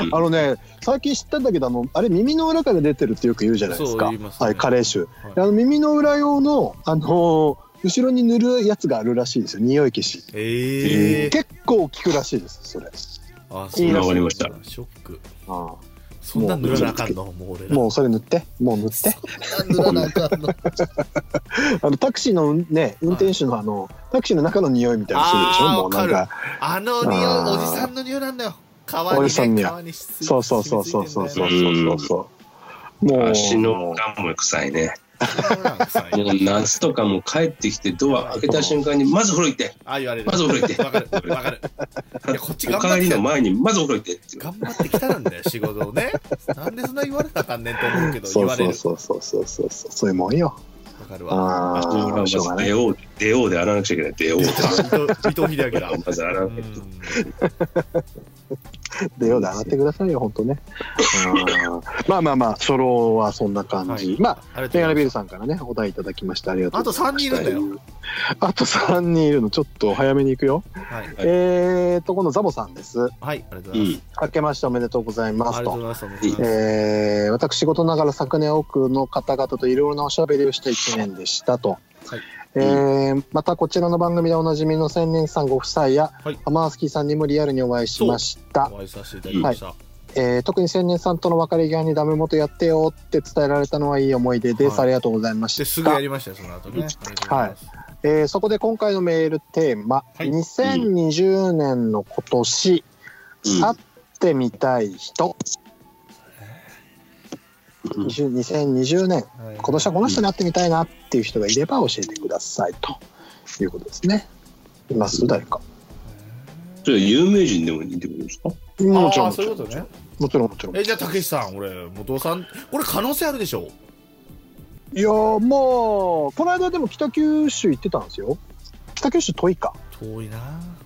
A: ん
C: あのね、最近知ったんだけど、あの、あれ耳の裏から出てるってよく言うじゃないです
D: そう
C: か。
D: 言いますね
C: はい、加齢臭。
D: はい
C: あの耳の裏用の、あのー後ろに塗るやつがあるらしいですよ。匂い消し。
D: ええ。
C: 結構効くらしいです。それ。
D: あー、
C: 今
A: わかりました。
D: ショック。
C: あ
D: そんな塗らなあかんのもう俺
C: あ
D: ら。
C: もうそれ塗って、もう塗って。
D: そんな塗らなあかんの。
C: あのタクシーのね、運転手のあの、タクシーの中の匂いみたいなのするでし
D: あー
C: ょ。もうなん
D: わ
C: か、
D: あの匂い、
C: あー
D: おじさんの匂いなんだよ。川
C: お
D: に
C: じさん
D: ね、
C: には
D: 川にし
C: そうそうそうそうそうそ
A: 染
C: う
A: みついてんだよ
C: そう
A: ね
C: そう。もう。
A: 足の裏も臭いねもう夏とかも帰ってきてドア開けた瞬間にまず風呂行って
D: ああ言われる。
A: まずお風呂行って
D: わかる、わかる。いやこっち
A: お
D: 頑張
A: か
D: っ
A: え
D: て
A: り
D: きた
A: の前にまずお風呂行ってっていう
D: 頑張ってきたんだよ、仕事 をね。なんでそんな言われなあかんねんと思うけど、
C: そ
D: 言
C: う
D: われ
C: そう
D: る。
C: そうそうそうそうそうそういうもんよ。
D: わかるわ。
C: あ
A: 足の裏を
C: あ、
A: ま
C: し
A: ず
C: ょうがない
A: 出。よう出ようで洗わなくちゃいけない出よう
D: 伊藤伊藤秀明だ。
A: まず洗
D: う
A: わなきゃいけない
D: ん
C: でようで洗ってくださいよ、本当ね。うんまあまあまあ、初老はそんな感じ。まあ、
D: ありがと
C: メ
D: う
C: ガネ
D: ござ
C: ビー
D: いま
C: ル
D: す
C: さんからね、お題いただきましてありがとう
D: あと
C: ござい
D: 3
C: ます。
D: 人いるんだよ。
C: あと3人いるの、ちょっと早めに行くよ。
D: はい、
A: はい
C: えーと、このザボさんです。
D: はい、ありがとうご
A: う
D: ざい
A: ん
C: 明けましておめでとうございま
D: ま
C: す
D: す。ありがとう
C: と。
D: ございます。おめでとうございます
C: えー私事ながら昨年多くの方々といろいろなおしゃべりをした1年でしたと、
D: はい
C: えーまたこちらの番組でおなじみの千年さんご夫妻や、
D: はい
C: ハマースキーさんにもリアルにお会いしました、
D: お会いさせていただきました。
C: えー特に千年さんとの別れ際にダメ元やってよって伝えられたのはいい思い出です、
D: はい
C: ありがとうございま
D: で、
C: し
D: すぐや
C: た、
D: りましたよ、その後ね。
C: はいえーそこで今回のメールテーマ、
D: はい
C: 2020年の今年、去ってみたい人、
A: うん
C: 20 2020年
D: はい。
C: 今年はこの人に会ってみたいなっていう人がいれば教えてくださいということですね。います誰か。
A: それ有名人でもいいってことですか
C: もちろん
D: ああ、
C: も
D: そ
C: ち
D: うい
C: ろ
D: うんことね。
C: もちろんもちろん。い
D: え、じゃあ、たけしさん、俺、元尾さん、これ可能性あるでしょう。
C: やーもうこの間でも北九州行ってたんですよ。北九州遠いか。
D: 遠いな。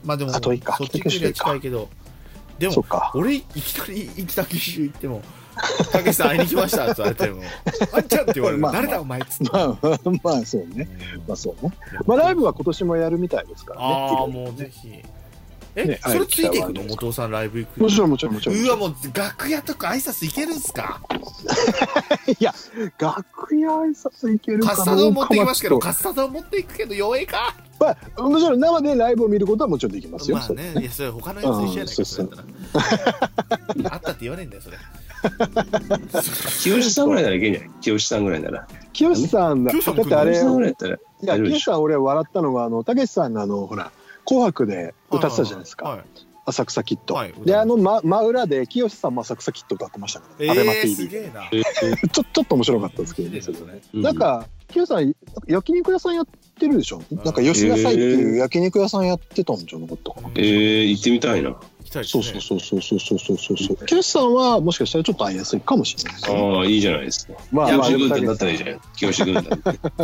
D: まあでも、
C: あ遠いか
D: そっち行くよりは近いけど。で
C: そ
D: も
C: う、か。
D: 俺、いきなり北九州行っても、たけしさん会いに来ましたって言われても、あんちゃんって言われる。
C: まあ
D: 誰だお前っつって。
C: まあまあまあそうね。まあそうね。まあライブは今年もやるみたいですからね。い
D: あ
C: ろ
D: あ、
C: いろ
D: もうぜひ。え、
C: ね
D: それついてい
C: は
D: く
C: い
D: の元尾さんライブ行く
C: もちろんもちろんもちろん。
D: うわ、もう楽屋とか挨拶行けるんすか
C: 楽屋挨拶行けるかな。
D: カスタドを持ってきますけど、
C: まあ
D: カスタドを持っていくけど、弱いか
C: もちろん生でライブを見ることはもちろんできますよ。
D: まあね、いや、それ他のやつ一緒やない
C: うん
D: か、それやったら。あったって言わねえんだよ、それ。
A: 清志さんぐらいならいけんじゃない清志さんぐらいなら。
C: きよしさんだ
D: きよしさん
C: だってあ
A: 清
C: れ
A: 志さんぐらいだったら。
C: いや、
A: 大丈夫
C: ケ
A: で
C: イ
A: し
C: さん、俺笑ったのが、あの、たけしさんの、あの、ほら、紅白で歌ってたじゃないです
D: は
C: か。
D: は
C: 浅草キッド
D: はい。
C: で、あの、ま、真裏で、清さんも浅草キッド歌ってましたからね。アベ
D: は
C: マ
D: い。えー、す
C: TV。
D: げえな。
C: ちょ、ちょっと面白かったですけどね。それなんか、清さん、焼肉屋さんやってるでしょなんか、吉野菜っていう焼肉屋さんやってたんじゃなかったかな。
A: えー、行ってみたいな。あ
D: 行きたいです
C: そ
D: ね
C: うそうそうそうそうそうそうそうそう。清さんは、もしかしたらちょっと会いやすいかもしれないですね。
A: あ、いいじゃないですか。
C: ま
A: 清
C: ま
A: 志軍
C: た
A: 団
C: け
A: だっ
C: しさ
A: た
C: ん
A: らいいじゃない。清志軍団。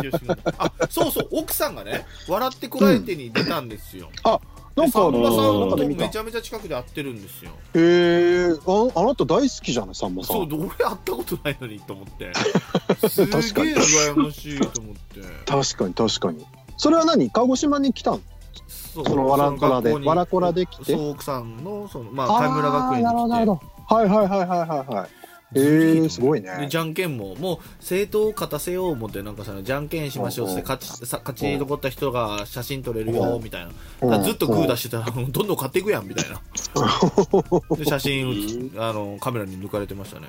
D: よしあ、そうそう、奥さんがね、笑ってこられてに出たんですよ。
C: なん
D: でさ
C: か、
D: んまさん
C: なんか
D: と
C: で見た。
D: め
C: へ
D: ちゃめちゃ近くで会ってるんですよ。
C: え、ああなた大好きじゃない、さんまさん。
D: そう、俺会ったことないのにと思って。すげえ
C: 確かに
D: 羨ましいと思って。
C: 確かに確かにそれは何鹿児島に来たの
D: そ
C: そのわらこらで
D: その学校に
C: わらこらで来て
D: そう、奥さんの、その、まあ、貝村学園に来て。
C: あーなるほどなるほどはいはいはいはいはいはいえー、すごい
D: で
C: ね
D: じゃんけんも、もう政党を勝たせよう思って、なんかさ、じゃんけんしましょうっつって、勝ち、さ勝ち残った人が写真撮れるよ、みたいな。だからずっとグー出してたら、どんどん買っていくやん、みた いな。で、写真、あの、カメラに抜かれてましたね。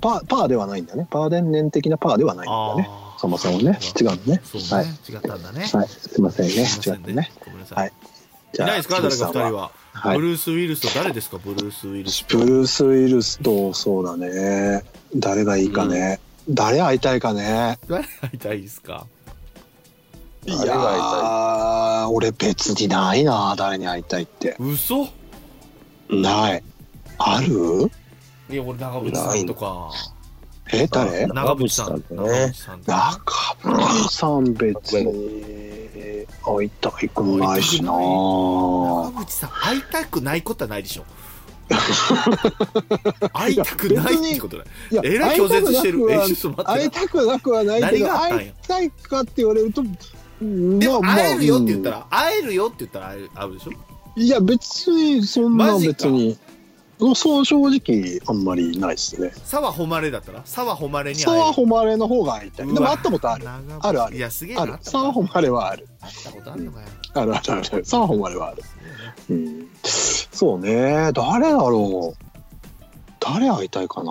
C: パーパーではないんだねパー電年的なパーではないんだね
D: あ
C: そもそもね違うのね
D: そうね、
C: はい
D: 違ったんだね。
C: はいすいませんね
D: すい
C: 違
D: ま
C: った
D: せん
C: ね。
D: ごめんなさい。
C: はい
D: い、
C: じ
D: ないですか、誰か二
C: 清さん
D: 人は。
C: はい
D: ブルース・ウィルスと誰ですか、ブルース・ウィルスと。
C: ブルース・ウィルスとそうだね誰がいいかね、誰会いたいかね
D: 誰がいたいですか
C: い
A: 誰が会い
C: やー俺別にないな誰に会いたいって
D: 嘘
C: ないある
D: いや、俺、長渕さんとか。
C: え誰
D: 長渕さん。
A: 長渕さん
D: 長
A: ね
D: 渕さんとか。
C: 中村さん別に会いたくないしな
D: 長渕さん、会いたくないことはないで しょ。会いたくないってことだ。
C: いや
D: えらい拒絶してる。え、
C: 会い
D: ちょっと待
C: 会
D: っ
C: い
D: て。
C: たくなくはないけ
D: 何
C: ど
D: があったん
C: 会
D: や
C: いたいかって言われると
D: で
C: で
D: も会えるよって言ったら、会えるよって言ったら会える会うでしょ
C: いや別にそんな
D: マジか
C: 別にそう正直あんまりないですね
D: 沢誉れだったら沢誉れに会え
C: 沢
D: る。
C: 誉れの方が会いたいで
D: う
C: も
D: わ
C: 会ったことある
D: 長渕
C: あるある
D: いや、すげえ
C: あ
D: な。
C: る沢誉れはある
D: 会ったことあるのかよ。
C: あるあるある沢誉れはあるうんそうね、誰だろう。誰会いたいかな。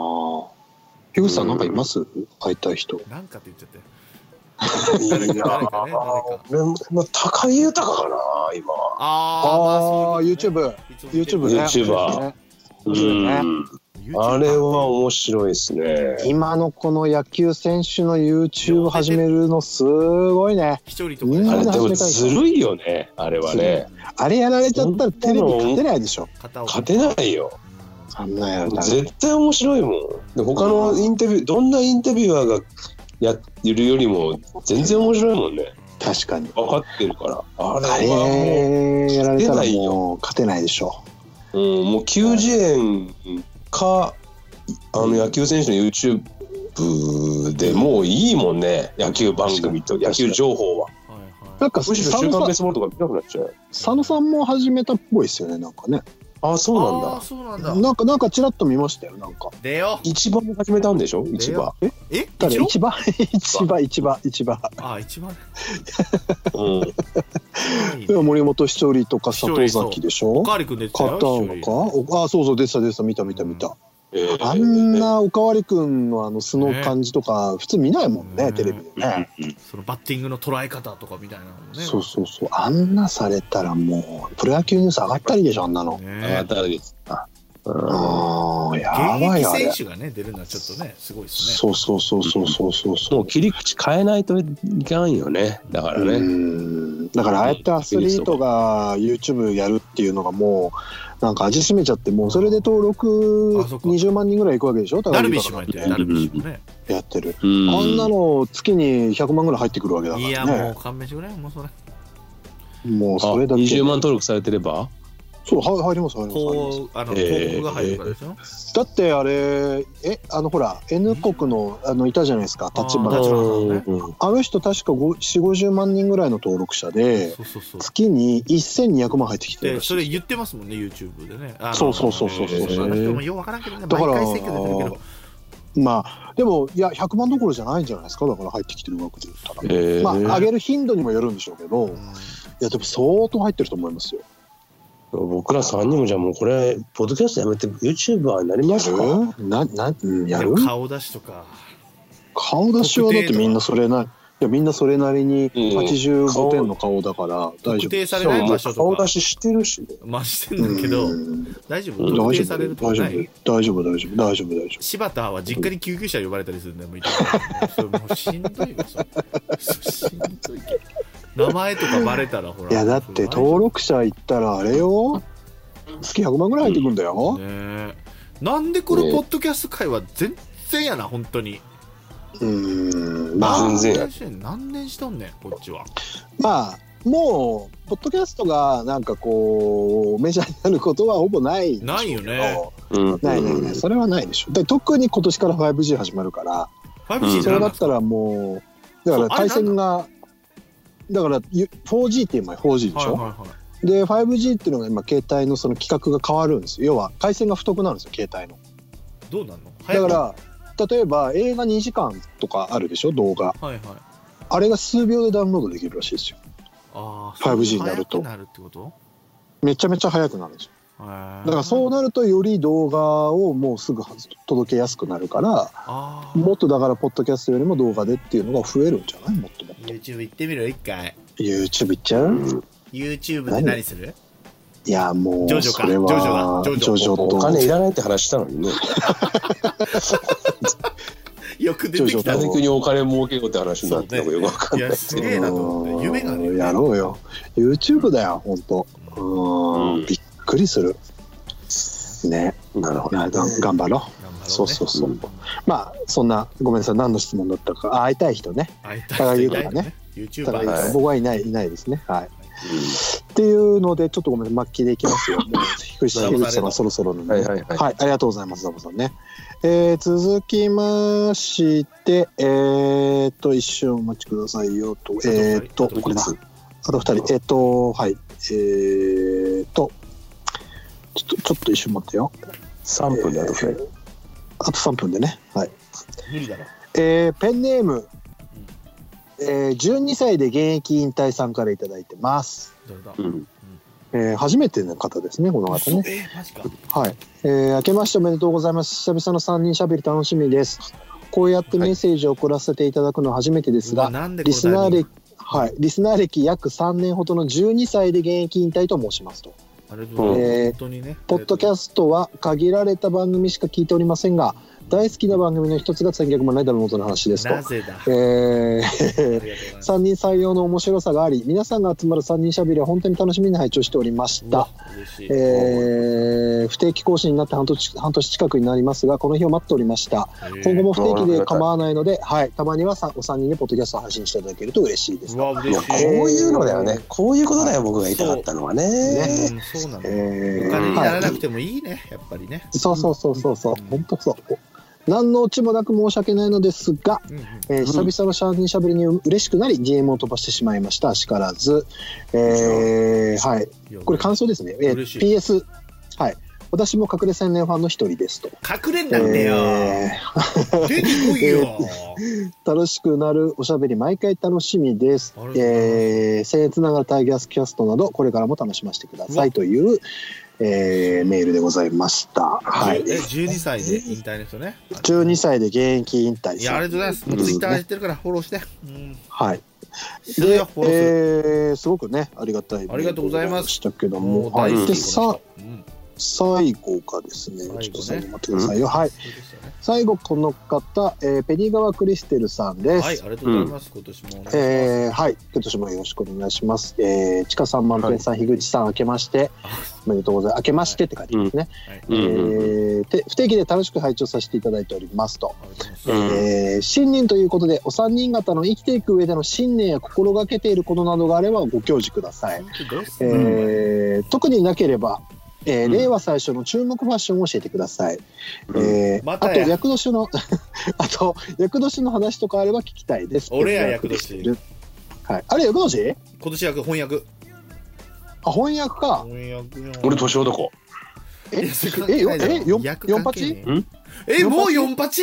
C: 樋口さんなんかいます、会いたい人。
D: なんかって言っちゃって。
A: 誰
D: 誰かね、誰か。
A: 高井豊かかな、今。
D: あーまあ、そういうことね
C: YouTube。YouTube
A: YouTuber
C: ね。
A: うん。あれは面白いですね。
C: 今のこの野球選手の YouTube 始めるのすごいね。
D: 一人とかで
C: みん
A: あれで
C: な始
A: も
C: めたい
A: ずるいよね、あれはね。
C: あれやられちゃったらテレビ勝てないでしょ。
D: 片を
A: 勝てないよ。
C: あんなやられたら
A: 絶対面白いもん。で他のインタビュー、どんなインタビュアーがやってるよりも全然面白いもんね。
C: 確かに。
A: 分かってるから。あ
C: あ
A: れはも
C: れやられ
A: 勝て
C: たら
A: ない
C: もう勝てないでしょ。
A: う、うん、もう90円か、あの野球選手の YouTube でもういいもんね、野球番組と野球情報は。
D: はいはい
C: なんか
A: むしろ週刊ベー
C: 佐
A: スボールとか見たくなっちゃう。
C: 野さんも始めたっぽいですよね、なんかね。
A: あ、そうなん
D: ああ、
A: だ。
D: そうなんだ。
C: なんかなんかちらっと見ましたよなんか
D: 出よ
A: 一番始めたんでしょ一番。
D: う。え
C: 誰
D: 一郎
C: 一番一番一番一番
D: あ、一番。
A: うん。
D: いいね
C: 森本ひとりとか佐藤
D: ひとり
C: 崎でしょ
D: おかわりくん出てた
C: 片
D: よ。
C: 岡かおあそうそう出てた出てた見た見た見た、
A: えー
C: あん。なおかわりくんのあの素の感じとか普通見ないもんね
D: ね
C: テレビでね、
D: そのバッティングの捉え方とかみたいなのもね。
C: そうそうそうあんなされたらもうプロ野球ニュース上がったりでしょあんなの、
A: あ
D: ね
A: たです。
C: ああや
D: 現
C: ばい
D: 役
C: あれ
D: 選手がね、出るのはちょっとね、すごいですね。
C: そうそうそうそうそうそうそう
A: もう切り口変えないといかんよね。だから
C: う
A: ね。
C: んだからああやってアスリートが YouTube やるっていうのがもうなんか味しめちゃってもうそれで登録
D: あそっか
C: 20万人ぐらいいくわけでしょ高木
D: ダルビッシュもやってるよ、
C: 豊
D: ダルビッシュもね。
C: かやってる、
A: う
C: あんなの月に100万ぐらい入ってくるわけだか
D: いや、
C: ら
D: もう
C: ね
D: 勘弁してくれよ、もうそれ。
C: もう
A: あ
C: それだけ
A: 20万登録されてれば
C: そうはい入ります入ります入りま
D: こう、あの、
A: えー
D: 広告が入るからでしょ。
C: すだってあれえあのほら N 国のあのいたじゃないですか立
D: あ
C: 花
D: ー
A: うん
C: あの人確か4 5 0万人ぐらいの登録者で
D: そうそうそう。
C: 月に1200万入ってきてる
D: で、
C: らし
D: そ
C: い
D: れ言ってますもんね、YouTube でね。あの
C: そうそうそうそうそう
A: そう
D: あの人もようわからんけどね、
C: だ
D: 毎
C: から
D: 回選挙出てるけど。
C: まあでもいや100万どころじゃないんじゃないですかだから入ってきてる額で言ったら、
A: えー
C: まあ上げる頻度にもよるんでしょうけど、いやでも相当入ってると思いますよ
A: 僕ら3人もじゃあもうこれ、ポッドキャストやめて YouTuber になりますか
C: ななうんや
D: で
C: る
D: も顔出しとか。
C: 顔出しはだってみんなそれないいやみんなそれなりに
A: うん
C: 85点の顔だから大丈
D: 特
C: 夫
D: 定され
A: で
D: ない
A: ももう
D: 場所と
A: 顔
D: か
A: 出。ししてるしね。
D: まあ、してんだけ
C: う
D: ど、
C: ん
D: 大丈夫
A: うん
D: 特
C: 大
D: 定
C: 丈
D: さ
C: 夫
D: れると
C: 大
D: か
C: 丈
D: ない
C: 夫。大丈夫大丈夫大丈夫大丈
D: 柴田は実家に救急車呼ばれたりするんだよ、もういた それもうしんどいわ、それしんどいけど。名前とかバレたらほら。
C: 夫いやだって登録者行ったらあれよ月100万ぐらい入ってくんだよ、
D: ねえなんでこのポッドキャスト界は全然やな、本当に。
C: うんまあ
A: 全然や
D: 何年しとんねん、こっちは。
C: まあもうポッドキャストがなんかこうメジャーになることはほぼない
D: ないよね。
A: うん
C: ないないないそれはないでしょで特に今年から 5G 始まるから
A: う
D: 5G
A: ん
D: じ
C: そ
D: ゃ
C: れだ
D: な
C: っ
D: く
C: たらもうだから対戦がだからゆ 4G って今 4G で
D: はい
C: し
D: はい
C: ょ
D: はい。
C: で 5G っていうのが今携帯のその規格が変わるんですよ要は回線が太くなるんですよ携帯の
D: どうなんの
C: だから例えば映画2時間とかあるでしょ動画
D: ら、はいはい。
C: あれが数秒でダウンロードできるらしいですよ
D: ああ、
C: 5G になると
D: 速くなるってこと
C: めちゃめちゃ速くなるんですよ
D: だか
C: だからそうなるとより動画をもうすぐ届けやすくなるから
D: ああ。
C: もっとだからポッドキャストよりも動画でっていうのが増えるんじゃないもっともっと
D: YouTube 行ってみろ、一回。
C: YouTube 行っちゃう
D: YouTube で何する
C: いやも
D: ジョ
C: う
D: ジョか
C: それは
D: ジョジョだジョジョ
A: お金いらないって話したのにね。
D: よく出てきた
A: な
C: 徐
A: ぜ
C: 々
A: 急にお金儲けようって話になったのかよくわかん
D: い
A: ない。
D: や、すげえなと思って。夢があるよ、ね。
C: やろうよ YouTube だよほんとうー
A: うん
C: んびっくりするね
A: なるほ
C: ながん頑張ろう
D: 頑張ろうね。
C: そうそうそう
A: うん
C: まあそんなごめんなさい何の質問だったかあ会いたい人ね
D: 会いたい人いないよね。
C: ただ
D: YouTuber
A: はい
C: 僕はいないいないですねはいっていうのでちょっとごめんなさい末期でいきますよもう樋口樋口さんがそろそろなんで
A: はいはいはい。
C: はい、ありがとうございます、ザボさんね。えー続きまして、えー、っと、一瞬お待ちくださいよと、えー、っと、
D: あと二人
C: これだ。あと二人、えーっと、はい、えー、っと、ちょっと、ちょっと一瞬待ってよ。
A: 3分だとか。
C: あと3分でね。はい。
D: 無理だろ。
C: えーペンネーム、えー、12歳で現役引退さんからいただいてます。
D: どれだ
A: うん
C: えー初めての方ですね、この方
D: 嘘
C: ね。
D: えーマジか。
C: はい、えー明けましておめでとうございます久々の3人しゃべり楽しみですこうやってメッセージを送らせていただくのは初めてですが、
D: うわなんでこ
C: リ
D: の
C: ス
D: タ
C: ナ
D: イ
C: ー
D: ミング
C: 歴はい、リスナー歴約3年ほどの12歳で現役引退と申しますと
D: あれどう
C: えー
D: 本当にね。
C: ポッドキャ
D: ス
C: ストは限られた番組しか聞いておりませんが大好きな番組の一つが300万ないダメ元の話ですと
D: な、ぜだ。あ
C: え
D: り
C: ー
D: がとうございます。
C: 三人採用の面白さがあり皆さんが集まる3人しゃべりは本当に楽しみに拝聴しておりまし
D: う
C: た
D: わ嬉しい。
C: えー不定期更新になって半年半年近くになりますがこの日を待っておりました今後も不定期で構わないので、はい、たまにはさお三人でポッドキャストを配信していただけると嬉しいです
D: う。わ嬉しい。
A: こういうのだよね。こういうことだよ、僕が言いたかったのはね。
D: うんそうなん
C: え
D: だ。
C: ー
D: お金になら
C: は
D: なくてもいいね、やっぱりね。
C: い、そうそうそうそうそう
D: うん
C: 本当そう。何のオチもなく申し訳ないのですが、
D: うんうん
C: えー、久々のシャーニーしゃべりに嬉しくなり DM を飛ばしてしまいましたしからず、えーはい、これ感想ですね、えー
D: 嬉しい
C: PS 私も隠れ千年ファンの一人ですと。
D: 隠れんなってよ、
C: え
D: 出てこいよ
C: ー楽しくなるおしゃべり毎回楽しみです
D: ありがとうご。ざいます
C: えー、僭越ながらタイガースキャストなどこれからも楽しませてくださいという、えーメールでございました。 はい。
D: え12歳で引退の人ね
C: 12歳で現役引退
D: いやありがとうございます、もうツイッターやってるからフォローして、うん、
C: はい。
D: するよフォローする、
C: えーすごくね、ありがたい。
D: ありがとうございます
C: したけど
D: も
C: も、
D: う大好き
C: はい。で、
D: この人
C: さ、
D: うん
C: 最後がですね、ち
D: 後
C: ょ
D: ね
C: っと最後待ってくださいよ。はい。
D: そうでしたね
C: 最後、この方、えーペニガワクリステルさんです。
D: はいありがとうございます、今年もお願いします、
C: えーはい、今年もよろしくお願いします。えー、ちかさん、まんぺんさん、樋口さん、明け まして、おめでとうございます。明けましてって書いてますね。
D: はい、
A: うん
C: えーて不定期で楽しく拝聴させていただいておりますと。
D: ありがとうございます、
A: うん
C: えー新年ということで、お三人方の生きていく上での信念や心がけていることなどがあればご教示ください。
D: 本当どうすんの
C: えー特になければ、えー
A: うん
C: 令和最初の注目ファッションを教えてください。えー
D: ま
C: あ
D: た
C: と、
D: や
C: 厄年の、 あと、厄年の話とかあれば聞きたいです。
D: 俺や厄年。
C: はい。あれ、厄年
D: 今年役翻訳
C: あ、翻訳か。
D: 翻訳よ
A: 俺年男
C: え、え、
D: いやそれ関係
C: よ
D: ないだろ
C: え、よ
D: 役
C: 四
D: 関係ね
C: 八
A: うん
D: えもう四八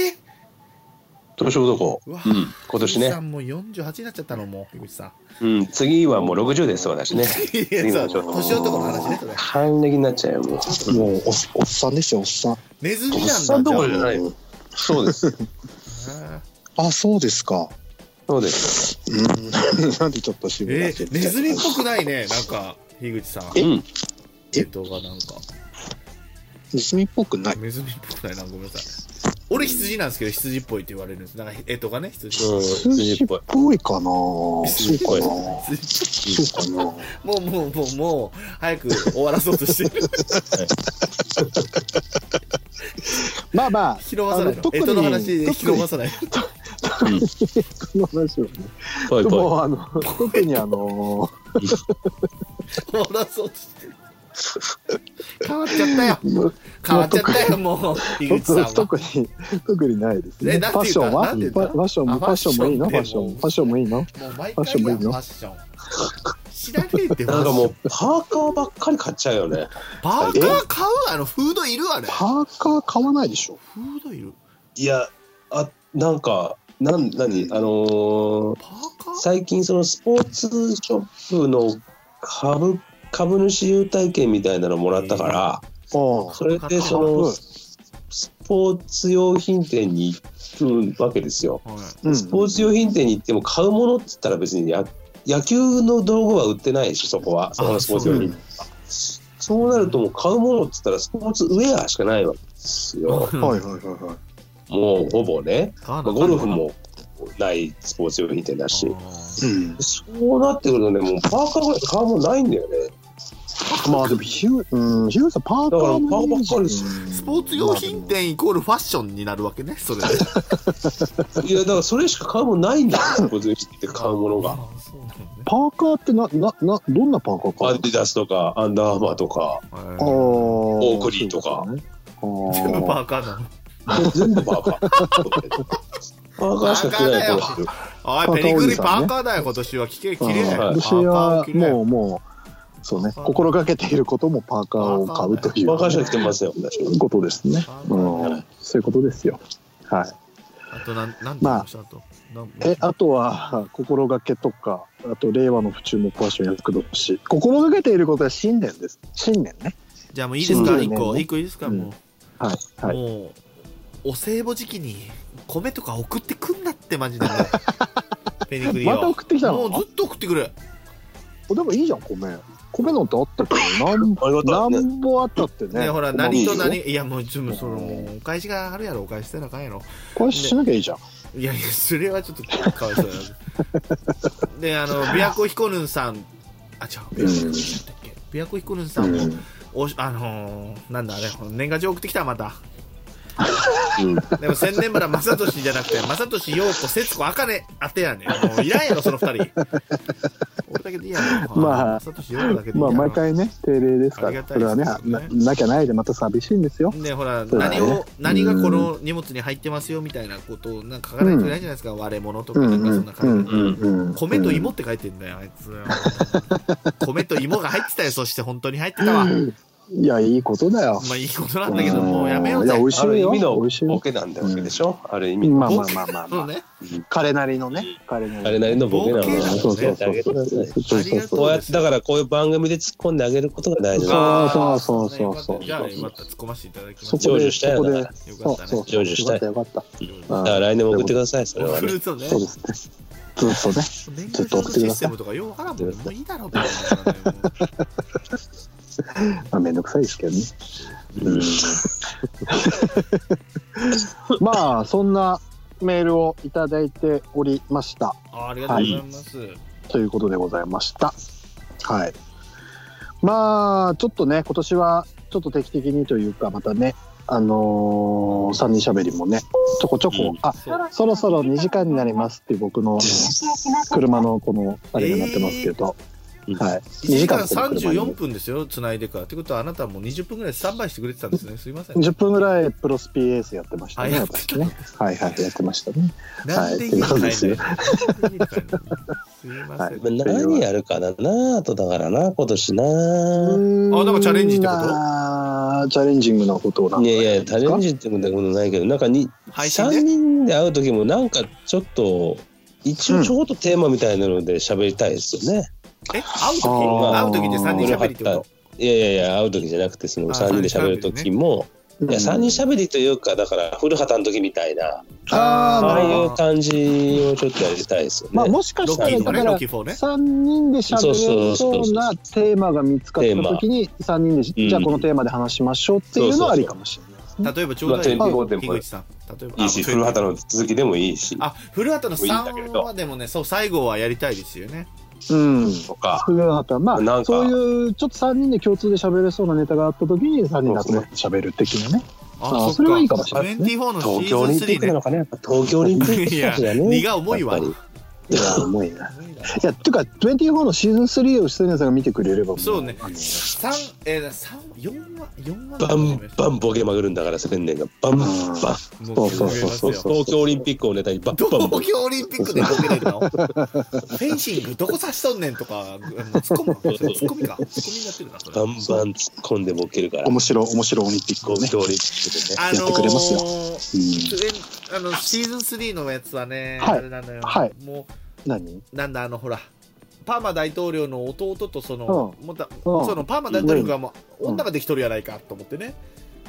A: 年男
D: う
A: う
D: わ
A: ん今年
D: さ
A: ね
D: んもう48になっちゃったのもう樋口さ
A: う
D: ん
A: ん次はもう60です私ね
D: いやそう年男の話ねそれ
A: 還暦になっちゃうよもう
C: もうおっ、おっさんですよ、おっさん。
D: ネズミ
A: お
D: なん
A: っ
D: だ
A: さんどころじゃない
C: じゃ
A: よそうです
D: じゃあ
C: あ、そうですか。
A: そうです
C: うん。 なんでちょっと渋い
D: え
C: なって言っちゃった
D: ネズミっぽくないねなんか樋口さん
A: うん
D: えとがなんか
C: ネズミっぽくない。
D: ネズミっぽくないなごめんなさい俺羊なんですけど羊っぽいって言われるんですなんかえとがね羊
A: うん
C: 筋
A: 筋っ
C: っ
A: ぽい
C: ぽいかなそう
A: っぽい
C: かな
D: 羊
C: そうかな
D: もうもうもうもう早く終わらそうとしてる
C: まあまあ、
D: 広まさない
C: あ
D: の
C: の特
D: え
C: に
D: との話
C: 特に
D: 広まさない
C: この話はね。
A: ぽい
C: で
A: ぽ
C: も、あの、特にあの
D: 終わらそうとしてる変わっちゃったよ
C: ー、
D: 変わっちゃったよもう井口さんは
C: 特に、特にないですね。
D: え
C: フ
D: なん
C: ァッ
D: て言
C: ショ
D: う
C: ン
D: た
C: は
D: な
C: フ
D: んて言
C: ァ
D: うた
C: ファッションも、
D: あ
C: ファッションもいいのフ
D: ファ
C: ァッ
D: ッシ
C: シ
D: ョン
C: ョン、ファッションもいいの
D: もう毎
C: ファッション
D: 回
C: もいい
D: やん
C: の
D: ファッション知らねえって
A: いなんかもうパーカーばっかり買っちゃうよね
D: バーカー買うあのフードいるあれ
C: パーカー買わないでしょ。
D: フードいる
A: いやあなんかなん何あのー、
D: パーカー
A: 最近そのスポーツショップの株株主優待券みたいなのもらったから、
C: うん
A: それでそ
C: うん
A: のスポーツ用品店に行くわけですよ。
D: はい
C: うん
A: スポーツ用品店に行っても買うものって言ったら別にや野球の道具は売ってないしそこはそこのスポーツ用品店そうなるともう買うものって言ったらスポーツウェアしかないわけですよ。
C: はいはいはいはい。
A: もうほぼね、
D: 買わな
A: まあゴルフもないスポーツ用品店だし。
C: うん。
A: そうなってくるとね、もうパーカーぐらい買うもんないんだよね。
C: まあでもヒュー、うん、ヒューさんパーカー
A: だからパーカーばっかりです
D: スポーツ用品
C: で。
D: 店イコールファッションになるわけねそれで
A: いや、だからそれしか買うもんないんだよ、こっちって 買うものが。
D: あそうなのね
C: パーカーってな、な、な、どんなパーカーか
A: アディダスとか、アンダーアーマーとか、
D: はい
C: あー
A: ークリーとか。
C: そうです
D: 全
C: ね
D: 部
C: あ
D: パーカーなの
A: 全部パーカー。パーカーしか着てないと思ってる。
D: おいペリクリパーカーだよ今年は綺麗綺麗
C: ー
A: はい
C: 私はも
D: う
C: う、もう、そうね、
D: パーカー
C: 心がけていることもパーカーを買うとい
A: パーカーし
C: う
A: か着てませんよ、私は。
C: ことですね
D: パー。カ
C: う
D: ー
C: ん、そういうことですよ。はい。
D: あとなんなんて言い
C: まあ
D: ましたあとなん
C: え、あとは、心がけとか、あと、令和の不注目ファッションや服同士。心がけていることは信念です。信念ね。
D: じゃあもういいですか
C: 新
D: 一
C: 年
D: 個
C: ね
D: 一個いいですか
C: うん
D: もう
C: はい。はい。
D: もうお歳暮時期に米とか送ってくんなってマジで ペニクリを
C: また送ってきたの
D: もうずっと送ってくる
C: おでもいいじゃん、米。米なんてあったっ けど、なん
A: ありがた
C: な
A: ね。
C: いんぼあったってね。
D: ねほ
C: 困
D: ら
C: る
D: 何
C: よ
D: と何いやもうちょっとそのお返しがあるやろお返しせなあかんやろ
C: これしなきゃいいじゃん。
D: いやいやそれはちょっとかわいそうやなであの琵琶湖彦ヌンさんあ違
C: う
D: う
C: ん
D: 琵琶湖彦ヌンさんもおしあのー、なんだあれ年賀状送ってきたまた
A: うん
D: でも千年村正俊じゃなくて正俊陽子節子茜あてやねもういらんやろその二人俺だけでいいやろ
C: まあ
D: 正俊陽子だけでいい
C: ま
D: や
C: あ
D: ろ
C: 毎回ね定例ですか
D: ありが
C: ら
D: た
C: そ
D: いで
C: れ
D: す
C: は
D: ね
C: ねななきゃないでまた寂しいんですよ
D: ねほら、
C: そうだ
D: 何
C: ね
D: を何がこの荷物に入ってますよみたいなことをなんか書かないといけないじゃないですか、割れ物とかなんかそんな感じ、
A: うん
C: うん
D: 米と芋って書いてんだよ、あいつ。米と芋が入ってたよ、そして本当に入ってたわ。
C: いや、いいことだよ。
D: まあいいことなんだけど、もうやめようぜ
C: いや、美。味し
A: ある
C: い
A: 意
C: よ。
A: 味の
C: 美
A: ボ
C: 味しいよ。
A: ケなんだわけでしょ、ある意味、
C: まあまあまあまあ、
D: そ
C: ま
D: うね。
C: あ、彼なりのね、彼なりの。
A: あれなりのボケな
D: ボケ
A: の
D: な
A: を
D: の
C: そうそうそ
A: そう
C: うそう。そうそ
A: こ
C: うそうう。
A: やってだからこういう番組で突っ込んであげることが大事なの
C: そうそうそうそう
D: あーねよかったじゃあ、よかった。突っ込ませていただきま
C: そ
D: し
A: 成
C: こ
A: 就
C: で、
A: したよ
C: そこで
A: だか、
D: ら
C: そうそう。
A: 成就したい
C: よかった、よかった。
A: だから
C: うん
A: 来年も送ってくださいそれは
D: フ
A: ね
D: ルーツをね。
C: そうですね。ずっとね。
D: 年
C: ちょ
D: 間
C: っと送ってください
D: システムとかようわからんもん。もういいだろ、別に
C: まあ、めんどくさいですけどね。 うん、まあ、そんなメールをいただいておりました。
D: あーありがとうございます。
C: ということでございました。はい。まあ、ちょっとね、今年はちょっと定期的にというか、またね、あのー、三人喋りもね、ちょこちょこ、
A: うん
C: あ、そろそろ2時間になりますっていう僕のあの車のこの、あれになってますけど、
A: えー
C: はい。
D: 1時間
C: この車に
D: 34分ですよ、繋いでから。ってことは、あなたはもう20分ぐらいスタンバイしてくれてたんですね。すいません。
C: 10分ぐらいプロスピエースやってました
D: あ
C: ね。
D: やって
C: 私
D: た
C: ねはいはい、やってましたね。
D: なんで家に帰んないの
C: はい
D: すいません。
A: まあ何やるかななあとだからな今年な
D: あなんかチャレンジってこと
C: とチャレンジングなことなん
A: い
C: か
A: やいやチャレンジってことないけどなんかに
D: 配信
A: 3
D: で
A: 人で会う時もなんかちょっと一応ちょっとテーマみたいなので喋りたいですよね、
D: え、会う時
C: あー
D: 会う時って3人喋りってこ
A: いやいやいや会う時じゃなくてその
D: あ
A: 3人で喋る時も、
C: うん
A: いや3人喋りというかだから古畑の時みたいな
D: と
C: あ
A: あ
C: ーな
A: あい
C: るほ
A: う感じをちょっとやりたいですよね、
C: まあもしか
D: ロ
C: した
D: ッキ
C: ら
D: ーと
C: だ
D: ね、
C: か
D: ロ
C: ら
D: ッキー4ね。
C: 3人で喋れそうなテーマが見つかった時に3人でじゃあこのテーマで話しましょうっていうのはありかもしれないですね。
D: 例えばちょうだい
A: まあ
D: よ、
A: 24.5
D: 樋口さん。例えば。
A: いいし
D: あ
A: 古畑の続きでもいいし
D: あ、古畑の
A: いいんだけ
D: 3
A: ど
D: はでもね、そう、最後はやりたいですよね。
C: うん
A: とか
C: 古畑ま
A: なん
C: あ
A: か
C: そういうちょっと3人で共通で喋れそうなネタがあった時に3人で集まって喋る的なねあ
D: あ、
C: それはいいかもしれない
D: 24のシ
A: 東京オリン
D: ーズ
A: ピ
D: ン
A: ックな
D: 3ね。
A: のかねやっぱ東京オリンピックだしだね
D: いや荷が重いわ
A: やっぱ
C: いや重いないやてか24のシーズン3を出演者さんが見てくれればも
D: そうね
C: あの
D: 三えー、三四話、四話
A: りバンバンボケまくるんだから千年がバンバン
C: そうそうそ
D: ン
C: うそうそう
A: 東京オリンピックをネタにバンバンボ
D: 東
A: ケ
D: 京オリンピックでボケれるのフェンシングどこ刺しとんねんとか、もう突っ込むのそれ突っ込みか。突っ込みになってるな、それ。
A: バンバン突っ込んでボケるから
C: 面白面白オリンピックをね
A: 東京オリンピックでね
D: あのー
C: やってくれますよ
D: えあのシーズン3のやつはね、
C: はい
D: あれなのよ、
C: はい
D: も
C: 何
D: う、なんだ、あの、ほら、パーマ大統領の弟とその、もた
C: うん
D: そのパーマ大統領がもう、
C: うん
D: 女ができとるやないかと思ってね、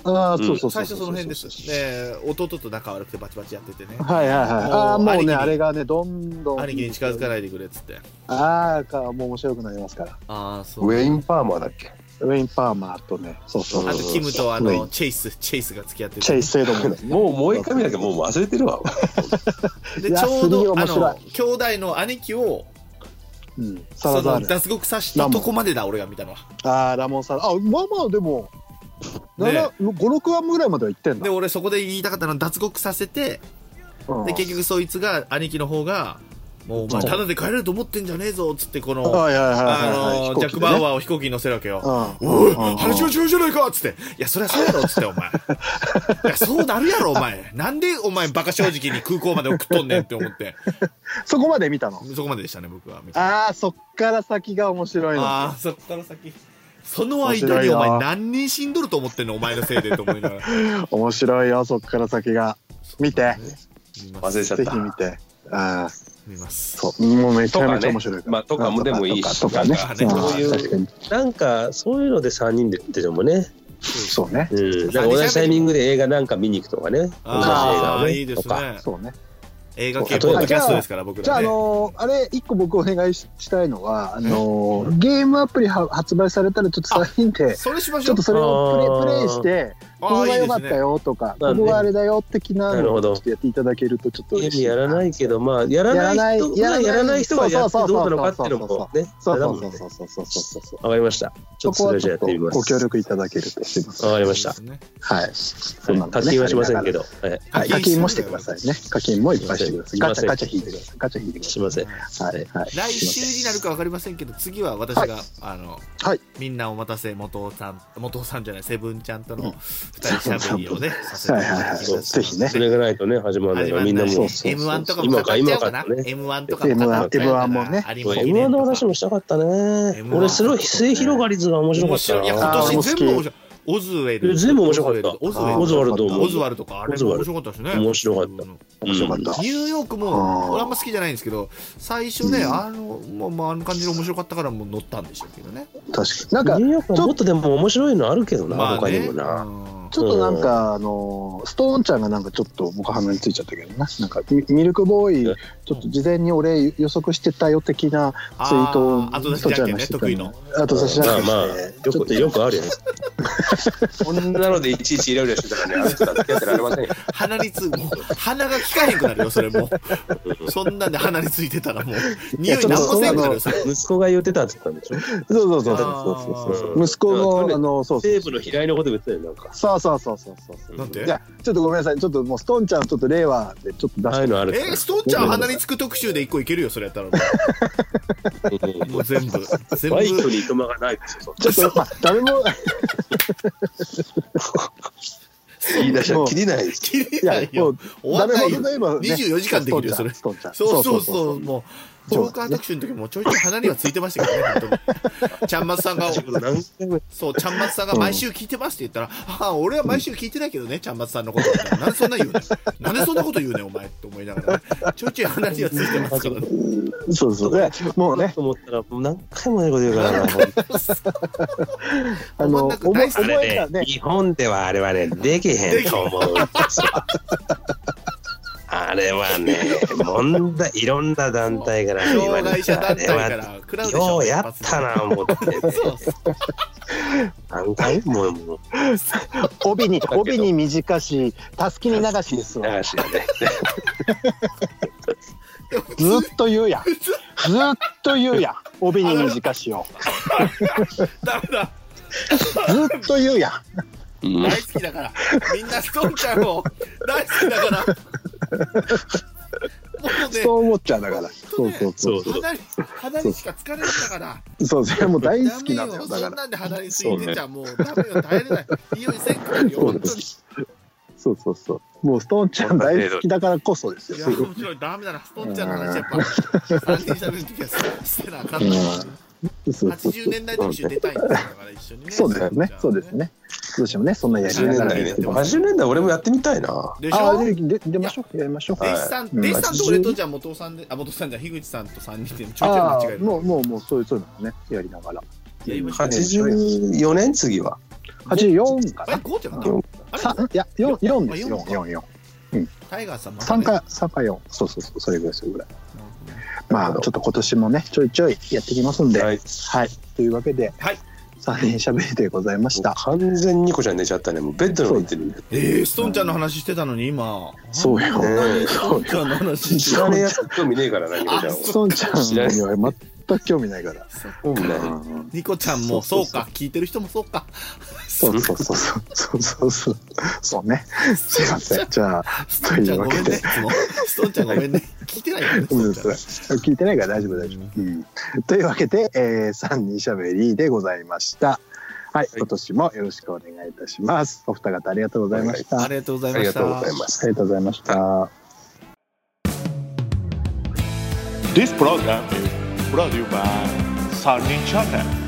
C: ああそうそうそう
D: 最初その辺です。で、弟と仲悪くてバチバチやっててね、
C: はいはいはいああ
D: もう
C: もう
D: 兄貴に
C: ねあれがねどんどん
D: 兄貴に近づかないでくれっつって。
C: ああかもう面白くなりますから
D: ああ、そう。
F: ウェイン・パーマーだっけ
C: ウェイン・パーマーとねそうそう
D: あと、キムとあの、
C: ウェイン
D: チェイス、チェイスが付き合ってて
C: チェイス・エドモンですね
A: もうもう一回見なきゃもう忘れてるわ
D: で、
C: いや
D: ちょう
C: すげえ
D: ど、あ
C: 面白い
D: の、兄弟の兄貴を、
C: うんサ
D: そ
C: ラザ
D: の、
C: ール
D: 脱獄させたとこまでだ、俺が見たのは。
C: ああラモン・サラあまあまあでも
D: ね
C: 56話ぐらいまでは行ってんだ
D: で、俺そこで言いたかったのは、脱獄させて、
C: うん
D: で、結局そいつが、兄貴の方が、もう、お前、ただで帰れると思ってんじゃねえぞ、つって、この、
C: はいはいはいはい
D: あ
C: はい
D: の、ジャック・バウ
C: は
D: アーを飛行機に乗せるわけよ。
C: う
D: おい、
C: ん
D: 話をしようじゃないかっつって。いや、そりゃそうやろっつって、 お前。いや、そうなるやろ、お前。なんで、お前、バカ正直に空港まで送っとんねんって思って。
C: んそこまで見たの
D: そこまででしたね、僕は。見て
C: ああそっから先が面白いの
D: ああ、そっから先。その
C: 面
D: 間
C: 白い
D: に
C: な
D: お前何人死んどると思ってんのお前のせいでと思いながら。
C: 面白いよそっから先が 見て
D: 見ま
A: 忘
D: す。
A: れちゃっ
C: ぜ
A: た
C: ひ見てああ
D: 見ます。
C: そうもうめちゃめちゃ面白い
A: まあとかもでもいいし
C: とかね
A: なん
D: かね
C: ん
A: そういう
C: 確かに
A: なんかそういうので3人でってでもね、
C: そうね
A: うん、なんか同じタイミングで映画なんか見に行くとかね同じ映画
D: あ
A: を
D: あ、
A: ね
D: いいです
A: とか
D: ね。
C: そうね
D: 映画系ポッドキャストですから、僕
C: じゃあ、あ
D: らね。
C: のーあれ、一個僕お願いししたいのは、あのーゲームアプリは発売されたら、ちょっと3人で、
D: それしまし
C: ち
D: ょ
C: ょっ
D: う
C: と。それをプレイプレイして、こ
D: あ
C: こ
D: あ、
C: が
D: いい
C: 良
D: で
C: か
D: す
C: った
D: ね。
C: よとか、
A: まあ
C: こ
A: ね
C: こがあれだよ的な
A: なる
C: の
A: ほ
C: をち
A: ど
C: ょっとやっていただけると、ちょっと
A: ゲー
C: 嬉し
A: ム
C: い。
A: やらないけど、まあ、やらない人が
C: やらない
A: やらない人がやってどうなのかっていうのもね、
C: そう
A: あれだ
C: そ
A: も
C: うんそ
A: ね
C: うそうそうそうそうそう。
A: わかりました。ちょっと
C: そこ
A: そ
C: は
A: れじ
C: ち
A: ゃ
C: ょ
A: や
C: っ
A: って
C: と
A: みます。
C: ご協力いただけるとすいません。
A: わかりました。
C: はい。そうなんで
A: 課
C: すね
A: 金はしませんけど、はい、
C: はい、課金もしてくださいね。課金もいっぱいしてください。
A: すい
C: ガ
A: ま
C: チ
A: せん
C: ャガチャ引いてください。ガチャ引いてくだ
A: し
C: さ
A: ません。
C: い。はい。はい。
D: 来
C: すい
D: 週になるかわかりませんけど、次は私が、あの、
C: はい
D: みんなお待たせ、元尾さん、元尾さんじゃない、セブンちゃんとの、二人しゃべりをね、させていただきます。
C: ぜひね
A: それがないとね、始まらないから、みんなもう。
C: そうそう
D: M1 とかも語っちゃおうかな。
A: 今か今かね
D: M1 とかも語っちゃおうか
C: M1 もね
D: な。ありま
A: M1 の話もしたかったね。
D: M1
A: 俺、すごい、末広がり図が面白か
D: 面
A: った
D: 白い。いや、
A: な。
D: 今
C: あー
D: 年全部
C: 俺も
D: 面白い。オズウェル。
A: 全部面白かった
D: オズウ
C: あー
D: ェ
A: オ
D: ル
A: ズワルド
D: オ
A: も
D: ズワルドか。あれ
A: オズ
D: も
A: ワ
D: 面
A: ル
D: 白かったですね。
A: 面白かった
D: うん
C: 面白かった。
D: ニューヨーク
C: あー
D: も、俺あんま好きじゃないんですけど、最初ね、
C: うん
D: あの、まあ、まあ、あの感じで面白かったからもう乗ったんでしょうけどね。
C: 確かに。なん
A: ニュー
C: か
A: ヨークはもっとでも面白いのあるけどな、
D: まあ
A: 他に
D: ね。
A: もな。
D: うん
C: ちょっとなんか、あのーストーンちゃんがなんかちょっと僕鼻についちゃったけどななんかミミルクボーイちょっと事前に俺予測してたよ的なツイートを
D: あー後出し
C: ストーンち
D: じゃ
C: ゃ
D: ん
C: ん
D: けん
C: が
D: ね
C: してた
D: 得意の
C: あと差し
A: ま
C: な
A: あ
C: ん
A: まあ
C: かして、
A: よく、
C: ちょっ
A: よくあるよ。こんなのでいちいちイライラしてたらね、あの人だってやってられませんよ。
D: 鼻につ、もう鼻が効かへんくなるよ、それ もう。そんなんで鼻についてたらもう、匂いなんもせんくなるよ、それ。
A: 息子が言ってたって言ったんでしょ
C: とそうそうそう
D: あー
A: うん
C: 息子
A: 去
C: の
A: 年
C: あのそうそう
A: 西武の平井のこと言ってたよ、なんか。
C: そうそうそうそうそうそう
D: なんて
C: いやちょっとごめんなさいちょっともうストーンちゃんちょっと令和でちょっと出
A: ああい
C: し
A: う
C: て
A: のあるから
D: えー、ストーンちゃん鼻につく特集で一個いけるよ、それやったらもう。もう全 部。全
A: バイク
D: 部。
A: にいとまがないですよ、
C: ちょっとまあ誰も
A: 言い出
C: もう
A: りないです。
D: 切れ
C: い
D: な
C: や
D: い
C: も
D: よ
C: う。
D: 終わんない
C: 誰も例えば
D: よ。
C: ね
D: 24時間できるよ、それ。
C: ストーンちゃんストーン
D: そう
C: ちゃ
D: そ
C: ん
D: うそう、もう、ジョーカー特集の時もちょいちょい鼻にはついてましたけどね、本 当にちゃんまつさんが、
A: 何回も
D: そう、ちゃんまつさんが毎週聞いてますって言ったら、ああ、俺は毎週聞いてないけどね、ちゃんまつさんのこと。なんでそんな言うねんなんでそんなこと言うねん、お前って思いながらね、ちょいちょい鼻にはついてますからね。
C: そうそうでもうね
A: と思ったら、もう何回も英語で言うからな。
C: あの
D: 止まんなくないっす
A: あ
C: 覚え
A: れ
C: た
A: ね
C: ね、
A: 日本ではあれはね、できへんと思うんですよ。あれはね、問題、いろんな団体から言わ
D: 障
A: れ
D: 害
A: て、
D: 者
A: あ
D: 団体
A: れ
D: か
A: は、
D: ら食らうでしょ。
A: ようやったな、思って。
D: そう
A: 何回も、もう、
C: 帯に帯に短し、たすきに流しですわ。
A: 流しがね。
C: ずーっと言うやん。ずーっと言うやん。帯に短しを。
D: ダメだ
C: ずーっと言うやん。
A: うん
D: 大好きだからみんなストンちゃんを大好きだからも うね
C: そう思っちゃうんだから。そうそうそう。
A: そう
D: 鼻に鼻にしかつかれないんだから
C: そう、それもう大
D: ダ
C: 好き
D: メ
C: なんだよ。
D: よ
C: だ
D: そ
C: か
D: ん
C: ら。
D: なんで鼻についてちゃもうダメよ耐えれない匂いせんからよ本当に
C: そうそうそう。もうストーンちゃん大好きだからこそです
D: いや
C: よ。
D: 面白いダメだなストンちゃんの話やっぱ3人しゃべる時はしてなあかんな
C: うんそうそう
D: 80年代特集出たいんだから一緒にね
C: そうですね。そうですね。どうしてもね、そんなやり
A: 80
C: な
A: 年
C: がら
A: 代
C: や
A: ね。
C: ってます。
A: 80年代、俺もやってみたいな。
D: でし
C: あ
D: ょ
C: あ、で、で出ましょう。やりましょう。
D: 弟子さん、
C: うん
D: 弟子さんと俺とじゃあ元尾さんで、あ、元尾さんじゃない樋口さんと三人で、ちょいちょい間
C: あ
D: 違え
C: あ、
D: る。
C: もう、もう、もう、そういう、そういうのね、やりながら。
D: やりましょう。
A: 84年、次は。
C: 84か
D: あれ、
C: な。
D: ゴーちゃんか
A: う
D: なんあれ
C: さいや、四四です。
D: あ
C: 四
D: 四か
C: 四四。
D: タイガーさんまた
C: 三
D: ね
C: か三か四。そうそうそう、それぐらいそれぐらい。
D: うん
C: まあちょっと今年もねちょいちょいやってきますんで、はい、
A: い。
C: というわけで、
D: はい
C: 三人しゃべりでございました。
A: 完全にニコちゃん寝ちゃったね。もうベッドの上にいてるんだよ。
D: えー、ストンちゃんの話してたのに、今。
C: そうよ。
A: ね
D: ストンちゃんの話
A: 知
D: して
A: ら
D: た
A: ねえやつ興味ねえからな、ニコちゃんは。
D: あ
C: ストンちゃん
A: 知らない
C: には全く興味ないから。
A: 興味ない。
D: ニコちゃんも、そうか、聞いてる人もそうか。
C: そうそうそうそうそうそうそうね。すいま せん。じゃあ
D: ストンちゃんごめん
C: と
D: ね。
C: いうわけで
D: いつもストンちゃんごめんね。聞いてないよね。
C: ごめんな
D: スト
C: さ
D: ン
C: い
D: ち
C: 聞いてないから大丈夫大丈夫。うん、というわけで、えー、三人しゃべりでございました。はい、今年もよろしくお願いいたします。お二方ありがとうございました。
D: ゃんあ
C: あり
D: りがとうござい
A: あ
D: ま
A: り
D: し
A: がとうご
D: た
A: ざい。ます。
C: がとうございました。
B: This program is brought to you by Sunny Channel.